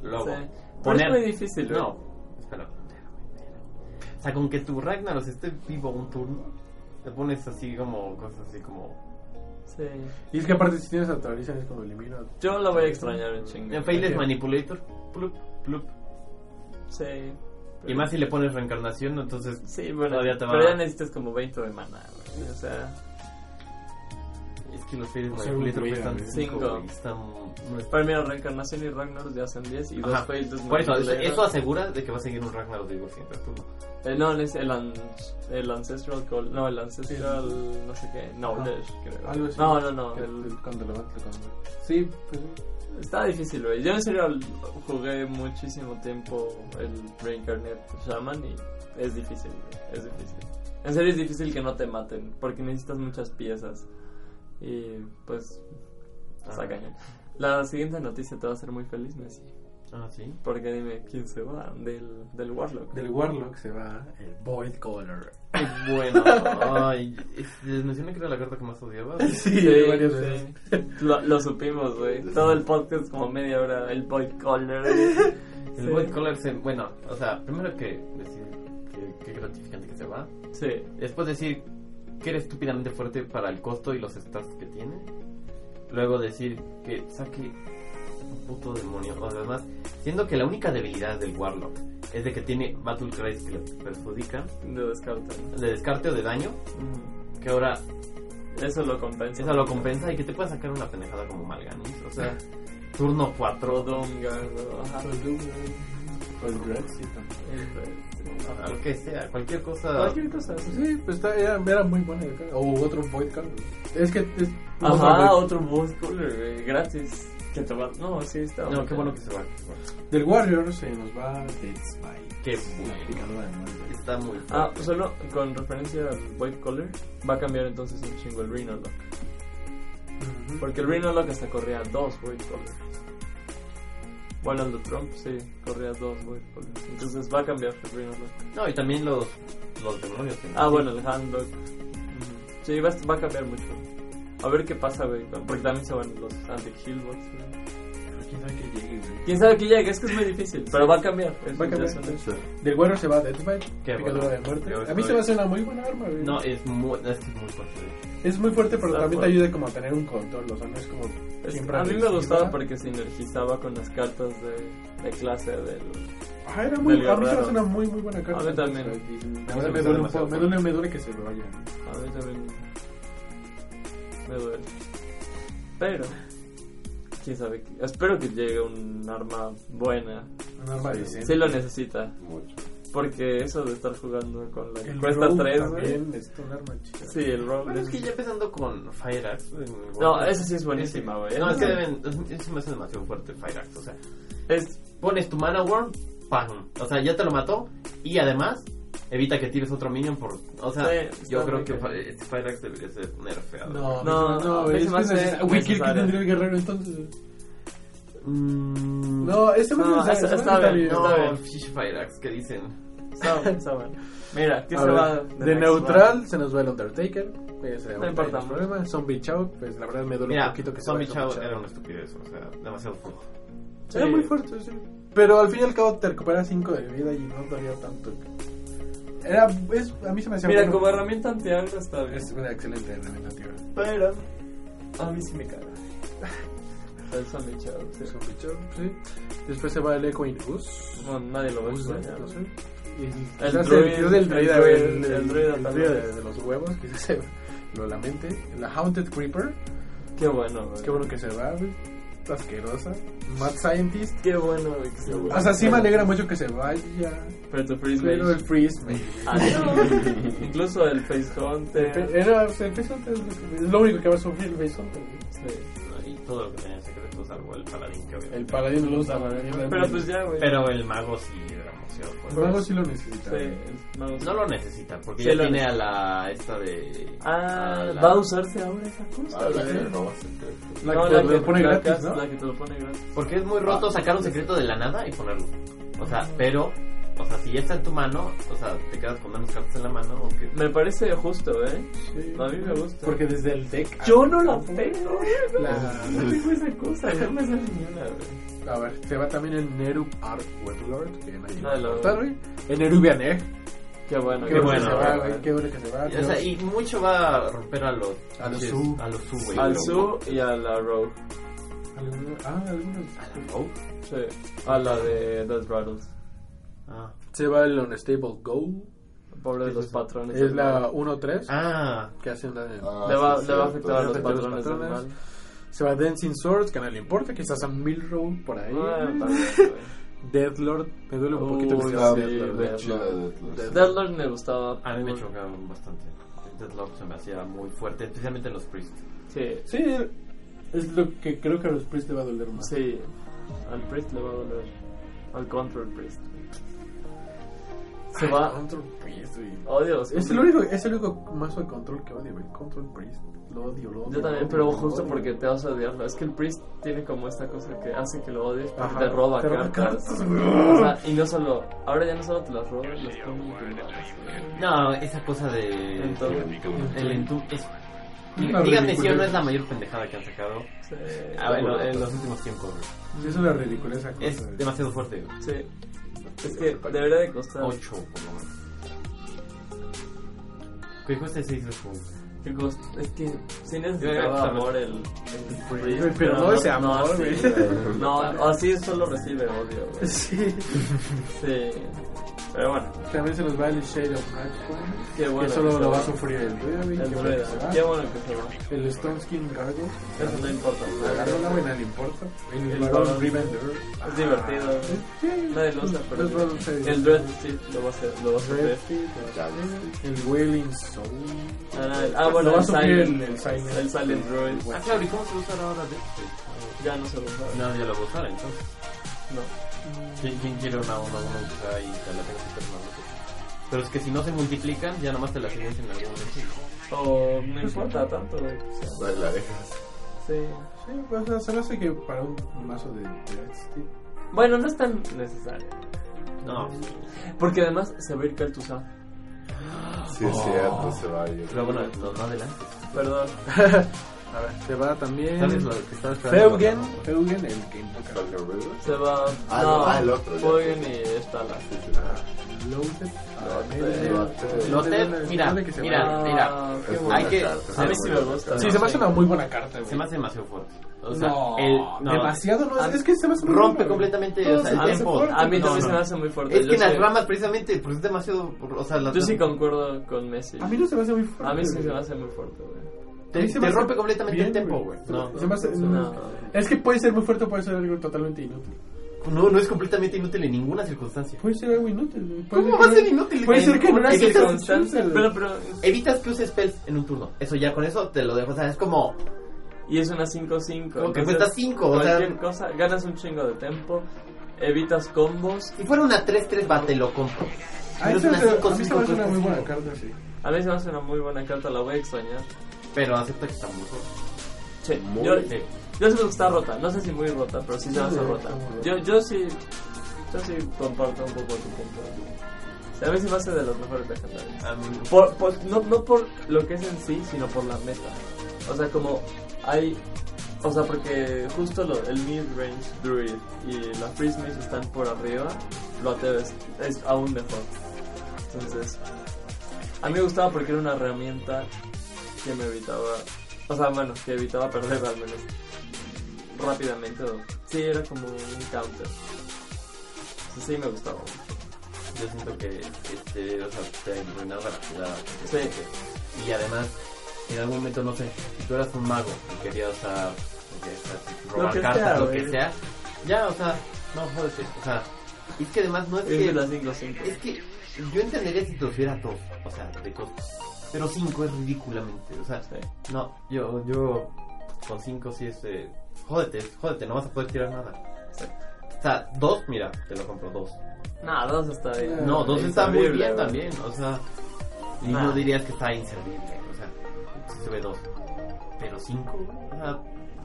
Speaker 2: Luego.
Speaker 4: Sí. Pero
Speaker 2: Poner...
Speaker 4: es muy difícil, ¿eh? güey.
Speaker 2: No, espera. O sea, con que tu Ragnaros esté vivo un turno, te pones así como. Cosas así como.
Speaker 4: Sí.
Speaker 5: Y es que aparte, si tienes a Tauricia, es como elimina.
Speaker 4: Yo lo voy a extrañar en chingo.
Speaker 2: En Failed Manipulator. Plup, plup.
Speaker 4: Sí.
Speaker 2: Y más si le pones reencarnación, entonces.
Speaker 4: Sí, bueno.
Speaker 2: Todavía te va-
Speaker 4: Pero ya necesitas como 20 de mana, güey. O sea.
Speaker 2: Es que los Failed
Speaker 5: O sea,
Speaker 2: Manipulator
Speaker 5: un druida,
Speaker 2: cuestan
Speaker 5: güey.
Speaker 2: 5
Speaker 4: Cinco.
Speaker 2: y están. no es-
Speaker 4: Para mí, la reencarnación y Ragnaros ya hacen 10 y dos
Speaker 2: Ajá.
Speaker 4: Failed
Speaker 2: Por eso, eso,
Speaker 4: Manipulator.
Speaker 2: eso asegura de que va a seguir un Ragnaros vivo siempre tú.
Speaker 4: Eh, no, es el, an- el Ancestral Call. No, el Ancestral no sé qué. Knowledge, creo.
Speaker 5: Algo así.
Speaker 4: No, no, no.
Speaker 5: Que
Speaker 4: el-
Speaker 5: el- Cuando lo mate, cuando. Sí, pues sí.
Speaker 4: Está difícil, güey. Yo en serio l- jugué muchísimo tiempo el Reincarnate Shaman y es difícil, güey. Es difícil. En serio es difícil que no te maten porque necesitas muchas piezas. Y pues. Está
Speaker 2: Ah.
Speaker 4: cañón. La siguiente noticia te va a hacer muy feliz, Messi.
Speaker 2: Ah, sí.
Speaker 4: Porque dime quién se va del, del Warlock.
Speaker 5: Del Warlock se va el Void Caller.
Speaker 2: Bueno, ay, es- les mencioné que era la carta que más odiaba.
Speaker 5: Sí, varias veces.
Speaker 4: sí. Lo, lo supimos, güey. Todo el podcast, como media hora, el boy collar.
Speaker 2: El Void Collar se. Bueno, o sea, primero que decir que, que gratificante que se va.
Speaker 4: Sí.
Speaker 2: Después decir que era estúpidamente fuerte para el costo y los stats que tiene. Luego decir que saque un puto demonio. O sea, además, siendo que la única debilidad del Warlock es de que tiene Battle Cries que le perjudican,
Speaker 4: Lo descartan.
Speaker 2: de descarte o de daño, que ahora
Speaker 4: Eso lo compensa.
Speaker 2: eso lo compensa y que te pueda sacar una pendejada como Malganis. O sea, turno 4,
Speaker 4: Rodongar, ¿no? Ajá.
Speaker 5: Pues Grexy también.
Speaker 2: a lo que sea, cualquier cosa.
Speaker 4: Cualquier cosa. sí.
Speaker 5: Sí, pues está, era, era muy buena. yo creo. O otro Void Caller. Es que. Es,
Speaker 4: Ajá, otro boy collar, güey. Gratis. Que te va. No, sí, está.
Speaker 2: No, qué bueno que se va.
Speaker 5: Del Warrior se nos va Deadspite.
Speaker 2: Qué
Speaker 5: La
Speaker 2: bueno.
Speaker 5: picadora de muerte.
Speaker 2: Está muy
Speaker 4: Ah,
Speaker 2: fuerte.
Speaker 4: solo con referencia al Void Collar, va a cambiar entonces un chingo el Rhinolock. Porque el Rhinolock hasta corría dos Void Collar. Bueno, el de Trump sí, corría dos Void Collars. Entonces va a cambiar el Rhinolock.
Speaker 2: No, y también los, los demonios.
Speaker 4: Ah, bueno, el Handlock. Ujú. Sí, va, a- va a cambiar mucho. A ver qué pasa, güey. Porque también se van los Antic Hill Bots, güey.
Speaker 6: ¿Quién sabe que llegue, güey?
Speaker 4: Quién sabe que llegue, es que es muy difícil. Pero va a cambiar. es
Speaker 5: Va a cambiar.
Speaker 4: interesante.
Speaker 5: Del Warrior se va a Deathbite,
Speaker 2: Qué
Speaker 5: picadura
Speaker 2: bueno.
Speaker 5: de muerte.
Speaker 2: Yo
Speaker 5: A mí
Speaker 2: estoy-
Speaker 5: se me hace una muy buena arma, güey.
Speaker 2: No, es muy, es que es muy fuerte. güey.
Speaker 5: Es muy fuerte, pero
Speaker 4: Está
Speaker 5: también te
Speaker 4: fuerte.
Speaker 5: ayuda como a tener un control, o sea, no es como
Speaker 4: Es-
Speaker 5: siempre
Speaker 4: a mí me
Speaker 5: agresiva.
Speaker 4: gustaba porque sinergizaba con las cartas de, de clase del...
Speaker 5: Ajá, Ah, era muy,
Speaker 4: del
Speaker 5: a mí se me
Speaker 4: guerrero.
Speaker 5: hace una muy, muy buena carta.
Speaker 4: A mí también.
Speaker 5: O sea, y-
Speaker 2: A mí
Speaker 5: ahora
Speaker 2: se me
Speaker 5: me
Speaker 2: hace
Speaker 5: duele un
Speaker 2: demasiado
Speaker 5: poco, me duele, me duele que se lo vaya.
Speaker 4: A ver, también me duele. Pero, quién sabe. qué- Espero que llegue un arma buena.
Speaker 5: Un arma decente.
Speaker 4: Sí lo necesita.
Speaker 3: Mucho.
Speaker 4: Porque eso de estar jugando con la que
Speaker 5: El
Speaker 4: cuesta
Speaker 5: Rogue
Speaker 4: 3, güey.
Speaker 5: también es un arma chida.
Speaker 4: Sí, el roll.
Speaker 2: Bueno, es que ya empezando con Fire Axe. en el
Speaker 4: No,
Speaker 2: Warrior,
Speaker 4: esa sí es buenísima, güey.
Speaker 2: No, es que
Speaker 4: Esa-
Speaker 2: deben. Es, es- se me hace demasiado fuerte Fire Axe. O sea,
Speaker 4: es-
Speaker 2: pones tu Mana Worm, ¡pam! O sea, ya te lo mató. Y además, evita que tires otro minion por. O sea,
Speaker 4: Sí,
Speaker 2: yo
Speaker 4: está
Speaker 2: creo
Speaker 4: muy
Speaker 2: que
Speaker 4: cañón.
Speaker 2: fa- este Fire Axe debería ser nerfeado.
Speaker 4: No,
Speaker 5: No, no, no,
Speaker 4: a mí
Speaker 5: es
Speaker 4: se me
Speaker 5: que
Speaker 4: hace
Speaker 5: neces- Güey, ¿qué, qué
Speaker 4: necesario.
Speaker 5: tendría el guerrero entonces?
Speaker 2: Mm,
Speaker 5: No, este
Speaker 4: No, esa-
Speaker 5: me
Speaker 4: está bien,
Speaker 2: no,
Speaker 4: está bien.
Speaker 2: fish Fire Axe, ¿qué dicen?
Speaker 4: está bueno, está bueno. Mira, ¿qué
Speaker 5: A
Speaker 4: se
Speaker 5: ver,
Speaker 4: va?
Speaker 5: de
Speaker 4: Next
Speaker 5: neutral
Speaker 4: Round?
Speaker 5: se nos va el Undertaker. Pues, eh,
Speaker 4: No importa.
Speaker 5: hay problema. Zombie Chow, pues la verdad me duele un
Speaker 2: Mira,
Speaker 5: poquito que se
Speaker 2: Zombie
Speaker 5: vaya
Speaker 2: Chow
Speaker 5: Zombie
Speaker 2: era
Speaker 5: Chow.
Speaker 2: una estupidez, o sea, demasiado fuerte.
Speaker 5: Era
Speaker 4: Sí.
Speaker 5: muy fuerte, sí. Pero al fin y al cabo te recuperas 5 de vida y no dolía tanto. Era, es, a mí se me hacía
Speaker 4: Mira,
Speaker 5: bueno.
Speaker 4: como herramienta antiagro está bien.
Speaker 5: Es una excelente herramienta, tío.
Speaker 4: Pero, a mí sí me caga. El zombie chavo, sí.
Speaker 5: Zombie Chow, sí. Después se va el Echo Ingus.
Speaker 4: No, nadie lo va a
Speaker 5: Ingus,
Speaker 4: extrañar.
Speaker 5: no sé. Y
Speaker 4: El
Speaker 5: quizás
Speaker 4: druid,
Speaker 5: quizás el
Speaker 4: el
Speaker 5: druida,
Speaker 4: druid,
Speaker 5: el,
Speaker 4: el druida
Speaker 5: el druida
Speaker 4: también.
Speaker 5: de, de los huevos, quizás se lo lamente. La Haunted Creeper,
Speaker 4: Qué bueno, güey.
Speaker 5: qué bueno que se va, güey. Asquerosa. Mad Scientist.
Speaker 4: Qué bueno, güey, que se
Speaker 5: O sea, sí me alegra mucho que se vaya.
Speaker 4: Pero tu freeze
Speaker 5: Pero el
Speaker 4: mage.
Speaker 5: Freeze, me-
Speaker 4: Ah, sí. Incluso el face hunter.
Speaker 5: Era, o sea, el Face Hunter es lo que- es lo único que va a sufrir el Face Hunter, güey.
Speaker 4: Sí.
Speaker 2: Y todo lo que tenía secreto, salvo el paladín que obviamente-
Speaker 5: El paladín lo usa,
Speaker 4: Pero pues ya, güey.
Speaker 2: Pero el mago sí era demasiado fuerte.
Speaker 5: El mago sí lo necesita.
Speaker 4: Sí, el mago-
Speaker 2: No lo necesita, porque
Speaker 4: Sí,
Speaker 2: ya
Speaker 4: lo
Speaker 2: tiene a la esta de.
Speaker 4: Ah,
Speaker 2: a la-
Speaker 4: va a usarse ahora esa cosa.
Speaker 3: Ah, la que
Speaker 5: sí.
Speaker 3: roba secretos.
Speaker 5: La
Speaker 4: No,
Speaker 5: que te lo pone
Speaker 4: la
Speaker 5: gratis,
Speaker 4: que-
Speaker 5: ¿no?
Speaker 4: la que te lo pone gratis.
Speaker 2: Porque es muy roto sacar un secreto de la nada y ponerlo. O sea, pero. O sea, si ya está en tu mano, o sea, te quedas con menos cartas en la mano, aunque.
Speaker 4: Me parece justo, ¿eh?
Speaker 5: Sí.
Speaker 4: A mí me gusta.
Speaker 5: Porque desde el deck.
Speaker 4: Yo no la tengo, güey.
Speaker 5: La-
Speaker 4: No tengo esa cosa. No me sale ni una, güey.
Speaker 5: A ver, se va también el Nerub Art Warlord. Que nadie
Speaker 4: Ah,
Speaker 5: va a
Speaker 4: lo-
Speaker 5: cortar, güey. El Nerubian Egg.
Speaker 4: Qué bueno,
Speaker 5: Qué
Speaker 2: Qué
Speaker 5: bueno que
Speaker 2: bueno,
Speaker 5: se va,
Speaker 2: bueno,
Speaker 5: güey. Qué bueno que se va.
Speaker 2: Y, o sea, y mucho va a romper a los.
Speaker 5: Ah, A los Zoo.
Speaker 2: A los Zoo, güey.
Speaker 4: Al
Speaker 2: Pero-
Speaker 4: Zoo y a la Rogue.
Speaker 5: Alguno- Ah, algunos.
Speaker 2: ¿A la Rogue?
Speaker 4: Sí. A la de Death Rattles.
Speaker 2: Ah.
Speaker 5: Se va el Unstable Go.
Speaker 4: Pobre de los patrones.
Speaker 5: Es la 1-3.
Speaker 2: Ah.
Speaker 5: Que hace una.
Speaker 3: Ah, sí,
Speaker 4: Le va, le va a
Speaker 3: cierto.
Speaker 4: afectar a los
Speaker 5: Afecta a los
Speaker 4: patrones del
Speaker 5: patrones.
Speaker 4: mal.
Speaker 5: Se va Dancing Swords, que a nadie le importa. Quizás a Milrow por ahí.
Speaker 4: Ah, también, güey.
Speaker 5: Deathlord. Me duele un
Speaker 4: Uy,
Speaker 5: poquito que
Speaker 4: sí,
Speaker 5: sea ¿eh?
Speaker 4: güey.
Speaker 5: Deathlord. güey.
Speaker 3: Muy chida Deathless.
Speaker 5: Death-
Speaker 4: Deadlord me gustaba.
Speaker 2: A mí me chocaban bastante. Deadlock se me hacía muy fuerte, especialmente en los priests.
Speaker 4: Sí,
Speaker 5: Sí, es lo que creo que a los Priest le va a doler más.
Speaker 4: sí. Al Priest le va a doler. Al Control Priest. Se va.
Speaker 5: Control Priest, güey.
Speaker 4: Odio los.
Speaker 5: Es el único, es el único mazo de control que odio, el Control Priest. Lo odio, lo odio.
Speaker 4: Yo también,
Speaker 5: lo
Speaker 4: pero
Speaker 5: odio,
Speaker 4: justo
Speaker 5: lo odio.
Speaker 4: porque te vas a odiarlo. Es que el Priest tiene como esta cosa que hace que lo odies porque
Speaker 5: Ajá,
Speaker 4: te roba
Speaker 5: te roba
Speaker 4: cartas.
Speaker 5: cartas, güey.
Speaker 4: O sea, y no solo. Ahora ya no solo te las roba, las pone en tu mano, güey.
Speaker 2: No, esa cosa de.
Speaker 4: Entonces,
Speaker 2: El entum es.
Speaker 5: Una
Speaker 2: Díganme si
Speaker 5: ridiculez.
Speaker 2: no es la mayor pendejada que han sacado
Speaker 4: sí.
Speaker 2: ah, bueno, en los últimos tiempos. güey.
Speaker 5: Sí, Pues Es una ridiculez esa cosa,
Speaker 2: Es
Speaker 5: güey.
Speaker 2: demasiado fuerte.
Speaker 4: Sí. Es que debería de costar.
Speaker 2: 8 por lo menos. Que cueste 6 de puntos.
Speaker 4: Qué cost- Es que sí necesitaba
Speaker 2: Exactamente.
Speaker 4: amor el.
Speaker 5: Güey, pero no ese amor,
Speaker 4: así,
Speaker 5: güey.
Speaker 4: No, así solo recibe odio, güey.
Speaker 5: Sí.
Speaker 4: Sí. Pero bueno,
Speaker 5: También se nos va el Shade of Matchpoint.
Speaker 4: qué bueno.
Speaker 5: que solo
Speaker 4: se
Speaker 5: lo
Speaker 4: va.
Speaker 5: va a sufrir el Druida, güey,
Speaker 4: El
Speaker 5: que
Speaker 4: rueda.
Speaker 5: se va.
Speaker 4: Qué bueno que se va.
Speaker 5: El Stone Skin Gargoyle.
Speaker 4: Eso no importa.
Speaker 5: La Gargola, güey, nadie le importa. El,
Speaker 4: El
Speaker 5: Barón
Speaker 4: Barón.
Speaker 5: Rivender.
Speaker 4: Es divertido. Nadie lo usa, pero.
Speaker 5: Los Barons se-
Speaker 4: El Dread sí lo va a hacer. Lo va a sufrir.
Speaker 5: El Wailing Soul.
Speaker 4: Ah, el- ah, bueno,
Speaker 5: Lo va a
Speaker 4: el
Speaker 5: sufrir el,
Speaker 4: Silent.
Speaker 5: el Silent.
Speaker 4: El Silent Druid.
Speaker 2: Ah, claro, ¿y cómo se usa ahora de este?
Speaker 4: Ya no se lo sabe.
Speaker 2: No, ya lo voy a usar entonces.
Speaker 4: No.
Speaker 2: ¿Quién, quién quiere una 1 1 usada y te la tengo que hacer una otra? Pero es que si no se multiplican, ya nomás te la siguen en algún momento.
Speaker 4: O no importa tanto, güey. O sea,
Speaker 3: Ahí la dejas.
Speaker 4: Sí.
Speaker 5: Sí, o sea, se me hace que para un mazo de Dreadsteel.
Speaker 4: Bueno, no es tan necesario.
Speaker 2: No,
Speaker 4: Porque además se va a ir Kel'Thuzad.
Speaker 3: Sí, es cierto, se va a ir.
Speaker 2: pero bueno, no, no adelante.
Speaker 4: Perdón.
Speaker 6: A ver.
Speaker 5: Se va también.
Speaker 2: Tal vez lo que estaba esperando.
Speaker 5: Feugen,
Speaker 2: ¿no?
Speaker 5: Feugen, el que invoca.
Speaker 4: Se va.
Speaker 3: Ah,
Speaker 4: no,
Speaker 3: no, ah, el otro, ya.
Speaker 4: Bogen y Stala.
Speaker 5: Loaded.
Speaker 7: Loaded,
Speaker 5: Loaded,
Speaker 7: mira,
Speaker 5: Loaded que se
Speaker 7: mira.
Speaker 5: va.
Speaker 4: Ah, qué
Speaker 3: Es
Speaker 4: bueno.
Speaker 7: Hay que-
Speaker 3: carta,
Speaker 7: a
Speaker 3: es
Speaker 7: ver
Speaker 3: muy
Speaker 7: si
Speaker 2: me
Speaker 3: buena
Speaker 2: gusta.
Speaker 3: carta.
Speaker 4: Ah,
Speaker 5: Sí, se me hace una muy buena carta, güey.
Speaker 2: Se me hace demasiado fuerte. O sea,
Speaker 5: no,
Speaker 2: el, no,
Speaker 5: demasiado no es,
Speaker 4: Ah,
Speaker 5: es que se me hace muy
Speaker 2: Rompe
Speaker 5: buena, güey.
Speaker 2: completamente
Speaker 5: Todo
Speaker 2: o sea,
Speaker 5: se
Speaker 2: el
Speaker 5: me hace
Speaker 2: tiempo.
Speaker 5: fuerte.
Speaker 4: A mí
Speaker 2: No,
Speaker 4: también
Speaker 2: no.
Speaker 4: se me hace muy fuerte.
Speaker 2: Es
Speaker 4: Yo
Speaker 2: que en las
Speaker 4: sí-
Speaker 2: ramas, precisamente, pues es demasiado. O sea, las,
Speaker 4: Yo sí concuerdo con Messi.
Speaker 5: A mí no se me hace muy fuerte.
Speaker 4: A mí sí se me
Speaker 5: güey.
Speaker 4: hace muy fuerte, güey.
Speaker 5: A
Speaker 2: te,
Speaker 5: mí se
Speaker 2: te
Speaker 5: me hace
Speaker 2: rompe completamente
Speaker 5: bien,
Speaker 2: el tempo, güey.
Speaker 5: güey.
Speaker 2: No,
Speaker 5: Se me hace-
Speaker 4: No.
Speaker 5: Es que puede ser muy fuerte o puede ser algo totalmente inútil.
Speaker 2: no, no es completamente inútil en ninguna circunstancia.
Speaker 5: Puede ser algo inútil. güey. Puede
Speaker 2: ¿Cómo
Speaker 5: que
Speaker 2: va a
Speaker 5: no-
Speaker 2: ser inútil?
Speaker 5: Puede ser que en
Speaker 2: no
Speaker 5: una circunstancia.
Speaker 4: Pero, pero.
Speaker 2: Evitas que use spells en un turno. Eso ya con eso te lo dejo. O sea, es como,
Speaker 4: Y es una 5-5.
Speaker 2: como que
Speaker 4: entonces,
Speaker 2: cuesta 5. O sea,
Speaker 4: Cualquier cosa, ganas un chingo de tiempo, evitas combos.
Speaker 2: si fuera una 3-3, va, te lo compro.
Speaker 5: A mí
Speaker 2: Pero es
Speaker 5: se me
Speaker 2: una
Speaker 5: hace-
Speaker 2: 5,
Speaker 5: a mí se me hace
Speaker 2: 5,
Speaker 5: una muy
Speaker 2: 5.
Speaker 5: buena carta, sí.
Speaker 4: A mí se me hace una muy buena carta, la voy a extrañar.
Speaker 2: Pero acepta que está muy fuerte.
Speaker 4: Che,
Speaker 3: Muy
Speaker 4: yo,
Speaker 2: bien.
Speaker 4: yo siento que está rota, no sé si muy rota, pero sí se me hace rota. Yo, yo sí, yo sí comparto un poco tu punto. O sea, a mí se me hace de los mejores legendarios.
Speaker 2: A mí-
Speaker 4: Por, por- no, no por lo que es en sí, sino por la meta. O sea, como hay... O sea, porque justo lo- el mid-range druid y la freeze mace están por arriba, lo ateo es, es aún mejor. Entonces, a mí me gustaba porque era una herramienta que me evitaba... O sea, bueno, que evitaba perder al menos rápidamente. O, sí, era como un counter. Sí, sí, me gustaba.
Speaker 2: Yo siento que este, o sea, te arruinaba la, la
Speaker 4: Sí.
Speaker 2: Y además, en algún momento, no sé, si tú eras un mago y querías o sea, lo que sea,
Speaker 4: Lo
Speaker 2: robar
Speaker 4: que
Speaker 2: cartas,
Speaker 4: sea,
Speaker 2: lo
Speaker 4: güey.
Speaker 2: que sea, ya, o sea, no, jódete, o sea, es que además no es
Speaker 4: Es de
Speaker 2: que,
Speaker 4: las 5-5.
Speaker 2: es que yo entendería si te tuviera todo, o sea, de cosas, pero 5 es ridículamente, o sea,
Speaker 4: Sí.
Speaker 2: no, yo, yo, con 5 sí es, eh, jódete, jódete, no vas a poder tirar nada. O sea, dos, mira, te lo compro dos.
Speaker 4: No, dos está bien.
Speaker 2: No, dos está muy
Speaker 4: Inservible,
Speaker 2: bien
Speaker 4: güey.
Speaker 2: también, o sea, y
Speaker 4: Ah.
Speaker 2: no dirías que está inservible, o sea, si sube dos, pero cinco, o sea,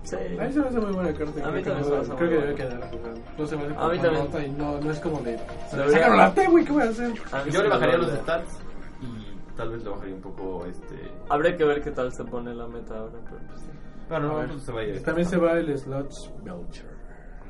Speaker 4: Sí.
Speaker 5: A mí se me hace muy buena carta.
Speaker 4: A mí
Speaker 5: creo que
Speaker 4: también
Speaker 5: no-
Speaker 4: se me hace
Speaker 5: Creo
Speaker 4: muy
Speaker 5: que debe
Speaker 4: buena.
Speaker 5: quedar. No se me hace
Speaker 4: A
Speaker 5: como
Speaker 4: mí
Speaker 5: tan
Speaker 4: también.
Speaker 5: nota y no, no es como de.
Speaker 4: Debería-
Speaker 5: Sácalo la T, güey, ¿qué voy a hacer?
Speaker 4: A mí
Speaker 2: yo
Speaker 4: sí
Speaker 2: le
Speaker 4: me
Speaker 2: bajaría los
Speaker 4: duele.
Speaker 2: stats y tal vez le bajaría un poco, este,
Speaker 4: Habría que ver qué tal se pone la meta ahora. Pero pues, sí.
Speaker 2: bueno,
Speaker 5: A ver.
Speaker 2: pues se va a ir.
Speaker 5: También se va el Sludge Belcher.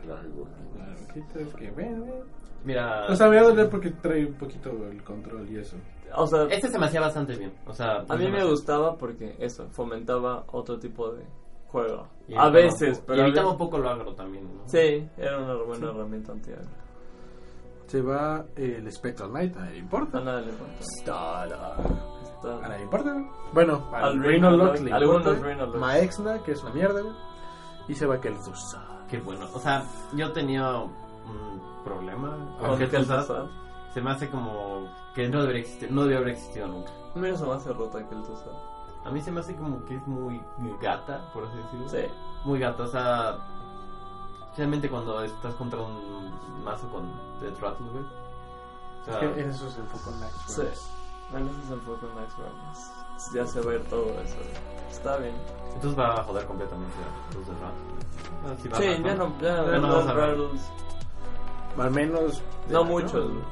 Speaker 3: Ay, güey.
Speaker 5: Claro, quitas que vende.
Speaker 2: Mira,
Speaker 5: O sea, me va a doler porque trae un poquito el control y eso.
Speaker 4: O sea,
Speaker 2: este se me hacía bastante bien, o sea,
Speaker 4: a mí
Speaker 2: se
Speaker 4: me
Speaker 2: hacía-
Speaker 4: gustaba porque eso, fomentaba otro tipo de juego.
Speaker 2: y
Speaker 4: A
Speaker 2: evitaba
Speaker 4: veces,
Speaker 2: un poco-
Speaker 4: pero.
Speaker 2: y
Speaker 4: a
Speaker 2: evitaba
Speaker 4: ve-
Speaker 2: un poco lo agro también, ¿no?
Speaker 4: Sí, era una buena herramienta antiagro.
Speaker 5: Se va el Spectral Knight, a nadie le
Speaker 4: A
Speaker 5: importa.
Speaker 4: nadie le importa. Está-
Speaker 5: A nadie le importa. Bueno,
Speaker 4: Al
Speaker 5: al
Speaker 4: Reno
Speaker 5: Reno
Speaker 4: Lock
Speaker 5: Lock
Speaker 4: le
Speaker 5: le
Speaker 4: Algunos Reno Lock.
Speaker 5: Maexna, que es una mierda, güey. Y se va Kel'Thuzad.
Speaker 2: Qué bueno, o sea, yo tenía un problema
Speaker 4: Con
Speaker 2: con
Speaker 4: que
Speaker 2: que
Speaker 4: el
Speaker 2: se me hace como que no debería existir, no debería haber existido nunca.
Speaker 4: Mira, se me hace rota que el Tusa.
Speaker 2: A mí se me hace como que es muy gata, por así decirlo.
Speaker 4: Sí.
Speaker 2: Muy gata, o sea. Realmente cuando estás contra un mazo con Death Rattle, güey. O sea,
Speaker 5: Que en eso se enfocó Max. güey.
Speaker 2: Pues.
Speaker 4: Sí. Bueno, ese es el foco en Max Ramos. Ya se va a ir todo eso. Está bien.
Speaker 2: entonces va a joder completamente a los Death Rattle. Bueno, va a
Speaker 4: Sí,
Speaker 2: joder,
Speaker 4: ya no, ya,
Speaker 2: Ya no
Speaker 4: los
Speaker 2: vamos a ver.
Speaker 4: Rattles-
Speaker 5: Al menos.
Speaker 4: No muchos, güey.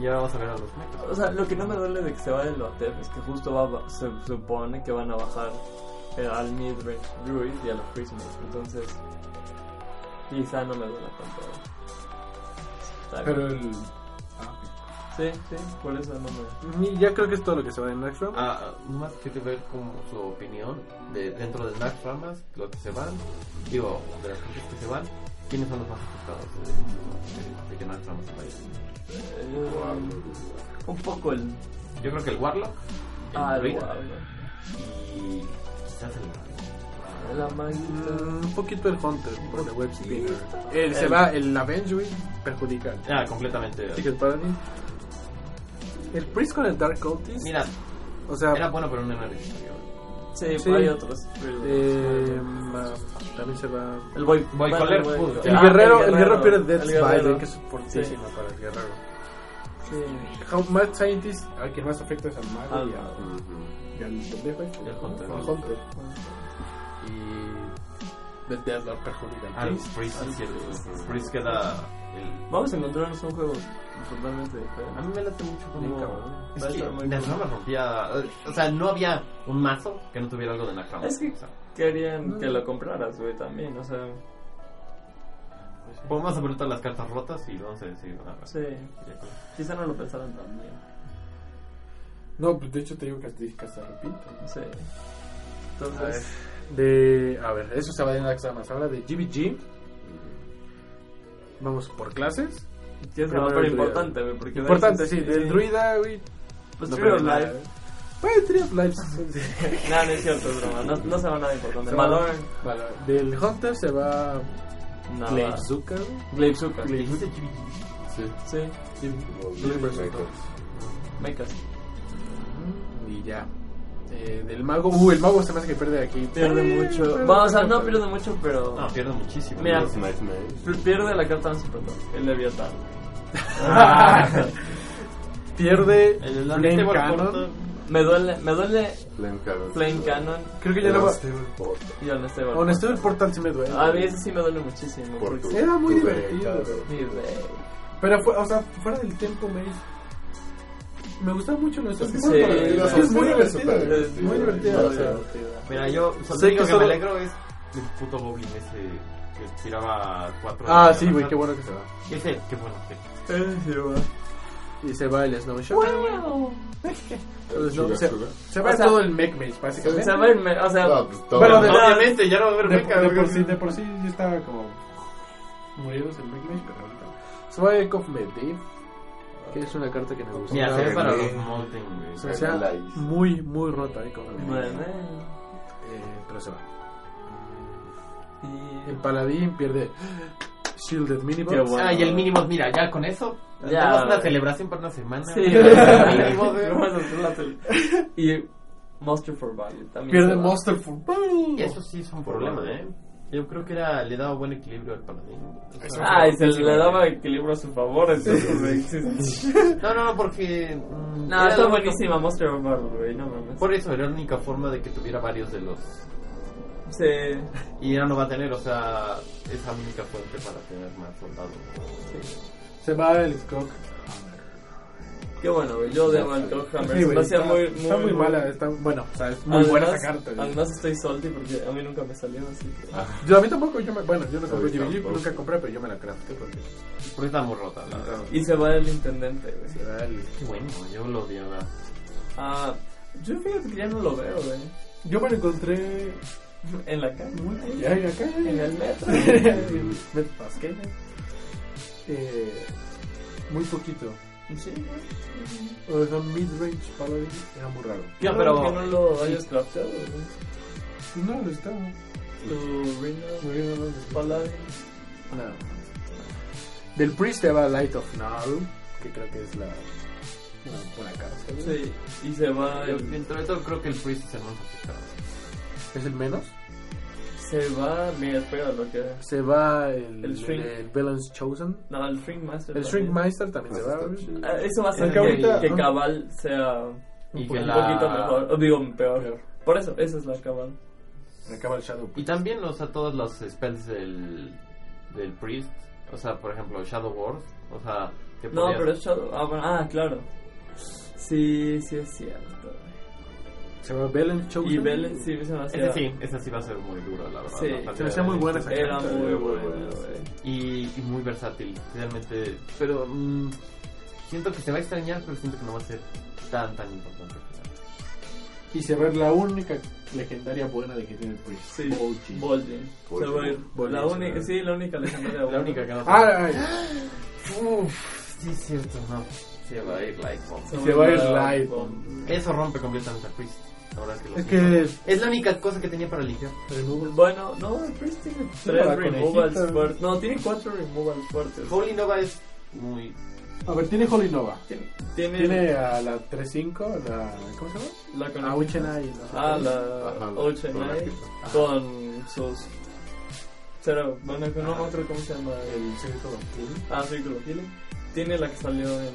Speaker 2: Ya vamos a ver a los mechas.
Speaker 4: O sea, lo que no me duele de que se vaya el Loatef es que justo va, va- se supone que van a bajar eh, al Midrange Druid y a los Prismers. Entonces, quizá no me duela tanto. Está bien.
Speaker 5: Pero el. Ah, ok.
Speaker 4: Sí, sí, por eso no me.
Speaker 5: Y ya creo que es todo lo que se va de Next Round.
Speaker 2: Ah, nomás quiero ver como su opinión de dentro de Nax Ramas, los que se van, digo, de las cosas que se van, ¿quiénes son los más afectados de, de- de que Nax Ramas se vaya?
Speaker 4: eh, un poco el.
Speaker 2: Yo creo que el Warlock, el
Speaker 4: Ah, el
Speaker 2: Druid,
Speaker 4: Warlock.
Speaker 2: y quizás el
Speaker 4: La maguita.
Speaker 5: Mm, un poquito el Hunter por la web spinner. El, se va el Avenge, güey. Perjudica al
Speaker 2: ah, completamente
Speaker 5: Ticket Paladin. El Priest con el Dark Cultist.
Speaker 2: mira
Speaker 5: o sea,
Speaker 2: era bueno pero no era necesario
Speaker 4: Sí,
Speaker 5: Sí.
Speaker 4: pero hay otros.
Speaker 5: eh, ma- también se va.
Speaker 4: el Boy.
Speaker 2: Boy
Speaker 4: bueno,
Speaker 2: Collar,
Speaker 4: Boy-
Speaker 2: puta.
Speaker 5: El,
Speaker 4: Ah,
Speaker 5: guerrero, el guerrero pierde
Speaker 4: el
Speaker 5: Death's
Speaker 4: guerrero.
Speaker 5: Valley, que es fuertísimo para el guerrero.
Speaker 4: Sí.
Speaker 5: How Mad Scientist, al que más afecta es al mago
Speaker 4: Al-
Speaker 5: y a-
Speaker 3: Ujú.
Speaker 5: y al este. pendejo.
Speaker 2: Y al Hunter.
Speaker 5: Al Hunter.
Speaker 2: y
Speaker 5: The Deathlord perjudica al
Speaker 2: al
Speaker 5: Priest.
Speaker 2: Priest sí es cierto Priest queda el-
Speaker 4: Vamos a encontrarnos un juego totalmente diferente.
Speaker 2: a mí me late mucho
Speaker 4: Sí,
Speaker 2: como
Speaker 4: cabrón.
Speaker 2: es
Speaker 4: Va a
Speaker 2: que
Speaker 4: estar muy
Speaker 2: Nax
Speaker 4: cool.
Speaker 2: Ramas rompía eh, o sea no había un mazo que no tuviera algo de Nax Ramas
Speaker 4: Es que-
Speaker 2: o sea,
Speaker 4: querían que lo compraras, güey, también, o sea,
Speaker 2: Vamos a poner todas las cartas rotas y vamos a decir. ah,
Speaker 4: sí,
Speaker 2: ya con-
Speaker 4: quizá no lo pensaron tan bien,
Speaker 1: No, pues de hecho te digo que hasta, que hasta repito.
Speaker 4: sí.
Speaker 5: A ver,
Speaker 4: Entonces,
Speaker 5: de, a ver, eso se va a dar más ahora de GBG. Vamos por clases.
Speaker 4: que es
Speaker 5: Primero
Speaker 4: lo
Speaker 5: el
Speaker 4: súper
Speaker 5: druida.
Speaker 4: importante, güey, porque...
Speaker 5: Importante,
Speaker 4: veces-
Speaker 5: sí, del druida, güey.
Speaker 4: Pues
Speaker 5: No
Speaker 4: Tree of
Speaker 5: perdí nada,
Speaker 4: Life.
Speaker 5: Pues Tree of Life.
Speaker 4: No, no es cierto, es broma, no, no se va nada importante.
Speaker 5: Se va-
Speaker 4: Valor,
Speaker 5: Vale, del Hunter se va
Speaker 4: nada.
Speaker 5: Glaivezuka, güey.
Speaker 4: Glaivezuka.
Speaker 5: Glaivezuka.
Speaker 3: Sí.
Speaker 4: Sí,
Speaker 5: Sí.
Speaker 4: mechas.
Speaker 5: Y ya. Eh, del mago. Uh, el mago se me hace que pierde aquí.
Speaker 4: Pierde
Speaker 5: Sí,
Speaker 4: mucho.
Speaker 5: pero-
Speaker 4: Vamos a no pierde mucho, pero...
Speaker 2: No, pierdo muchísimo.
Speaker 4: Mira.
Speaker 2: Los Knights.
Speaker 4: P- Pierde la carta más importante, el Leviatán.
Speaker 5: Pierde
Speaker 4: El
Speaker 5: Flame
Speaker 2: Este
Speaker 4: Lance
Speaker 5: Cannon.
Speaker 4: Me duele, me duele
Speaker 3: Flame Cannon.
Speaker 4: Flame Cannon
Speaker 5: Creo que ya no va.
Speaker 3: Por-
Speaker 4: y Honestable.
Speaker 5: Honesto, el portal sí me duele.
Speaker 4: A mí eso sí me duele muchísimo.
Speaker 3: por
Speaker 4: porque-
Speaker 3: tu-
Speaker 5: Era muy
Speaker 3: tu beta,
Speaker 5: divertido.
Speaker 3: güey.
Speaker 4: Sí, güey.
Speaker 5: Pero, fue- o sea, fuera del tempo, me. Me gusta mucho nuestro
Speaker 4: que sí,
Speaker 5: es que es muy divertido.
Speaker 3: Es
Speaker 5: Es muy divertido.
Speaker 3: divertido,
Speaker 5: o sea.
Speaker 2: Mira, yo solo
Speaker 5: Sé
Speaker 2: digo
Speaker 5: que
Speaker 2: que,
Speaker 5: solo-
Speaker 2: me alegro es del puto Goblin ese que tiraba cuatro.
Speaker 5: Ah, sí, güey, qué bueno que se va.
Speaker 2: Ese, qué bueno. sí.
Speaker 4: Eh, sí, güey.
Speaker 5: Y se va el Snow Shock. Entonces, no,
Speaker 3: Sugar,
Speaker 5: se,
Speaker 3: sugar.
Speaker 5: se va
Speaker 4: O sea,
Speaker 5: todo el Mech Mage, básicamente.
Speaker 4: O sea, va a irme- o sea,
Speaker 3: Ah, pues, todo.
Speaker 5: Bueno, de-
Speaker 2: Obviamente, ya no va a haber
Speaker 5: de,
Speaker 2: meca,
Speaker 5: de
Speaker 2: güey.
Speaker 5: por sí, de por sí ya estaba como muriéndose el Mech Mage, pero ahorita. Se va Echo of Medivh, que es una carta que me gusta.
Speaker 2: Mira,
Speaker 5: O
Speaker 2: se
Speaker 5: sea,
Speaker 2: ve para los Mountain, güey.
Speaker 5: se me hacía
Speaker 3: Lies.
Speaker 5: muy, muy rota Echo of Medivh.
Speaker 4: bueno, eh.
Speaker 5: Eh, pero se va. El
Speaker 4: Y-
Speaker 5: Paladín pierde Shielded Minibots.
Speaker 4: Qué bueno.
Speaker 2: Ah, y el mínimo, mira, ya con eso.
Speaker 4: Ya,
Speaker 2: Ya.
Speaker 4: güey.
Speaker 2: una celebración para una semana. güey.
Speaker 4: Sí, güey.
Speaker 2: Mínimo, güey.
Speaker 4: Vamos a hacer la tele. Y Monster for Value también.
Speaker 5: Pierde
Speaker 4: se va.
Speaker 5: Monster for
Speaker 2: Y eso sí es un problema, ¿eh? Yo creo que era, le daba buen equilibrio al paladín. O sea,
Speaker 4: Ay, Ah, se le daba equilibrio a su favor, entonces. güey, sí, sí.
Speaker 2: No, no, no, porque... mm,
Speaker 4: No,
Speaker 2: era
Speaker 4: está
Speaker 2: la única-
Speaker 4: buenísima Monster for Value, güey, no mames.
Speaker 2: Por eso, era la única forma de que tuviera varios de los...
Speaker 4: Sí,
Speaker 2: Y ahora no va a tener, o sea, esa única fuente para tener más soldados.
Speaker 4: sí.
Speaker 5: Se va el Cock.
Speaker 4: Qué bueno, güey. Yo odiaba el Cold Hammer.
Speaker 5: Sí,
Speaker 4: Se me
Speaker 5: güey,
Speaker 4: hacía
Speaker 5: está,
Speaker 4: muy,
Speaker 5: está muy mala. Está, bueno, o sea, es muy
Speaker 4: Además-
Speaker 5: buena esa carta. güey.
Speaker 4: Además estoy salty porque a mí nunca me salió así. que-
Speaker 5: Yo a mí tampoco, yo me, bueno, yo no compré
Speaker 3: mí
Speaker 5: GBG,
Speaker 3: tampoco.
Speaker 5: nunca compré, pero yo me la crafté porque
Speaker 2: Porque está muy rota, la verdad.
Speaker 4: Y se va el intendente, güey.
Speaker 5: se va el...
Speaker 2: Qué bueno, yo lo odiaba.
Speaker 4: Ah, yo fíjate que ya no lo veo, güey.
Speaker 5: Yo me lo encontré
Speaker 4: En la calle.
Speaker 5: muy allá y acá.
Speaker 4: En el metro.
Speaker 5: Me pasqué. Eh, muy poquito.
Speaker 4: Sí, güey.
Speaker 5: O sea, mid-range paladín era muy raro.
Speaker 4: Ya, pero que no lo hayas crafteado, güey.
Speaker 5: No, lo estaba.
Speaker 4: Tu Rhino
Speaker 5: Muy bien, no, no.
Speaker 4: Paladin.
Speaker 5: No. Del Priest te va Light of Null, que creo que es la una buena carta. güey.
Speaker 4: Sí. Y se va
Speaker 2: Yo,
Speaker 4: el,
Speaker 2: dentro de todo, creo que el priest es el más afectado.
Speaker 5: ¿Es el menos?
Speaker 4: se va, mira, espera lo que
Speaker 5: Se va el,
Speaker 4: El Shrink.
Speaker 5: Balance Chosen.
Speaker 4: No, el Shrink Master.
Speaker 5: El Shrink
Speaker 4: también.
Speaker 5: Meister también se
Speaker 3: Eso
Speaker 5: va.
Speaker 3: está
Speaker 5: güey.
Speaker 3: chido.
Speaker 4: Ah, Eso va a hacer
Speaker 5: Aunque
Speaker 4: que,
Speaker 5: ahorita-
Speaker 4: que Cabal sea un
Speaker 2: Y
Speaker 5: poco-
Speaker 2: que
Speaker 5: un
Speaker 4: poquito
Speaker 2: la...
Speaker 4: mejor, o digo peor.
Speaker 5: Peor.
Speaker 4: Por eso, esa es la Cabal.
Speaker 5: Me acaba el Shadow.
Speaker 2: Y también, o sea, todos los spells del, del priest. O sea, por ejemplo, Shadow Wars. O sea, que
Speaker 4: No,
Speaker 2: podías-
Speaker 4: pero es Shadow. Ah, bueno, ah, claro. Sí, sí es cierto.
Speaker 5: Se va Balance Chosen.
Speaker 4: Y Belen sí se me hacía.
Speaker 2: Ese sí, ese sí va a ser muy duro, la verdad.
Speaker 4: Sí.
Speaker 2: La parte
Speaker 5: Se me hacía
Speaker 2: de-
Speaker 5: muy buena esa
Speaker 4: Era
Speaker 5: carta.
Speaker 4: muy
Speaker 3: Era muy
Speaker 4: bueno,
Speaker 3: buena,
Speaker 4: güey.
Speaker 2: Y, y muy versátil, realmente. Pero mm, siento que se va a extrañar, pero siento que no va a ser tan, tan importante.
Speaker 5: Y se va la única legendaria buena de que tiene el Priest.
Speaker 4: Sí.
Speaker 5: Bolchi.
Speaker 4: Boldin. Se va a ir.
Speaker 5: Boldin,
Speaker 4: La
Speaker 5: se va a
Speaker 4: única,
Speaker 5: ir.
Speaker 4: sí, la única legendaria.
Speaker 2: La única que no.
Speaker 5: Ah, ay,
Speaker 2: Uff, sí, es cierto, no. Se va a ir Light Bomb.
Speaker 5: se va a ir
Speaker 4: la-
Speaker 5: Light.
Speaker 2: Eso rompe completamente a Priest. Ahora que lo
Speaker 5: es
Speaker 2: pienso.
Speaker 5: que
Speaker 2: Es la única cosa que tenía para limpiar.
Speaker 5: removal.
Speaker 4: Bueno, no, el Priest tiene
Speaker 5: la
Speaker 4: tres removals
Speaker 5: conejita.
Speaker 4: fuertes. No, tiene cuatro removals fuertes.
Speaker 2: Holy Nova es muy.
Speaker 5: A ver, tiene Holy Nova.
Speaker 4: Tiene, tiene
Speaker 5: Tiene Eh, a la 3-5, la... ¿Cómo se llama?
Speaker 4: la conejita.
Speaker 5: A Uchena y no sé
Speaker 4: Ah,
Speaker 5: qué.
Speaker 4: la
Speaker 3: Ajá,
Speaker 4: Ocean
Speaker 3: con la
Speaker 4: Eye
Speaker 3: que-
Speaker 4: con sus. Cero, bueno, que no me acuerdo cómo se llama. El,
Speaker 5: El secreto vampiro.
Speaker 4: ah, Circle of Healing. Tiene la que salió en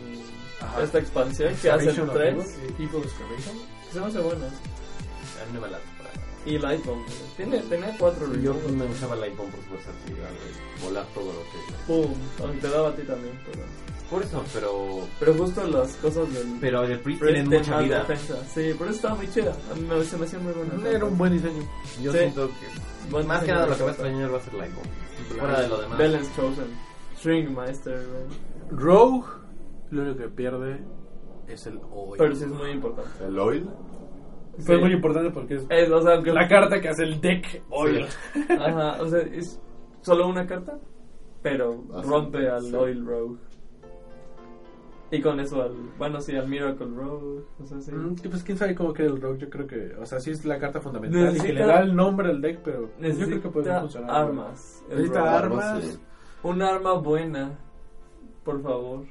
Speaker 5: Ajá.
Speaker 4: esta expansión que hace
Speaker 5: Excavation of
Speaker 4: tres.
Speaker 5: Evil, eh, Evil Excavation.
Speaker 4: que Se me hace buena.
Speaker 2: A mí no me la para.
Speaker 4: Y Light Bomb. güey. Tiene, tenía cuatro
Speaker 2: Yo
Speaker 4: removals.
Speaker 2: me usaba Light Bomb por su versatilidad, güey. Volar todo lo que.
Speaker 4: Pum, aunque te daba a ti también, pero.
Speaker 2: Por eso, pero.
Speaker 4: Pero justo las cosas del.
Speaker 2: Pero el PRI
Speaker 4: Pero
Speaker 2: tiene
Speaker 4: este
Speaker 2: mucha
Speaker 4: Mass
Speaker 2: vida.
Speaker 4: Effect, Sí, pero estaba muy chida. A mí me, se me hacía muy buena.
Speaker 5: Era un buen diseño.
Speaker 2: Yo
Speaker 4: Sí.
Speaker 2: siento que.
Speaker 4: Bueno,
Speaker 2: más que
Speaker 4: sí,
Speaker 2: nada
Speaker 4: sí.
Speaker 2: lo que va a extrañar va a ser la icon. Fuera de lo demás.
Speaker 4: Balance Chosen. String Master, güey.
Speaker 5: Rogue, lo único que pierde es el hoy.
Speaker 4: Pero sí es muy importante.
Speaker 3: El oil.
Speaker 1: Fue
Speaker 4: Sí.
Speaker 1: muy importante porque es
Speaker 4: Es, o sea, aunque-
Speaker 1: la carta que hace el deck oil.
Speaker 4: Ajá, o sea, es solo una carta, pero
Speaker 5: Ah,
Speaker 3: Así,
Speaker 4: rompe al
Speaker 3: sí.
Speaker 4: Oil Rogue. Y con eso al, bueno, sí, al Miracle Rogue, o sea, sí.
Speaker 5: Mm, que, pues quién sabe cómo queda el Rogue, yo creo que, o sea, sí es la carta fundamental y que
Speaker 4: Necesita-
Speaker 5: le da el nombre al deck, pero yo creo que puede
Speaker 4: Necesita
Speaker 5: funcionar.
Speaker 4: armas. el
Speaker 5: Necesita
Speaker 4: Rogue.
Speaker 5: armas.
Speaker 3: sí.
Speaker 4: Un arma buena, por favor.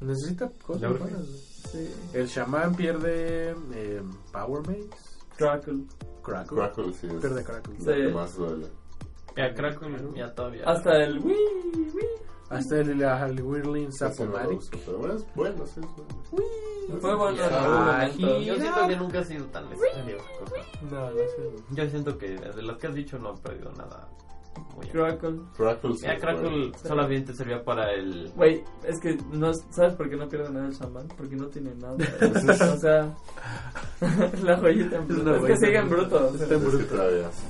Speaker 5: Necesita
Speaker 2: La
Speaker 5: cosas
Speaker 2: urge.
Speaker 5: buenas.
Speaker 4: Sí.
Speaker 5: El chamán pierde eh, Power Mates,
Speaker 4: Crackle.
Speaker 5: Crackle.
Speaker 3: Crackle, sí. Es
Speaker 5: Pierde Crackle.
Speaker 3: la que
Speaker 4: Sí.
Speaker 3: más duele.
Speaker 2: Y a Kraken, ya todavía.
Speaker 4: Hasta el Wii, Wii.
Speaker 5: Hasta el, el Whirling
Speaker 3: Casi no lo
Speaker 5: Sapomatic.
Speaker 3: uso, pero bueno, es bueno, sí, es bueno.
Speaker 4: Fue bueno en algún
Speaker 2: Ah,
Speaker 4: momento.
Speaker 2: Yo siento que nunca ha sido tan necesario esa cosa.
Speaker 5: No, no sé.
Speaker 2: Yo siento que de las que has dicho no han perdido nada. Muy
Speaker 4: Crackle.
Speaker 3: Crackle, sí.
Speaker 2: Ya
Speaker 3: es bueno.
Speaker 2: Crackle solamente servía para el.
Speaker 4: Güey, es que no, ¿sabes por qué no pierde nada el chamán? Porque no tiene nada. o sea, la joyita en
Speaker 5: Es
Speaker 4: bruto.
Speaker 5: una
Speaker 4: Es, que
Speaker 5: joyita
Speaker 4: sigue en
Speaker 5: en
Speaker 4: bruto. o sea.
Speaker 3: Es que todavía sí.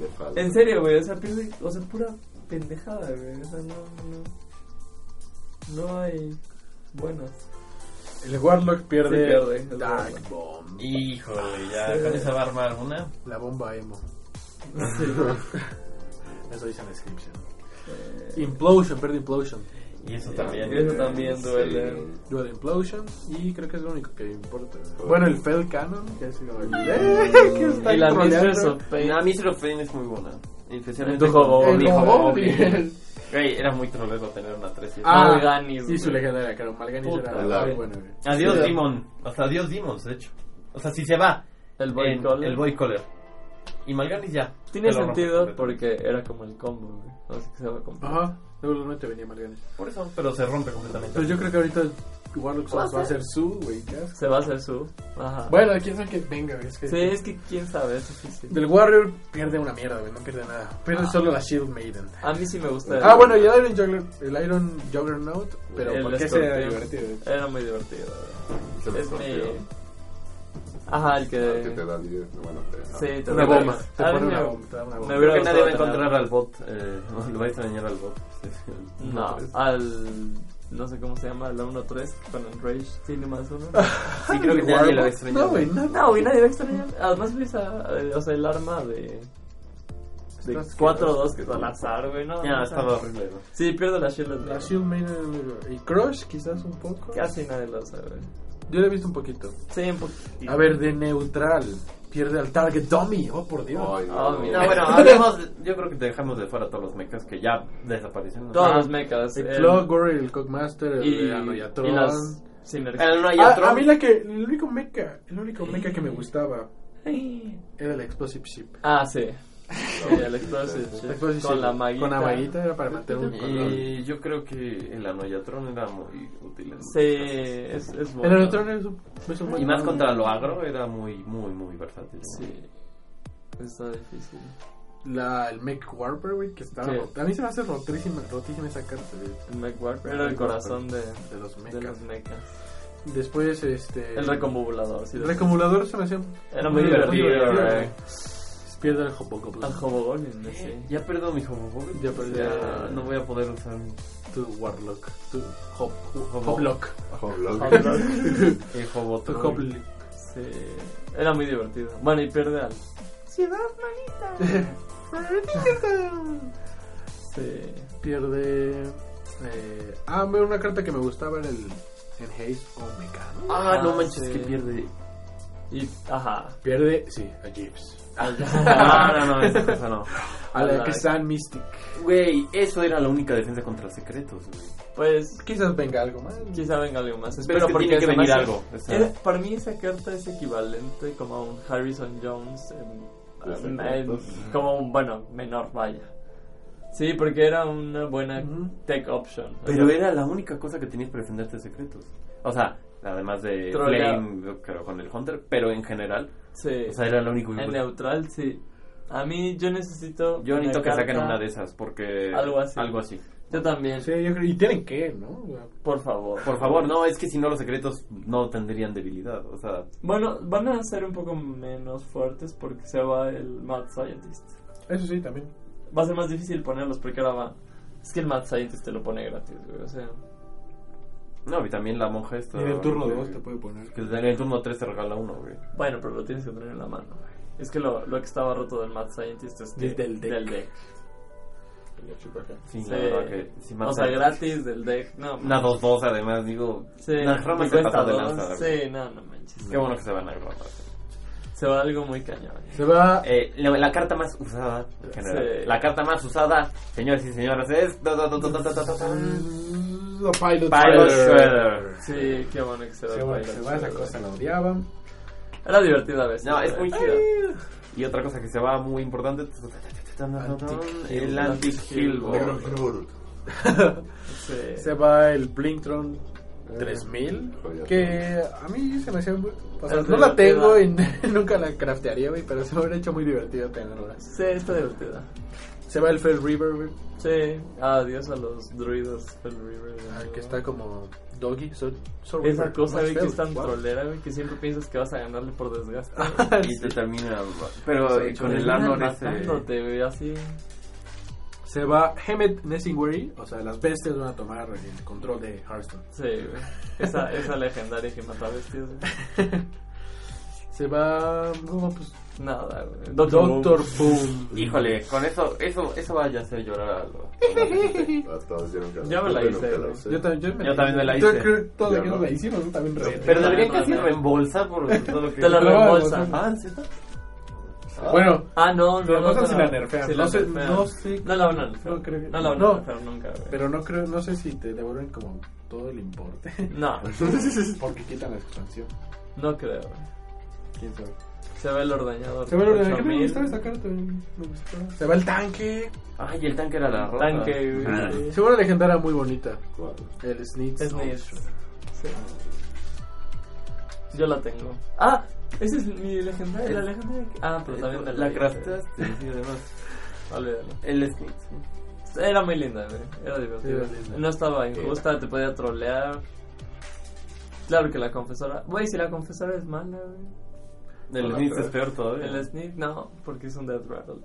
Speaker 3: Le falta.
Speaker 4: en serio, güey, o sea, pierde, o sea, pura pendejada, güey. O sea, no, no. No hay buenas.
Speaker 5: El Warlock pierde,
Speaker 4: Sí, pierde, el
Speaker 5: Dark
Speaker 4: Warlock.
Speaker 5: Bomb,
Speaker 2: Híjole, ya con esa va a armar una.
Speaker 5: la bomba emo.
Speaker 4: Sí,
Speaker 5: Eso dice en la descripción.
Speaker 4: eh,
Speaker 5: Implosion, pierde Implosion.
Speaker 2: Y eso
Speaker 4: y
Speaker 2: también.
Speaker 4: eso también duele.
Speaker 5: Dual Implosion y creo que es lo único que importa. Bueno, el Fel Cannon, que es Eh, el... que está ¿eh?
Speaker 4: Y la
Speaker 5: troleando.
Speaker 4: Mistress of Pain.
Speaker 2: No, Mister of Pain es muy buena. Especialmente.
Speaker 4: Tu Hobgoblin.
Speaker 2: con-
Speaker 5: El
Speaker 2: mi Hobgoblin.
Speaker 5: Hobgoblin.
Speaker 2: Güey, era muy trolero tener una 3 y
Speaker 5: Ah,
Speaker 4: Malganis,
Speaker 5: Y su
Speaker 4: güey.
Speaker 5: legendaria, claro, Malganis
Speaker 2: Puta
Speaker 5: era
Speaker 3: la-
Speaker 5: muy bueno. güey.
Speaker 2: Adiós,
Speaker 5: Sí,
Speaker 2: Demon. O sea, adiós, Demons, de hecho. O sea, si se va.
Speaker 4: El boy
Speaker 2: en-
Speaker 4: collar.
Speaker 2: El boy collar. Y Malganis ya.
Speaker 4: Tiene
Speaker 2: te lo rompe
Speaker 4: sentido
Speaker 2: completamente.
Speaker 4: porque era como el combo, güey. No sé qué se va a comprar.
Speaker 5: Ajá, regularmente venía Malganis.
Speaker 2: Por eso, pero se rompe completamente.
Speaker 5: Pero Pues yo creo que ahorita Warlock solo va a ser su, güey. qué asco.
Speaker 4: Se va a hacer su. Ajá.
Speaker 5: Bueno, quién sabe que venga, güey, es que...
Speaker 4: Sí, es que quién sabe, es difícil.
Speaker 5: Del Warrior pierde una mierda, güey, no pierde nada. Pierde
Speaker 4: Ah.
Speaker 5: solo la Shield Maiden.
Speaker 4: A mí sí me gusta. el-
Speaker 5: Ah, bueno, y el Iron Juggler, el Iron Juggernaut, pero
Speaker 4: El
Speaker 5: porque ese
Speaker 4: escorpión.
Speaker 5: era divertido.
Speaker 4: Era muy divertido.
Speaker 3: Se me
Speaker 4: Es mi.
Speaker 3: rompió.
Speaker 4: Ajá, el que.
Speaker 3: Que te da 10. Bueno, te da.
Speaker 4: Sí, te
Speaker 5: Una
Speaker 4: da-
Speaker 5: bomba, te
Speaker 4: A mí
Speaker 5: pone
Speaker 4: me-
Speaker 5: una bomba, te da una
Speaker 4: me
Speaker 5: bomba.
Speaker 2: Creo que
Speaker 4: hubiera
Speaker 2: nadie va a
Speaker 4: gustado tener-
Speaker 2: encontrar al bot. Eh, lo va a extrañar al bot.
Speaker 4: No, al. No sé cómo se llama, la 1-3 con el Rage tiene más uno.
Speaker 2: Sí, creo que nadie lo va a extrañar.
Speaker 5: No, güey, no.
Speaker 4: No, y nadie va a extrañar. Además, Luisa, eh, o sea, el arma de. De
Speaker 5: Estás
Speaker 4: 4-2 al azar, güey, no.
Speaker 2: Ya,
Speaker 4: no, no.
Speaker 2: estaba horrible. ¿no?
Speaker 4: Sí, pierde la shield.
Speaker 5: La Shield Maiden y Crush, quizás un poco.
Speaker 4: Casi nadie lo sabe. güey.
Speaker 5: Yo lo he visto un poquito.
Speaker 4: Sí, un poquito.
Speaker 5: A ver, de neutral. Pierde al Target Dummy. Oh, por Dios.
Speaker 3: Ay,
Speaker 4: Ah,
Speaker 3: no.
Speaker 4: mira.
Speaker 2: No, bueno, hablemos. Yo creo que dejamos de fuera todos los mechas que ya desaparecieron.
Speaker 4: Todos
Speaker 2: Ah,
Speaker 4: los mechas.
Speaker 5: el
Speaker 4: el-
Speaker 5: Clockwork, el Cockmaster, el
Speaker 4: y,
Speaker 5: Anoyatron.
Speaker 4: y las sinergias.
Speaker 2: El no hay otro.
Speaker 5: Ah, a mí la que, el único mecha, el único mecha que me gustaba era el Explosive Ship.
Speaker 4: Ah, sí. Sí, el explosive
Speaker 5: El
Speaker 4: chip.
Speaker 5: Explosive
Speaker 4: Con
Speaker 5: Ship.
Speaker 4: la maguita.
Speaker 5: Con la maguita era para mantener un color.
Speaker 2: Y yo creo que el Anoyatron era muy útil. en
Speaker 4: Sí, es, es
Speaker 5: El
Speaker 4: bueno.
Speaker 5: Anoyatron es un, es un buen
Speaker 2: Y más
Speaker 5: color.
Speaker 2: contra lo agro era muy, muy, muy versátil. ¿no?
Speaker 4: Sí. Está difícil.
Speaker 5: La, el Mech Warper, güey, que estaba
Speaker 4: Sí.
Speaker 5: rota. A mí se me hace rotísima, rotísima esa carta de,
Speaker 4: El McWarp era el corazón de,
Speaker 5: de los
Speaker 4: de los
Speaker 5: mechas.
Speaker 4: mechas.
Speaker 5: Después, este...
Speaker 4: El recomodulador. Sí,
Speaker 5: El recomulador se me hacía...
Speaker 4: Era muy
Speaker 5: Muy
Speaker 4: divertido.
Speaker 5: divertido,
Speaker 2: eh.
Speaker 5: pues,
Speaker 4: güey.
Speaker 5: Pierde el Hobgoblin.
Speaker 4: Al Hobogolin, ¿no? sí.
Speaker 2: Ya perdo mi homofobia.
Speaker 5: Ya perdí.
Speaker 2: Ya no voy a poder usar mi
Speaker 5: Tu Warlock. Tu Hob...
Speaker 2: Hob-
Speaker 5: Hoblock.
Speaker 3: Oh,
Speaker 4: Ah,
Speaker 3: Hoblock.
Speaker 2: mi
Speaker 5: Tu
Speaker 2: hobotron.
Speaker 5: Hoblock.
Speaker 4: Sí. Era muy divertido. Bueno, y pierde al. Ciudad Manita. sí.
Speaker 5: Pierde... Eh, ah, mira, una carta que me gustaba era el... En Haze Omega. ¿no?
Speaker 2: Ah, no
Speaker 4: Ah,
Speaker 2: manches,
Speaker 4: sí.
Speaker 2: que pierde.
Speaker 4: Y, ajá.
Speaker 5: Pierde, sí, a Jeeves.
Speaker 2: No, no, no, esa cosa no.
Speaker 5: A la
Speaker 4: Alright.
Speaker 5: que está en Mystic.
Speaker 2: Güey, eso era la única defensa contra secretos, güey.
Speaker 4: Pues
Speaker 5: Quizás venga algo más.
Speaker 4: Quizá venga algo más.
Speaker 2: Pero es
Speaker 4: Espero
Speaker 2: que
Speaker 4: porque
Speaker 2: tiene que
Speaker 4: se me
Speaker 2: venir
Speaker 4: hace-
Speaker 2: algo. o sea,
Speaker 4: Era- para mí esa carta es equivalente como a un Harrison Jones, en-
Speaker 3: Los
Speaker 4: en-
Speaker 3: secretos.
Speaker 4: en- como un, bueno, menor, vaya. Sí, porque era una buena
Speaker 5: Ujú.
Speaker 4: tech option. O
Speaker 2: Pero
Speaker 4: sea,
Speaker 2: era la única cosa que tenías para defenderte de secretos. O sea, además de
Speaker 4: Trolea.
Speaker 2: Flame, yo creo, con el Hunter, pero en general,
Speaker 4: sí.
Speaker 2: o sea, era lo único que...
Speaker 4: en neutral, sí. A mí yo necesito...
Speaker 2: Yo
Speaker 4: una
Speaker 2: necesito que saquen
Speaker 4: carta-
Speaker 2: una de esas, porque...
Speaker 4: Algo así.
Speaker 2: Algo así.
Speaker 4: Yo también.
Speaker 1: Sí, yo creo- y tienen que, ¿no? O sea,
Speaker 4: Por favor.
Speaker 2: Por favor, no, es que si no los secretos no tendrían debilidad. O sea,
Speaker 4: Bueno, van a ser un poco menos fuertes porque se va el Mad Scientist.
Speaker 1: Eso sí, también.
Speaker 4: Va a ser más difícil ponerlos porque ahora va. Es que el Mad Scientist te lo pone gratis, güey. O sea,
Speaker 2: no, y también la monja esta.
Speaker 1: Y en el turno
Speaker 2: de
Speaker 1: 2 te puede poner.
Speaker 2: Que en el turno 3 te regala uno, güey.
Speaker 4: bueno, pero lo tienes que tener en la mano, güey. Es que lo, lo que estaba roto del Mad Scientist es que.
Speaker 1: Del- del deck.
Speaker 3: Tenía chupaca.
Speaker 2: Sí,
Speaker 4: Sí.
Speaker 2: la verdad que. sí, más
Speaker 4: o sea,
Speaker 2: de-
Speaker 4: gratis del deck. No,
Speaker 2: Una 2-2, además, digo.
Speaker 4: Sí,
Speaker 2: las ramas
Speaker 4: y
Speaker 2: se
Speaker 4: cuesta
Speaker 2: pasan de
Speaker 4: dos.
Speaker 2: lanza. güey.
Speaker 4: Sí, no, no manches.
Speaker 2: Qué bueno que se van a grabar.
Speaker 4: Se va algo muy cañón.
Speaker 1: Se va
Speaker 2: Eh, la, la carta más usada, en general.
Speaker 4: Sí.
Speaker 2: La carta más usada, señores y señoras, es. ta, ta, ta, ta, ta, ta, ta, ta.
Speaker 1: The Pilot, Shredder.
Speaker 2: Pilot Shredder.
Speaker 4: Sí, qué bueno que se va.
Speaker 1: Se
Speaker 4: el
Speaker 1: va,
Speaker 4: Pilot
Speaker 1: se va, esa
Speaker 4: Shredder.
Speaker 1: cosa la odiaban.
Speaker 4: Era divertida a veces.
Speaker 2: No, es
Speaker 4: güey.
Speaker 2: muy chida. Y otra cosa que se va muy importante:
Speaker 1: Antic
Speaker 2: el Antic
Speaker 3: Negro
Speaker 2: Hillboard.
Speaker 3: Giro Boruto.
Speaker 4: Sí.
Speaker 5: Se va el Blinktron 3000.
Speaker 3: Joya.
Speaker 5: Que a mí se me hacía. muy- O sea,
Speaker 4: Es
Speaker 5: no la tengo y
Speaker 4: divertida.
Speaker 5: nunca la craftearía, güey, pero se me hubiera hecho muy divertido tenerla.
Speaker 4: Sí, está divertida.
Speaker 5: Se va el Fell River, güey,
Speaker 4: Sí, adiós a los druidas del River. de
Speaker 5: ah,
Speaker 4: nuevo.
Speaker 5: que está como Doggy. So, so
Speaker 4: Esa
Speaker 5: River,
Speaker 4: cosa,
Speaker 5: más
Speaker 4: güey, que
Speaker 5: feo,
Speaker 4: es tan
Speaker 5: wow.
Speaker 4: trolera, güey, que siempre piensas que vas a ganarle por desgaste.
Speaker 2: Y te termina. Pero eh,
Speaker 4: Sí,
Speaker 2: con el
Speaker 4: terminan
Speaker 2: armor ese.
Speaker 4: matándote, güey, así.
Speaker 5: Se va Hemet Nessingwary, o sea, las bestias van a tomar el control de Hearthstone.
Speaker 4: Sí, güey. Esa, esa legendaria que mata bestias, güey.
Speaker 5: Se va. No, pues.
Speaker 4: Nada, güey.
Speaker 5: Doctor Boom.
Speaker 2: Híjole, con eso, eso, eso vaya a hacer llorar a los.
Speaker 3: A Ah, todos dieron ganas.
Speaker 4: Ya me la
Speaker 3: Yo
Speaker 4: hice,
Speaker 3: nunca
Speaker 4: güey.
Speaker 3: usé.
Speaker 5: Yo también,
Speaker 2: Yo también me la
Speaker 5: Yo
Speaker 2: hice.
Speaker 5: creo que todos
Speaker 3: Yo
Speaker 5: aquí nos
Speaker 3: no.
Speaker 5: la hicimos, ¿no? También re-
Speaker 2: Pero deberían
Speaker 4: No,
Speaker 2: casi
Speaker 4: no, no.
Speaker 2: reembolsar por todo lo que.
Speaker 4: Te la
Speaker 5: Pero bueno,
Speaker 4: reembolsa.
Speaker 5: no,
Speaker 2: Ah, ¿sí?
Speaker 5: Bueno,
Speaker 4: Ah, no, no.
Speaker 5: Pero
Speaker 4: no,
Speaker 5: no sé
Speaker 4: no,
Speaker 5: si
Speaker 4: no.
Speaker 5: la nerfean.
Speaker 4: Sí
Speaker 5: No sé-
Speaker 4: nerfean.
Speaker 5: no sé-
Speaker 4: No la van a nerfear.
Speaker 5: No creo que-
Speaker 4: No la van
Speaker 5: no.
Speaker 4: a nerfear nunca, güey.
Speaker 5: Pero no creo, no sé si te devuelven como todo el importe.
Speaker 4: No,
Speaker 5: Porque quitan la expansión.
Speaker 4: no creo, güey.
Speaker 5: Quién sabe.
Speaker 4: Se ve el ordeñador.
Speaker 5: Se va el ordenador. ¿Qué
Speaker 4: 8000.
Speaker 5: me gustaba esa carta? Me gustaba. Se va el tanque.
Speaker 2: Ay, el tanque era la ropa.
Speaker 4: Tanque, güey.
Speaker 2: Ah.
Speaker 4: Sí.
Speaker 5: Se va una legendaria muy bonita.
Speaker 3: Bueno,
Speaker 5: El Snitch.
Speaker 4: Es mi Sí. Yo la tengo. Ah, esa es mi legendaria. La legendaria. que- Ah, pero también me
Speaker 2: La
Speaker 4: hice.
Speaker 2: craftaste, sí, además.
Speaker 4: Olvídalo.
Speaker 2: El Snitch. sí.
Speaker 4: Era muy linda, güey. Era divertida.
Speaker 5: Sí, era linda.
Speaker 4: no estaba injusta, te podía trolear. Claro que la confesora. Güey, si la confesora es mala, güey.
Speaker 2: El
Speaker 3: No,
Speaker 2: Snitch
Speaker 3: pero-
Speaker 2: es peor todavía.
Speaker 4: El sneak, no, porque es un death rattle.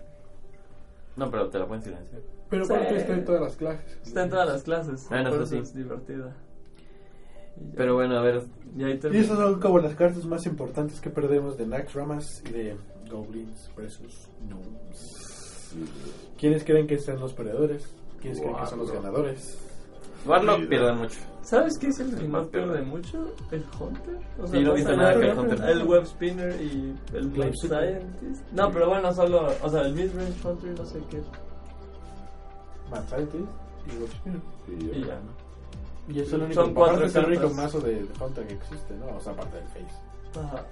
Speaker 2: No, pero te la pueden silenciar.
Speaker 1: Pero
Speaker 4: Sí.
Speaker 1: ¿por qué está en todas las clases?
Speaker 4: Está en todas las clases.
Speaker 2: Ah, no,
Speaker 4: por
Speaker 2: eso
Speaker 4: eso
Speaker 2: sí.
Speaker 4: es divertida. Y ya.
Speaker 2: Pero bueno, a ver.
Speaker 4: Y ahí
Speaker 5: Y
Speaker 4: termina.
Speaker 5: esas son como las cartas más importantes que perdemos de Naxxramas y de Goblins versus Gnomes.
Speaker 3: sí,
Speaker 5: ¿Quiénes creen que son los perdedores? ¿Quiénes creen que son los
Speaker 3: Guau.
Speaker 5: ganadores?
Speaker 2: Warlock pierde mucho.
Speaker 4: ¿Sabes qué es el que más pierde mucho? ¿El Hunter? O
Speaker 2: Sí, no
Speaker 4: pasa
Speaker 2: dice
Speaker 5: nada que el
Speaker 4: pero-
Speaker 2: Hunter.
Speaker 4: El Web Spinner y el
Speaker 5: Claim
Speaker 4: Mad
Speaker 5: Super.
Speaker 4: Scientist. No, pero bueno, solo. O sea, el Midrange Hunter, no sé qué.
Speaker 5: Mad Scientist y Wolfspear.
Speaker 3: y ya.
Speaker 4: Y ya.
Speaker 5: Y es el único,
Speaker 4: Son cuatro
Speaker 5: aparte es el único
Speaker 4: cartas.
Speaker 5: mazo de Hunter que existe, ¿no? O sea, aparte del Face.
Speaker 4: Ajá.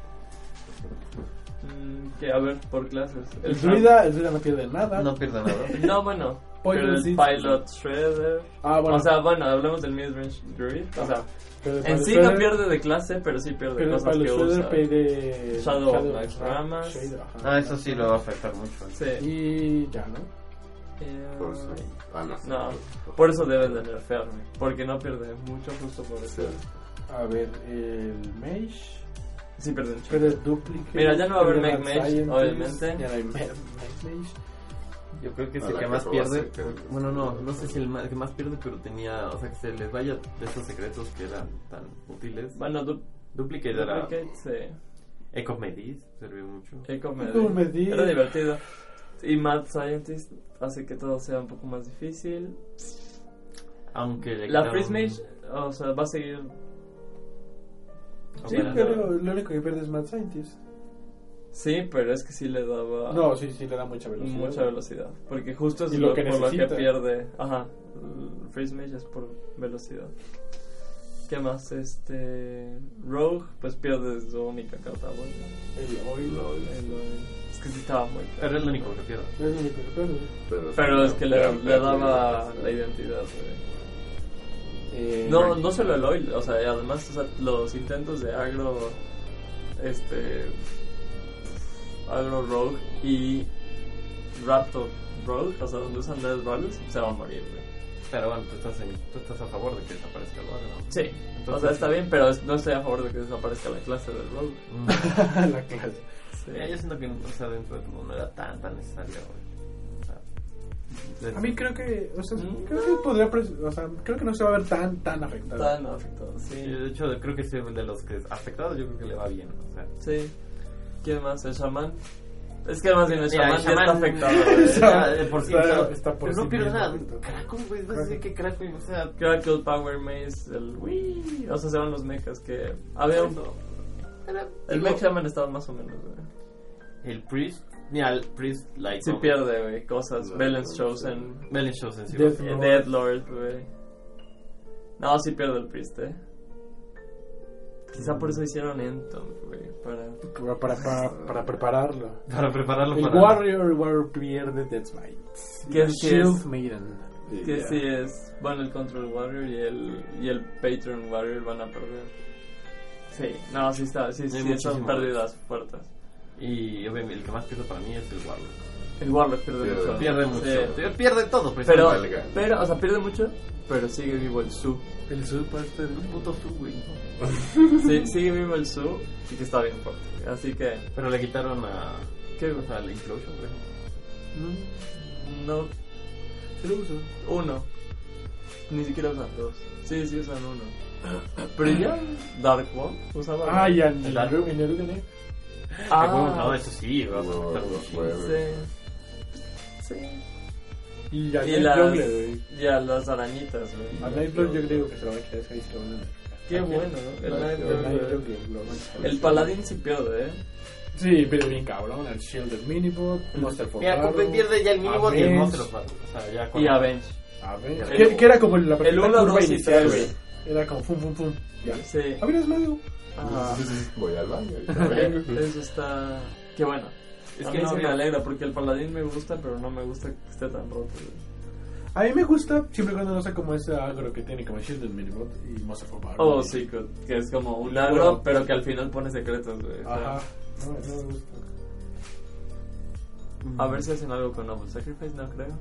Speaker 4: Mm, que a ver, por clases.
Speaker 5: El druida, el druida no pierde nada.
Speaker 2: No pierde nada.
Speaker 4: No, bueno.
Speaker 5: Poison
Speaker 4: pero el
Speaker 5: Seed.
Speaker 4: Pilot Shredder.
Speaker 5: Ah, bueno.
Speaker 4: O sea, bueno, hablemos del Midrange Druid. O sea,
Speaker 5: Pero el
Speaker 4: en sí
Speaker 5: Shredder-
Speaker 4: no pierde de clase, pero sí pierde
Speaker 5: Pero
Speaker 4: cosas
Speaker 5: para
Speaker 4: que
Speaker 5: los Shredder
Speaker 4: usa.
Speaker 5: pide
Speaker 4: Shadow of Knife
Speaker 5: Shadow
Speaker 4: Ramas.
Speaker 5: Shader, ajá.
Speaker 2: Ah, eso sí lo va a afectar mucho.
Speaker 4: Sí.
Speaker 5: Y ya, ¿no?
Speaker 4: Eh,
Speaker 3: Por eso. Ah, no.
Speaker 4: No, por eso deben de nerfearme. Porque no pierde mucho justo por eso.
Speaker 3: Sí.
Speaker 5: A ver, el Mage.
Speaker 4: Sí, pierde mucho.
Speaker 5: Pero el duplicate.
Speaker 4: Mira, ya no va a haber
Speaker 5: pero
Speaker 4: Mage
Speaker 5: Mad
Speaker 4: Mage,
Speaker 5: Scientist,
Speaker 4: obviamente.
Speaker 5: Ya no hay Mage Mage.
Speaker 2: Yo creo que es
Speaker 3: A
Speaker 2: el
Speaker 3: la
Speaker 2: que
Speaker 3: que
Speaker 2: más
Speaker 3: robaste,
Speaker 2: pierde.
Speaker 3: creo que-
Speaker 2: Bueno, no, no sé si el ma- que más pierde, pero tenía. O sea, que se les vaya de esos secretos que eran tan útiles.
Speaker 4: Bueno, du
Speaker 2: Duplicate era.
Speaker 4: Duplicate, sí.
Speaker 2: Echo Medis sirvió mucho.
Speaker 4: Echo Medis.
Speaker 5: Echo Medis.
Speaker 4: Era divertido. Y Mad Scientist hace que todo sea un poco más difícil.
Speaker 2: Aunque le
Speaker 4: La
Speaker 2: quitaron-
Speaker 4: Freeze Mage, o sea, va a seguir.
Speaker 5: Sí,
Speaker 2: aunque le-
Speaker 5: pero lo único que pierde es Mad Scientist.
Speaker 4: Sí, pero es que sí le daba
Speaker 5: No, sí, sí, le da mucha velocidad.
Speaker 4: mucha velocidad. Porque justo es
Speaker 5: Y lo
Speaker 4: lo-
Speaker 5: que
Speaker 4: por lo que
Speaker 5: necesita.
Speaker 4: pierde. Ajá. el Freeze Mage es por velocidad. ¿Qué más? Este. Rogue, pues pierde su única carta buena.
Speaker 5: El oil.
Speaker 3: Lo odio.
Speaker 4: Ahí lo ve. Es que sí estaba muy
Speaker 2: Pero
Speaker 4: claro.
Speaker 2: es lo único que pierde.
Speaker 5: Es lo único que pierde.
Speaker 3: Pero,
Speaker 4: Pero es que le,
Speaker 3: Pero-
Speaker 4: le
Speaker 3: pero-
Speaker 4: daba la identidad, güey.
Speaker 5: Eh,
Speaker 4: No, no solo el oil, o sea, y además o sea, los intentos de agro. Este. Agro Rogue y Raptor Rogue, o sea, donde usan Dead Rattles, se va a morir, güey.
Speaker 2: Pero bueno, tú estás, en- tú estás a favor de que desaparezca el rol, ¿no?
Speaker 4: Sí. o sea, está bien, pero no estoy a favor de que desaparezca la clase del rol.
Speaker 2: Mm.
Speaker 1: la clase.
Speaker 4: Sí.
Speaker 2: Eh, yo siento que o sea, dentro de todo no era tan, tan necesario. güey. O sea, de-
Speaker 1: A mí creo que, o sea,
Speaker 4: Mm.
Speaker 1: creo que podría, pres- o sea, creo que no se va a ver tan, tan afectado.
Speaker 2: Ah.
Speaker 4: Tan afectado,
Speaker 2: Sí,
Speaker 4: sí.
Speaker 2: de hecho, creo que es de los que afectados, yo creo que le va bien. O sea,
Speaker 4: Sí. ¿Quién más? ¿El chamán? Es que más bien el
Speaker 2: Mira,
Speaker 4: chamán
Speaker 2: el
Speaker 4: ya está
Speaker 2: chamán-
Speaker 4: afectado. güey.
Speaker 2: Ya, de por sí,
Speaker 1: Está-
Speaker 2: o sea,
Speaker 1: está por
Speaker 2: pero
Speaker 1: sí
Speaker 2: no pierde
Speaker 1: mismo
Speaker 2: nada.
Speaker 1: afectado.
Speaker 2: Kraken, güey, vas a decir que Kraken, o sea,
Speaker 4: Crackle, Power Maze, el Wii. O sea, se van los mechas que. Había un.
Speaker 2: eso. Era-
Speaker 4: El
Speaker 2: digo,
Speaker 4: mech shaman estaba más o menos, güey.
Speaker 2: el Priest, mira, el Priest, like,
Speaker 4: Sí pierde, güey, cosas.
Speaker 3: No,
Speaker 4: Balance
Speaker 3: no,
Speaker 4: Chosen,
Speaker 2: Melon Shows en sí,
Speaker 1: Death
Speaker 2: güey.
Speaker 4: eh,
Speaker 1: Lord.
Speaker 4: Deadlord, güey. No, sí pierde el priest, eh. Quizá por eso hicieron Entom, güey. Para.
Speaker 1: Para, para, para prepararlo.
Speaker 2: Para prepararlo
Speaker 1: El
Speaker 2: para.
Speaker 1: Warrior, Warrior pierde Deathmite.
Speaker 4: ¿Qué es? ¿Qué
Speaker 1: Shield
Speaker 4: es?
Speaker 1: Maiden.
Speaker 3: Y
Speaker 4: Que
Speaker 3: ya.
Speaker 4: sí es. Bueno, el Control Warrior y el, y el Patron Warrior van a perder. Sí, no, sí está. Sí, sí, son
Speaker 2: muchísimo.
Speaker 4: pérdidas fuertes.
Speaker 2: Y obviamente el que más pierde para mí es el Warlock.
Speaker 4: El Warlock pierde,
Speaker 3: Pierde-
Speaker 4: mucho.
Speaker 2: Pierde
Speaker 4: Sí.
Speaker 2: mucho. Pierde todo, pues.
Speaker 4: Pero,
Speaker 3: valga.
Speaker 4: pero, o sea, pierde mucho, pero sigue vivo el Su.
Speaker 1: El Super
Speaker 2: Un puto su, güey.
Speaker 4: Sí, sigue vivo el Su y que está bien fuerte. Así que,
Speaker 2: Pero le quitaron a.
Speaker 4: ¿qué?
Speaker 2: O sea, al Inclusion, güey.
Speaker 4: No,
Speaker 1: Se lo uso.
Speaker 4: uno. Ni siquiera usan dos. Sí, sí usan uno. Pero ya Dark One usaba.
Speaker 1: Ah, y el
Speaker 2: El Dark-
Speaker 1: Illuminate.
Speaker 4: Ah,
Speaker 2: No, eso sí, güey.
Speaker 3: Huevo, huevo.
Speaker 4: sí. Sí.
Speaker 1: Y a
Speaker 4: Y
Speaker 1: Night
Speaker 4: las,
Speaker 1: Juggler, güey.
Speaker 4: y a las arañitas, güey.
Speaker 1: A Night Juggler yo creo que se lo va a quedar ese y se lo van a dar.
Speaker 4: Ah, Qué bueno, ¿no? El,
Speaker 3: Las
Speaker 4: Night
Speaker 3: de
Speaker 1: Night
Speaker 4: Juggler.
Speaker 1: Juggler lo van a
Speaker 4: el paladín sí pierde, ¿eh?
Speaker 1: Sí, pero bien cabrón. El Shield del Minibot, Monster for
Speaker 2: Mira,
Speaker 1: Barrow,
Speaker 2: Copen pierde ya el mínimo y el
Speaker 1: Avenge,
Speaker 2: monstruo. O sea, ya con.
Speaker 4: Y Avenge.
Speaker 1: Avenge.
Speaker 2: El-
Speaker 1: Que, que era como la
Speaker 4: El
Speaker 1: la
Speaker 4: uno,
Speaker 1: curva
Speaker 4: dos y
Speaker 1: inicial,
Speaker 4: tres.
Speaker 1: güey. Era como fum, fum, fum. Ya.
Speaker 4: Sí.
Speaker 1: Abrirás medio.
Speaker 4: Ah,
Speaker 3: Voy al baño. y ya vengo.
Speaker 4: eso está. Qué bueno. Es
Speaker 2: A
Speaker 4: que
Speaker 2: mí
Speaker 4: no
Speaker 2: sí
Speaker 4: me
Speaker 2: me-
Speaker 4: alegra porque el paladín me gusta, pero no me gusta que esté tan roto. güey.
Speaker 1: A mí me gusta siempre y cuando no sea como ese agro que tiene como Shield del Minibot y Monster for Barrow.
Speaker 4: Oh, sí, que que es como un
Speaker 1: Claro.
Speaker 4: agro, pero que al final pone secretos, güey. Está-
Speaker 1: Ajá. No, no me gusta.
Speaker 4: A ver si hacen algo con Noble Sacrifice, no creo.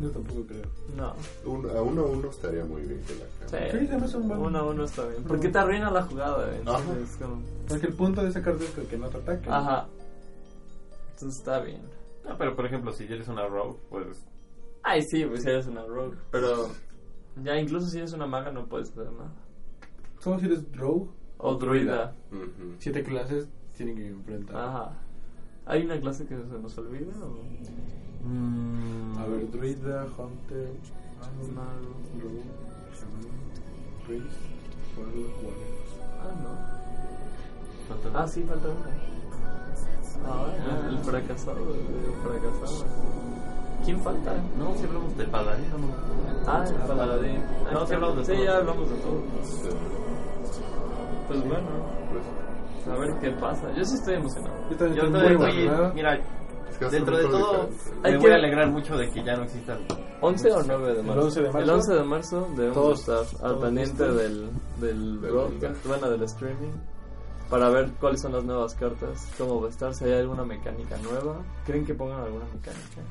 Speaker 1: Yo tampoco creo.
Speaker 4: No.
Speaker 3: Un- a uno a uno estaría muy bien que la
Speaker 4: Sí.
Speaker 3: cambie.
Speaker 1: Sí, se me hace un buen-
Speaker 4: Uno a uno está bien. Porque te arruina la jugada, güey. Entonces,
Speaker 3: Ajá.
Speaker 4: es como-
Speaker 1: Porque el punto de esa carta es que- que no te ataque.
Speaker 4: Ajá. Entonces está bien.
Speaker 2: No, Ah, pero por ejemplo, si eres una rogue, pues.
Speaker 4: Ay, sí, pues si eres una rogue. Pero ya incluso si eres una maga no puedes hacer nada.
Speaker 1: Solo si eres Rogue,
Speaker 4: O druida.
Speaker 3: Ujú.
Speaker 1: siete clases tienen que enfrentar.
Speaker 4: Ajá. ¿Hay una clase que se nos olvida o Mm.
Speaker 1: A ver, Druida, Hunter,
Speaker 4: mago?
Speaker 1: Rogue, Shaman, Priest, Warlock, Warrior.
Speaker 4: Ah, no.
Speaker 2: Falta-
Speaker 4: Ah, sí, falta una. Ah, el fracasado, el fracasado. ¿Quién falta?
Speaker 2: No, si hablamos del paladín, ¿o no.
Speaker 4: Ah, el paladín.
Speaker 2: No, sí hablamos de
Speaker 4: Sí,
Speaker 2: todo.
Speaker 4: ya hablamos de todo.
Speaker 3: Sí,
Speaker 4: Pues bueno,
Speaker 3: pues,
Speaker 4: a ver qué pasa. Yo sí estoy emocionado.
Speaker 1: Yo también
Speaker 2: Yo
Speaker 1: estoy muy
Speaker 2: todavía
Speaker 1: emocionado.
Speaker 2: estoy. Mira,
Speaker 3: es que hace
Speaker 2: dentro de
Speaker 3: mucho
Speaker 2: todo,
Speaker 3: diferente.
Speaker 4: Hay
Speaker 2: me
Speaker 4: que-
Speaker 2: voy a alegrar mucho de que ya no existan.
Speaker 4: 11 o 9 de
Speaker 1: El
Speaker 4: marzo.
Speaker 1: 11 de marzo.
Speaker 4: El 11 de marzo debemos
Speaker 1: Todos-
Speaker 4: estar al
Speaker 1: todos
Speaker 4: pendiente
Speaker 1: listos.
Speaker 4: del, del
Speaker 3: Del
Speaker 4: broadcast, bueno, del streaming, para ver cuáles son las nuevas cartas, cómo va a estar, si hay alguna mecánica nueva. ¿Creen que pongan alguna mecánica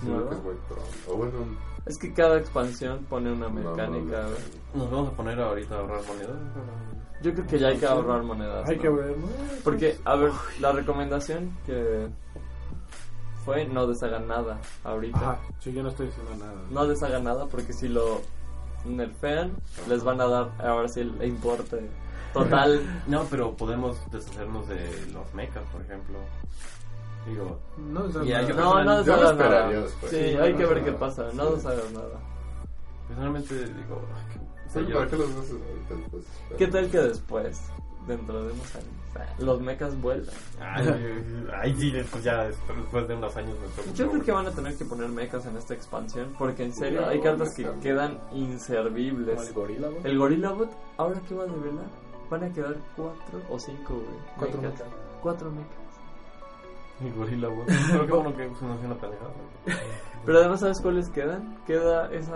Speaker 3: Creo
Speaker 1: pues,
Speaker 3: que
Speaker 4: nueva?
Speaker 3: es pues, muy pronto. O Bueno,
Speaker 4: Es que cada expansión pone una
Speaker 3: No, no,
Speaker 4: mecánica.
Speaker 3: no.
Speaker 4: güey.
Speaker 2: Nos vamos a poner ahorita a ahorrar monedas.
Speaker 4: Yo creo que ya hay que ahorrar monedas.
Speaker 1: Hay
Speaker 4: ¿no?
Speaker 1: que ver.
Speaker 4: Porque, a ver, la recomendación que fue no deshagan nada ahorita.
Speaker 1: Ajá, sí, yo no estoy diciendo nada.
Speaker 4: no deshagan nada porque si lo nerfean, les van a dar ahora sí el importe total.
Speaker 2: No, pero podemos deshacernos de los mechas, por ejemplo. Digo,
Speaker 1: No, o sea,
Speaker 2: Y hay que-
Speaker 4: No, no
Speaker 3: Yo
Speaker 4: deshagan
Speaker 3: lo esperaría
Speaker 4: nada.
Speaker 3: después.
Speaker 4: Sí,
Speaker 3: Sí,
Speaker 4: hay
Speaker 3: no
Speaker 4: que ver
Speaker 3: deshagan
Speaker 4: qué
Speaker 3: nada.
Speaker 4: pasa, no
Speaker 3: Sí.
Speaker 4: deshagan nada.
Speaker 2: personalmente, digo. ay, que- o sea,
Speaker 3: ¿Pero
Speaker 2: yo-
Speaker 3: ¿Para qué los haces ahorita? Pues,
Speaker 4: ¿Qué tal que después, dentro de unos años, ah, los mechas vuelvan?
Speaker 2: Ay, ay, sí, después ya, después de unos años me preocupo.
Speaker 4: Pues Yo creo que van a tener que poner mechas en esta expansión porque en serio hay
Speaker 3: Cuidado,
Speaker 4: cartas que
Speaker 3: mecha.
Speaker 4: quedan
Speaker 1: como el
Speaker 4: inservibles.
Speaker 1: gorila, güey.
Speaker 4: El Gorillabot, ¿ahora qué va a develar? Van a quedar cuatro o cinco, güey.
Speaker 1: Cuatro
Speaker 4: mechas.
Speaker 1: mechas.
Speaker 4: Cuatro mechas.
Speaker 2: Mi gorila, güey. Pero qué bueno que funciona tan lejos.
Speaker 4: Pero además, ¿sabes cuáles quedan? Queda esa.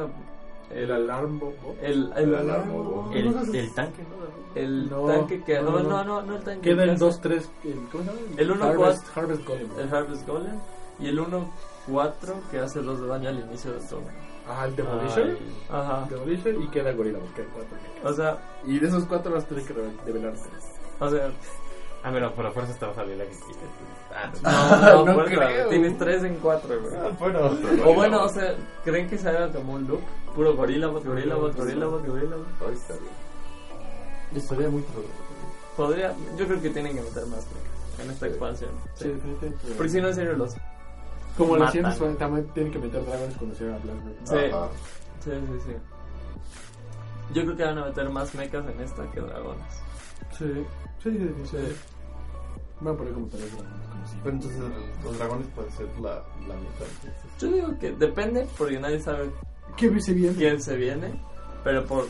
Speaker 1: El alarm bombo.
Speaker 4: El, el,
Speaker 3: El alarma, bobo.
Speaker 2: El, el tanque, ¿no?
Speaker 4: el
Speaker 1: No,
Speaker 4: tanque que. No,
Speaker 1: no,
Speaker 4: no,
Speaker 1: no.
Speaker 4: no, no, el tanque.
Speaker 1: Queda
Speaker 4: que
Speaker 1: el
Speaker 4: hace
Speaker 1: 2-3. el- ¿Cómo se llama?
Speaker 4: El uno, Eh.
Speaker 1: Harvest, Harvest Golem.
Speaker 4: El Harvest Golem. Y el 1-4 que hace 2 de daño al inicio del turno.
Speaker 1: Ajá, el Demolition.
Speaker 4: Ajá.
Speaker 1: Demolition y queda Gorilla Monk, quedan cuatro mechas.
Speaker 4: O sea,
Speaker 1: Y de esos cuatro vas a tener que revel- develar tres.
Speaker 4: o sea,
Speaker 2: Ah, pero por la fuerza te va a salir la que quieres. Ah,
Speaker 4: no, no,
Speaker 1: No
Speaker 4: fuerza,
Speaker 1: creo.
Speaker 4: Tienes tres en cuatro, güey.
Speaker 2: bueno.
Speaker 4: O bueno, o sea, ¿creen que se haga como un loop? Puro gorila, bot, gorila, bot, gorila, bot, gorila. pues. bot.
Speaker 3: Ahí está bien.
Speaker 7: Estaría muy probable.
Speaker 4: Podría, yo creo que tienen que meter más mecas en esta expansión.
Speaker 7: Sí, definitivamente.
Speaker 4: Porque si no, en serio, los. Sí,
Speaker 1: Como lo
Speaker 4: Matan.
Speaker 1: hacían, pues, también tienen que meter dragones cuando se Ah, a hablar. güey.
Speaker 3: Ajá.
Speaker 4: sí, sí, sí. Yo creo que van a meter más mecas en esta que dragones.
Speaker 1: Sí, sí, sí. sí. Me voy a poner como tal vez dragones, como si-
Speaker 7: Pero entonces el- los dragones pueden ser la, la mitad. entonces.
Speaker 4: Yo digo que depende, porque nadie sabe
Speaker 1: ¿Qué viste bien?
Speaker 4: quién se viene, pero por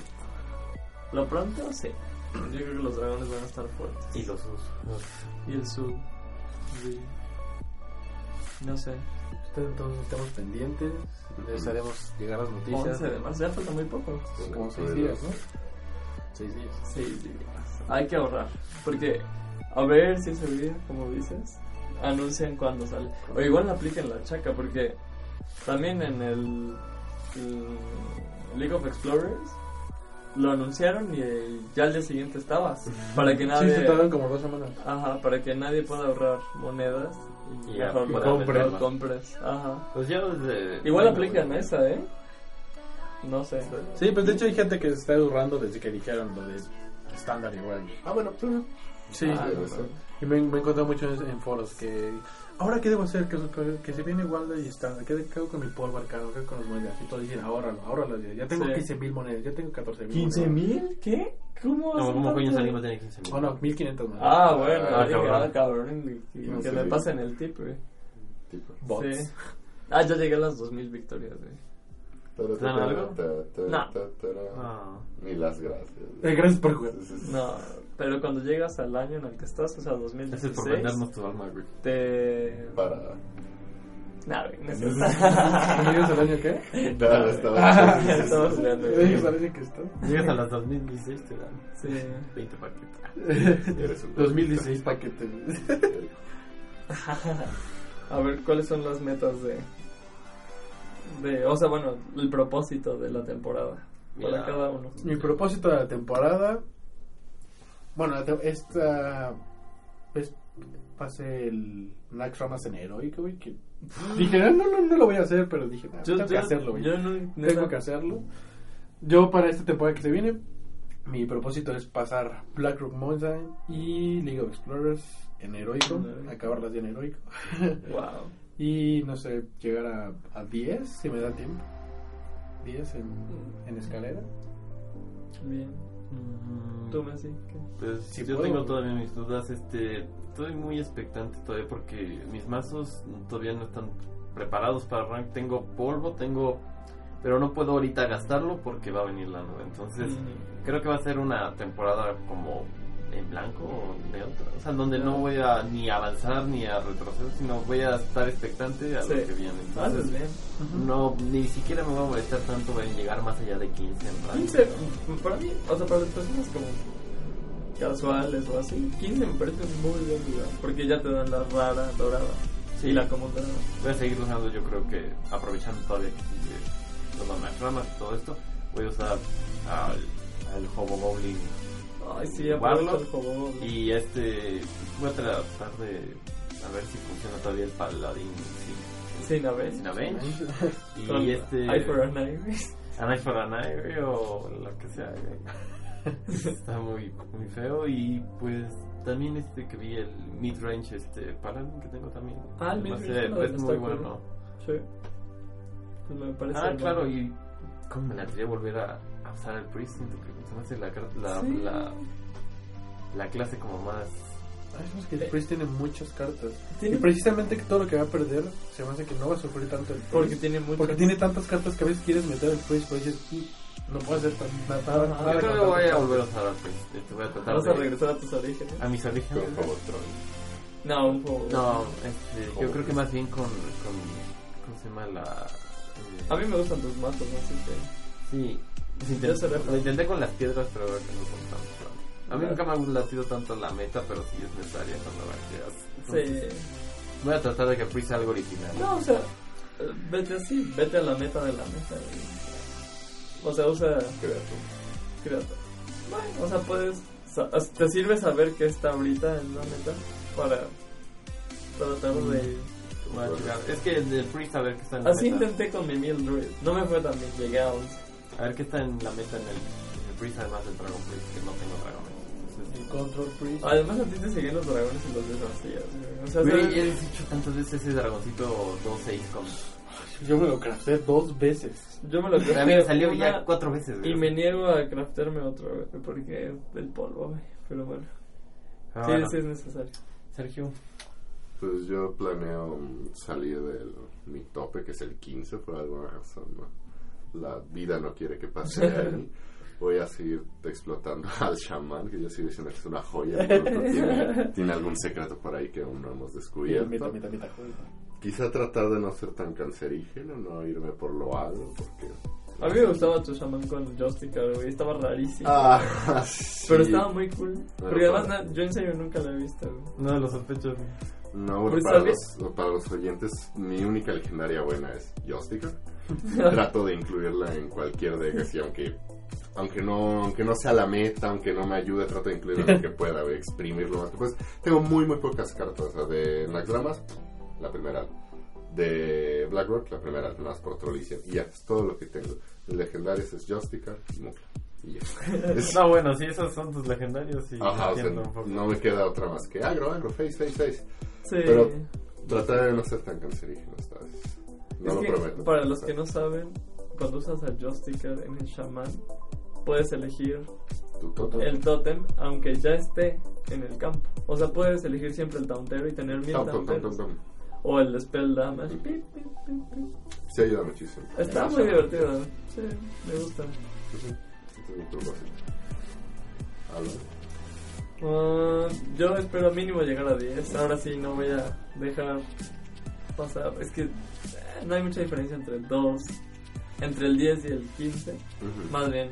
Speaker 4: lo pronto, sí. Yo creo que los dragones van a estar fuertes.
Speaker 2: Y los usos.
Speaker 4: Y el sub. No sé.
Speaker 7: Entonces estamos pendientes. Les haremos llegar las noticias.
Speaker 4: 11 de marzo, ya falta muy poco.
Speaker 7: Como seis días, ¿no? Seis días.
Speaker 4: Sí, sí. Hay que ahorrar. Porque a ver si ese video, como dices, anuncian cuándo sale. O igual apliquen la chaca, porque también en el, el League of Explorers lo anunciaron y, eh, ya al día siguiente estabas. Para que
Speaker 1: Sí, se
Speaker 4: nadie.
Speaker 1: tardan como dos semanas.
Speaker 4: Ajá, para que nadie pueda ahorrar monedas y,
Speaker 2: Y ya,
Speaker 4: mejor
Speaker 2: y
Speaker 4: para
Speaker 2: compres.
Speaker 4: mejor compres. Ajá.
Speaker 2: Pues ya desde.
Speaker 4: Igual aplican
Speaker 2: pues,
Speaker 4: esa, ¿eh? No sé.
Speaker 1: Sí, pues de hecho hay gente que se está ahorrando desde que dijeron lo de estándar igual.
Speaker 7: Ah, bueno, pues.
Speaker 1: Sí,
Speaker 4: Ah, no sé.
Speaker 1: y me, me he encontrado mucho en, en foros que... Ahora, ¿qué debo hacer? Que, que, que se viene Walda y estándar. ¿Qué qué hago con mi polvo arcado? ¿Qué hago con las monedas? Y todos dicen, ahórralo, ahórralo. Ya, ya tengo
Speaker 4: Sí.
Speaker 1: 15 mil monedas, ya tengo 14 mil.
Speaker 4: ¿15 mil? ¿Qué? ¿Cómo?
Speaker 2: No,
Speaker 4: hacen
Speaker 2: ¿cómo coño
Speaker 4: tanto?
Speaker 2: salimos de 15 mil?
Speaker 1: Bueno, 1500 monedas.
Speaker 4: Ah, bueno,
Speaker 3: Ah,
Speaker 4: ah,
Speaker 2: cabrón.
Speaker 4: cabrón, cabrón y- y
Speaker 3: No
Speaker 4: que
Speaker 3: sé.
Speaker 4: me pasen el tip, güey.
Speaker 3: Tipo.
Speaker 1: Bots.
Speaker 4: Sí. Ah, yo llegué a las 2000 victorias, güey.
Speaker 3: Tara,
Speaker 2: ¿Dan algo?
Speaker 3: tara, tara,
Speaker 4: No.
Speaker 3: tara, tara.
Speaker 2: Ah.
Speaker 3: Ni las gracias.
Speaker 1: Eh, gracias por jugar.
Speaker 3: Sí, sí, sí.
Speaker 4: No, pero cuando llegas al año en el que estás, o
Speaker 2: Gracias
Speaker 4: sea,
Speaker 2: por
Speaker 4: 2016,
Speaker 2: vendernos tu alma, güey.
Speaker 4: te...
Speaker 3: Para.
Speaker 4: Nah, güey,
Speaker 1: ¿Bienvenidos
Speaker 4: necesitas...
Speaker 1: al año qué?
Speaker 3: Nada,
Speaker 4: Ah,
Speaker 3: estaba. sí, sí, sí.
Speaker 4: Estamos creando, güey.
Speaker 1: ¿Bienvenidos al año que está?
Speaker 2: Llegas a las 2016, te dan
Speaker 4: Sí.
Speaker 2: 20 paquetes.
Speaker 3: Eres un
Speaker 1: 2016 paquetes.
Speaker 4: A ver, ¿cuáles son las metas de... de... O sea, bueno, el propósito de la temporada para
Speaker 2: Mira.
Speaker 4: cada uno.
Speaker 1: Mi propósito de la temporada. Bueno, la tem- esta vez pasé el Naxxramas en heroico, güey. Que dije, "Ah, no, no, no lo voy a hacer, pero dije, "Ah, tengo que hacerlo, güey.
Speaker 4: Yo no...
Speaker 1: Tengo que hacerlo. Yo, para esta temporada que se viene, mi propósito es pasar Blackrock Mountain y League of Explorers en heroico,
Speaker 4: Ándale.
Speaker 1: acabarlas ya en heroico.
Speaker 4: Wow.
Speaker 1: y no sé, llegar a, a 10 si me da tiempo. 10 en, en escalera.
Speaker 4: Mm, Bien. Tú, Messi, ¿qué?
Speaker 2: Pues
Speaker 1: Sí
Speaker 2: yo
Speaker 1: puedo.
Speaker 2: tengo todavía mis dudas, este, estoy muy expectante todavía porque mis mazos todavía no están preparados para rank, tengo polvo, tengo, pero no puedo ahorita gastarlo porque va a venir la nube, entonces
Speaker 4: Mm.
Speaker 2: creo que va a ser una temporada como en blanco o neutra, o sea, donde no voy a ni avanzar ni a retroceder, sino voy a estar expectante a
Speaker 4: Sí.
Speaker 2: lo que viene,
Speaker 4: Ah, pues
Speaker 2: entonces
Speaker 4: bien.
Speaker 2: no, ni siquiera me voy a molestar tanto en llegar más allá de 15 en rank.
Speaker 4: 15, para mí, o sea, para las personas como casuales o así, 15 me parece un muy buen lugar. Porque ya te dan la rara, dorada.
Speaker 2: Sí.
Speaker 4: Y la común dorada.
Speaker 2: Voy a seguir usando, yo creo que aprovechando todavía que sigue los Amatramas y todo esto, voy a usar al, al Hobo Goblin.
Speaker 4: Ay, sí, aprovecha el
Speaker 2: Warlock.
Speaker 4: juego.
Speaker 2: Y este, voy a tratar de a ver si funciona todavía el Paladín sin,
Speaker 4: Sin haber.
Speaker 2: sin Avenge.
Speaker 4: Con
Speaker 2: Y este,
Speaker 4: Eye for an Eye, güey.
Speaker 2: An Eye for an Eye, güey, o lo que sea. güey. Está muy, muy feo. Y pues también este que vi el midrange este Paladin que tengo también.
Speaker 4: Ah, el
Speaker 2: No sé,
Speaker 4: midrange, claro,
Speaker 2: es
Speaker 4: está
Speaker 2: muy
Speaker 4: cool.
Speaker 2: bueno.
Speaker 4: Sí. Pues me parece.
Speaker 2: Ah,
Speaker 4: bien.
Speaker 2: claro, y como me la quería volver a, a usar el priest, siento que se me hace la, car- la,
Speaker 4: Sí.
Speaker 2: la, la clase como más...
Speaker 1: Ay, es que el Priest tiene muchas cartas. Y
Speaker 4: Tiene-
Speaker 1: precisamente que todo lo que va a perder se me hace que no va a sufrir tanto el Priest.
Speaker 4: porque tiene mucho.
Speaker 1: Porque tiene tantas cartas que a veces quieres meter el Priest, pero dices, "Y, no puedo hacer tan- nada. nada-
Speaker 4: Ajá.
Speaker 2: Yo
Speaker 1: nada
Speaker 2: creo
Speaker 1: con
Speaker 2: que voy a
Speaker 1: tanto".
Speaker 2: volver a usar al priest, este, voy a tratar
Speaker 4: Vas Ah, a
Speaker 2: de...
Speaker 4: regresar a tus orígenes.
Speaker 2: A mis orígenes.
Speaker 3: Con Robotron.
Speaker 4: No, un juego.
Speaker 2: Ah. No, este, yo creo que más bien con... con ¿Cómo se llama la...? eh,
Speaker 4: A mí me gustan tus mazos, así que.
Speaker 2: Sí, pues intenté-
Speaker 4: Yo seré fan.
Speaker 2: lo intenté con las piedras, pero creo que no son tan fuertes. A mí nunca me ha latido tanto la meta, pero sí es necesaria cuando la creas. Entonces,
Speaker 4: Sí.
Speaker 2: Voy a tratar de que Priest sea algo original.
Speaker 4: No, o sea, Vete así, vete a la meta de la meta. güey. O sea, usa
Speaker 3: Creato.
Speaker 4: Creator. Bueno, o sea, puedes. sa- as- Te sirve saber que está ahorita en la meta para tratar de.
Speaker 2: Voy a checar. Es que el del free saber que está en la
Speaker 4: Así
Speaker 2: meta.
Speaker 4: intenté con mi Miel Druid. No me fue tan bien, llegué a 11.
Speaker 2: A ver qué está en la meta en el, en el freeze, además del Dragon Freeze, que no tengo dragones. Entonces,
Speaker 1: El control freeze.
Speaker 4: Además, a ti te siguen los dragones y los desmastillas. güey. O sea,
Speaker 2: Güey,
Speaker 4: ¿sabes?
Speaker 2: he dicho tantas veces ese dragoncito 2-6 con...
Speaker 1: Yo me lo crafté dos veces.
Speaker 4: yo me lo creo.
Speaker 2: A mí me salió ya cuatro veces, güey.
Speaker 4: Y me niego a craftearme otro, güey, porque el polvo, güey. Pero bueno,
Speaker 2: Ah,
Speaker 4: sí,
Speaker 2: bueno.
Speaker 4: sí es necesario.
Speaker 2: Sergio.
Speaker 3: Pues yo planeo mm, salir de mi tope, que es el 15 por alguna razón. ¿no? La vida no quiere que pase ahí. Voy a seguir explotando al chamán, que yo sigo diciendo que es una joya. pero tiene, tiene algún secreto por ahí que aún no hemos descubierto.
Speaker 1: Meta, meta, meta, joder.
Speaker 3: Quizá tratar de no ser tan cancerígeno, no irme por lo alto, porque...
Speaker 4: A mí me gustaba tu shaman con Justicar, güey. Estaba rarísimo.
Speaker 3: Ah, sí.
Speaker 4: Pero estaba muy cool. Porque
Speaker 3: Pero
Speaker 4: además
Speaker 3: para-
Speaker 4: na- yo en serio nunca la he visto, güey.
Speaker 2: No, lo sospecho.
Speaker 3: No, bueno,
Speaker 4: Pues,
Speaker 3: para
Speaker 4: ¿sabes?
Speaker 3: los, para los oyentes, mi única legendaria buena es Jostica. Trato de incluirla en cualquier deck, así, aunque, aunque, no, aunque no sea la meta, aunque no me ayude, trato de incluirla en lo que pueda, güey, exprimir lo más que pueda. Tengo muy, muy pocas cartas. La de Naxlamas, la primera. De Blackrock, la primera, nada más por Trollicia. Y ya, es todo lo que tengo. Mis legendarias es Jostica y Mukla. Y ya.
Speaker 2: No, bueno, sí, esos son tus legendarios y
Speaker 3: Ajá, o sea,
Speaker 2: entiendo un poco.
Speaker 3: no me queda otra más que agro, agro, face, face, face.
Speaker 4: Sí.
Speaker 3: Pero tratar de no ser tan cancerígeno esta vez. No Ah.
Speaker 4: es
Speaker 3: lo
Speaker 4: que,
Speaker 3: prometo.
Speaker 4: para los que no saben, cuando usas a Justicar en el shaman, puedes elegir
Speaker 3: Tu toto.
Speaker 4: el tótem, aunque ya esté en el campo. O sea, puedes elegir siempre el tauntero y tener mil
Speaker 3: Tom, tom, tom, tom,
Speaker 4: taunteros.
Speaker 3: tom.
Speaker 4: O el spell damage.
Speaker 3: Ujú.
Speaker 4: Pip, pip, pip, pip.
Speaker 3: Sí ayuda muchísimo.
Speaker 4: Está muy divertido. Sí, me gusta.
Speaker 3: Este es mi propósito. Habla.
Speaker 4: Ah, yo espero mínimo llegar a 10. Ahora sí, no voy a dejar pasar. Es que eh, no hay mucha diferencia entre el 2, entre el 10 y el 15.
Speaker 3: Ujú.
Speaker 4: Más bien,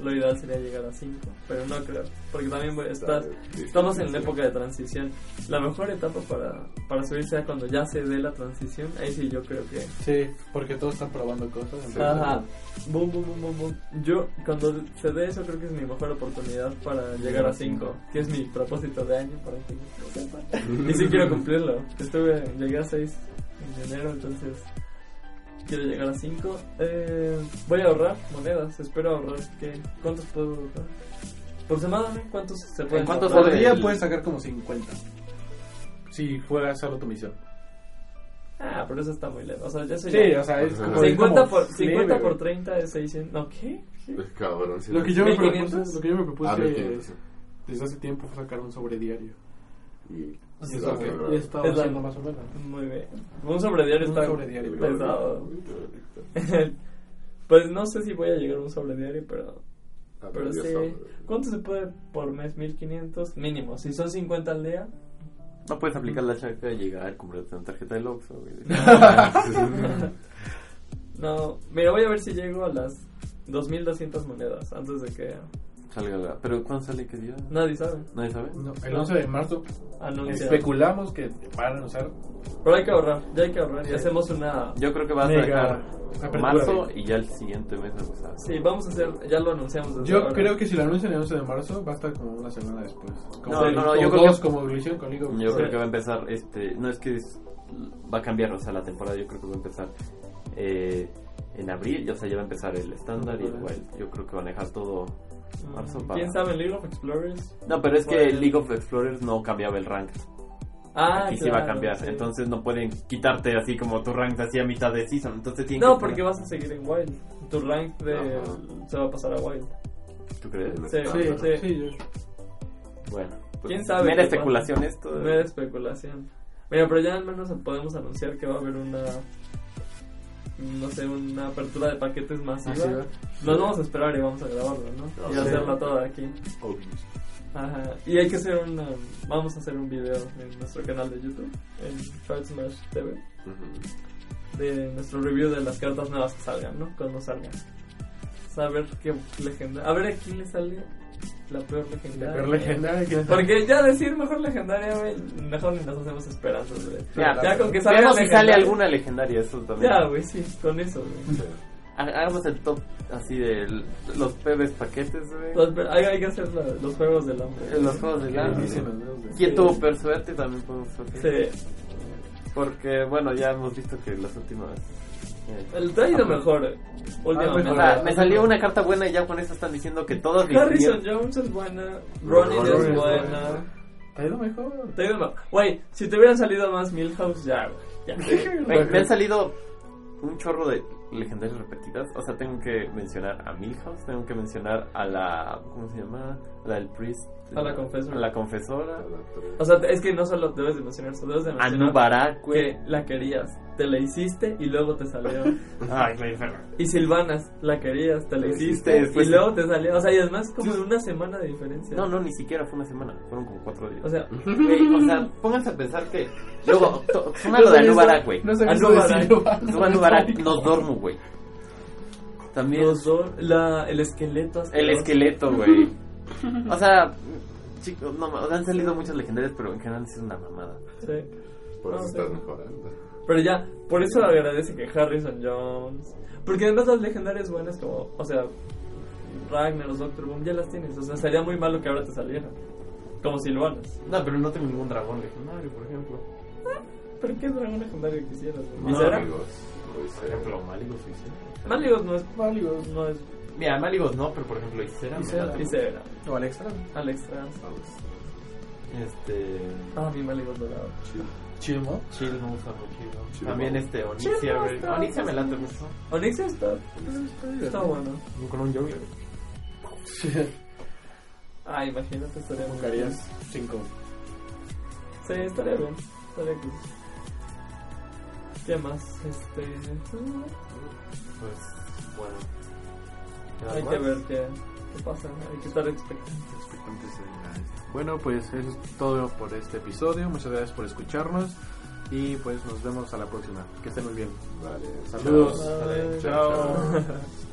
Speaker 4: lo ideal sería llegar a 5, pero no creo. Porque también voy- estás,
Speaker 3: Está-
Speaker 4: estamos en
Speaker 3: sí.
Speaker 4: la época de transición. La mejor etapa para, para subir sea cuando ya se dé la transición. Ahí sí, yo creo que
Speaker 1: Sí, porque todos están probando cosas.
Speaker 3: Sí.
Speaker 1: entonces-
Speaker 4: Ajá. Boom, boom, boom, boom, boom. Yo, cuando se dé eso, creo que es mi mejor oportunidad para llegar a 5, que es mi propósito de año para que lo sepan. Y sí quiero cumplirlo. Estuve, llegué a 6 en enero, entonces quiero llegar a 5. voy a ahorrar monedas, espero ahorrar. que ¿Cuántos puedo ahorrar? Por semana, ¿no? ¿cuántos se pueden
Speaker 2: cuántos
Speaker 4: ahorrar?
Speaker 2: sale?
Speaker 5: Por día
Speaker 2: el-
Speaker 5: puedes sacar como 50. Si fuera solo tu misión.
Speaker 4: Ah, pero eso está muy lejos. O sea, ya soy.
Speaker 5: Sí, o sea, es como...
Speaker 4: 50
Speaker 5: como
Speaker 4: por, 50
Speaker 5: leve,
Speaker 4: por
Speaker 5: güey.
Speaker 4: 30 es 600. ¿No qué?
Speaker 3: Cabrón, sí.
Speaker 5: Lo que yo me
Speaker 4: 1500.
Speaker 5: propuse, lo que yo me propuse
Speaker 3: Ah, lo que- sí.
Speaker 5: desde hace tiempo fue sacar un sobre diario.
Speaker 3: Y-
Speaker 5: Y
Speaker 3: sí,
Speaker 5: es lo
Speaker 3: va,
Speaker 5: que
Speaker 3: va.
Speaker 5: he estado
Speaker 4: Es la-
Speaker 5: haciendo más o menos.
Speaker 4: Muy bien. Un sobrediario
Speaker 5: Un
Speaker 4: está
Speaker 5: sobrediario.
Speaker 4: pesado. pues no sé si voy a llegar a un sobrediario, pero,
Speaker 3: Ah,
Speaker 4: pero
Speaker 3: yo
Speaker 4: sí.
Speaker 3: sobre-
Speaker 4: ¿Cuánto se puede por mes? 1500 mínimo. Si son 50 al día.
Speaker 2: No puedes aplicar la chaca de llegar, comprarte una tarjeta del Oxxo, güey.
Speaker 4: No, mira, voy a ver si llego a las 2200 monedas antes de que
Speaker 2: Salga la... ¿Pero cuándo sale qué día?
Speaker 4: nadie sabe.
Speaker 2: ¿Nadie sabe?
Speaker 5: No, el 11 de marzo
Speaker 4: Anuncia.
Speaker 5: especulamos que van a usar
Speaker 4: Pero hay que ahorrar, ya hay que ahorrar. Y hacemos una.
Speaker 2: Yo creo que vas
Speaker 5: Mega
Speaker 2: a
Speaker 5: apertura,
Speaker 2: dejar marzo
Speaker 5: güey.
Speaker 2: y ya el siguiente mes empezar.
Speaker 4: Sí, vamos a hacer. Ya lo anunciamos. desde
Speaker 5: Yo
Speaker 4: ahora.
Speaker 5: creo que si lo anuncian el 11 de marzo va a estar como una semana después. Como
Speaker 2: No, no, no,
Speaker 5: o
Speaker 2: yo creo
Speaker 5: dos,
Speaker 2: que-
Speaker 5: como lo hicieron conmigo.
Speaker 2: Yo creo que va a empezar este... No, es que es- va a cambiar, o sea, la temporada yo creo que va a empezar eh, en abril. ya, O sea, ya va a empezar el estándar y el wild. Yo creo que van a dejar todo...
Speaker 4: Mm,
Speaker 2: marzo
Speaker 4: ¿Quién
Speaker 2: para-
Speaker 4: sabe? League of Explorers.
Speaker 2: No, pero es que League of Explorers no cambiaba el rank.
Speaker 4: Ah,
Speaker 2: Aquí sí va a
Speaker 4: claro,
Speaker 2: cambiar.
Speaker 4: sí.
Speaker 2: Entonces no pueden quitarte así como tu rank así a mitad de season. Entonces tienen
Speaker 4: No,
Speaker 2: que-
Speaker 4: porque vas a seguir en Wild. Tu rank de,
Speaker 3: Ajá.
Speaker 4: se va a pasar a Wild.
Speaker 2: ¿Tú crees?
Speaker 4: Sí,
Speaker 3: Sí,
Speaker 4: sí.
Speaker 5: Sí, yo-
Speaker 2: Bueno.
Speaker 4: ¿Quién sabe
Speaker 2: Mera
Speaker 4: qué
Speaker 2: especulación esto.
Speaker 4: No era especulación. Mira, pero ya al menos podemos anunciar que va a haber una. No sé, una apertura de paquetes masiva.
Speaker 5: Masiva.
Speaker 4: Nos vamos a esperar y vamos a grabarlo, ¿no? Y
Speaker 3: Sí.
Speaker 4: hacerla toda aquí.
Speaker 3: Obvio.
Speaker 4: Ajá. Y hay que hacer una. Vamos a hacer un video en nuestro canal de YouTube, en Fight Smash TV,
Speaker 3: Ujú.
Speaker 4: de nuestro review de las cartas nuevas que salgan, ¿no? Cuando salgan. Saber qué legenda. A ver a quién le sale La peor legendaria.
Speaker 1: La peor legendaria que-
Speaker 4: Porque ya decir mejor legendaria, güey, mejor ni nos hacemos esperanzas, güey. Ya, con que salga
Speaker 2: Veamos si sale
Speaker 4: legendaria-
Speaker 2: alguna legendaria, eso también.
Speaker 4: Ya, güey, sí, con eso, güey.
Speaker 2: Ha- Ah, Hagamos el top así de l- los pebes paquetes, güey.
Speaker 4: Los- Pues, pero Hay, hay que hacer la- los juegos del hambre.
Speaker 2: En Los juegos del hambre.
Speaker 4: Sí.
Speaker 2: ¿Quién tuvo peor suerte? También podemos tocar.
Speaker 4: Sí.
Speaker 2: Porque, bueno, ya hemos visto que las últimas. eh,
Speaker 4: El te ha ido mejor eh, últimamente.
Speaker 2: o sea, me salió una carta buena y ya con eso están diciendo Ah, que todos mis
Speaker 4: Harrison
Speaker 2: mierdas-
Speaker 4: Jones es buena,
Speaker 3: Ronin
Speaker 4: Ronin es
Speaker 3: es
Speaker 4: buena.
Speaker 1: ¿Te ha ido mejor?
Speaker 4: Te digo, no. Güey, si te hubieran salido más Milhouse, ya, güey. Ya.
Speaker 2: me, me han salido un chorro de legendarias repetidas. O sea, tengo que mencionar a Milhouse, tengo que mencionar a la. ¿Cómo se llama? A la del Priest.
Speaker 4: A la confesora.
Speaker 2: A la confesora.
Speaker 4: O sea, es que no solo debes de mencionar eso, debes de
Speaker 2: A
Speaker 4: mencionar
Speaker 2: Nubarak, güey.
Speaker 4: que la querías, te la hiciste y luego te salió.
Speaker 2: Ay, güey, enferma.
Speaker 4: Y Silvanas, la querías, te la
Speaker 2: Lo
Speaker 4: hiciste
Speaker 2: hiciste, después-
Speaker 4: y luego te salió. O sea, y además como de una semana de diferencia.
Speaker 2: No, no, ni siquiera fue una semana. Fueron como cuatro días.
Speaker 4: O sea,
Speaker 2: Güey, o sea, pónganse a pensar que. Luego, to- suena lo
Speaker 1: No
Speaker 2: de
Speaker 1: sabía
Speaker 2: Anubarak,
Speaker 1: eso-
Speaker 2: güey.
Speaker 1: No sabía eso de
Speaker 4: Anubarak.
Speaker 1: Silvanas.
Speaker 2: Suba Anubarak, nos dormo, güey. También.
Speaker 4: los dos, la, el esqueleto.
Speaker 2: El
Speaker 4: asqueroso.
Speaker 2: esqueleto, güey. O sea, chicos, no, o sea, han salido muchas legendarias, pero en general es una mamada.
Speaker 4: Sí.
Speaker 3: Por eso
Speaker 4: No,
Speaker 3: estás
Speaker 4: sí.
Speaker 3: mejorando.
Speaker 4: Pero ya, por eso agradece que Harrison Jones. Porque además las legendarias buenas como, o sea, Ragnaros, Doctor Boom, ya las tienes. O sea, sería muy malo que ahora te salieran. Como Silvanas.
Speaker 2: No, pero no tengo ningún dragón legendario, por ejemplo.
Speaker 4: ¿Pero qué dragón legendario quisieras? güey? ¿Y
Speaker 3: No,
Speaker 4: será?
Speaker 3: amigos, lo hice.
Speaker 2: Por ejemplo, Maligos y Cera.
Speaker 4: Maligos no es.
Speaker 1: Válido.
Speaker 4: No es.
Speaker 2: Mira, Maligos no, pero por ejemplo, Isera. me
Speaker 1: Ysera.
Speaker 2: late.
Speaker 4: Y será.
Speaker 5: O Alexa.
Speaker 4: Alex Trans.
Speaker 2: Este.
Speaker 4: Ah, mi Maligos dorado.
Speaker 1: Chimo.
Speaker 2: Chill no usa mucho.
Speaker 3: Chill
Speaker 2: También
Speaker 3: no.
Speaker 2: este,
Speaker 4: Chill
Speaker 2: Onixia,
Speaker 4: no
Speaker 2: güey.
Speaker 4: está-
Speaker 2: Onixia me late mucho.
Speaker 4: Onyx está. pues, Está bueno.
Speaker 2: Con un yoga.
Speaker 4: Ah, imagínate, estaría muy bien.
Speaker 1: Buscarías cinco.
Speaker 4: Sí, estaría bien. Estaría cool. ¿Qué más? Este.
Speaker 2: Pues, bueno.
Speaker 4: Hay que ver qué, qué pasa. Hay que estar expectante.
Speaker 5: Bueno, pues eso es todo por este episodio. Muchas gracias por escucharnos. Y pues nos vemos a la próxima. Que estén muy bien.
Speaker 3: Vale,
Speaker 5: Saludos.
Speaker 3: chao. Vale,
Speaker 1: Chao.
Speaker 3: chao. chao.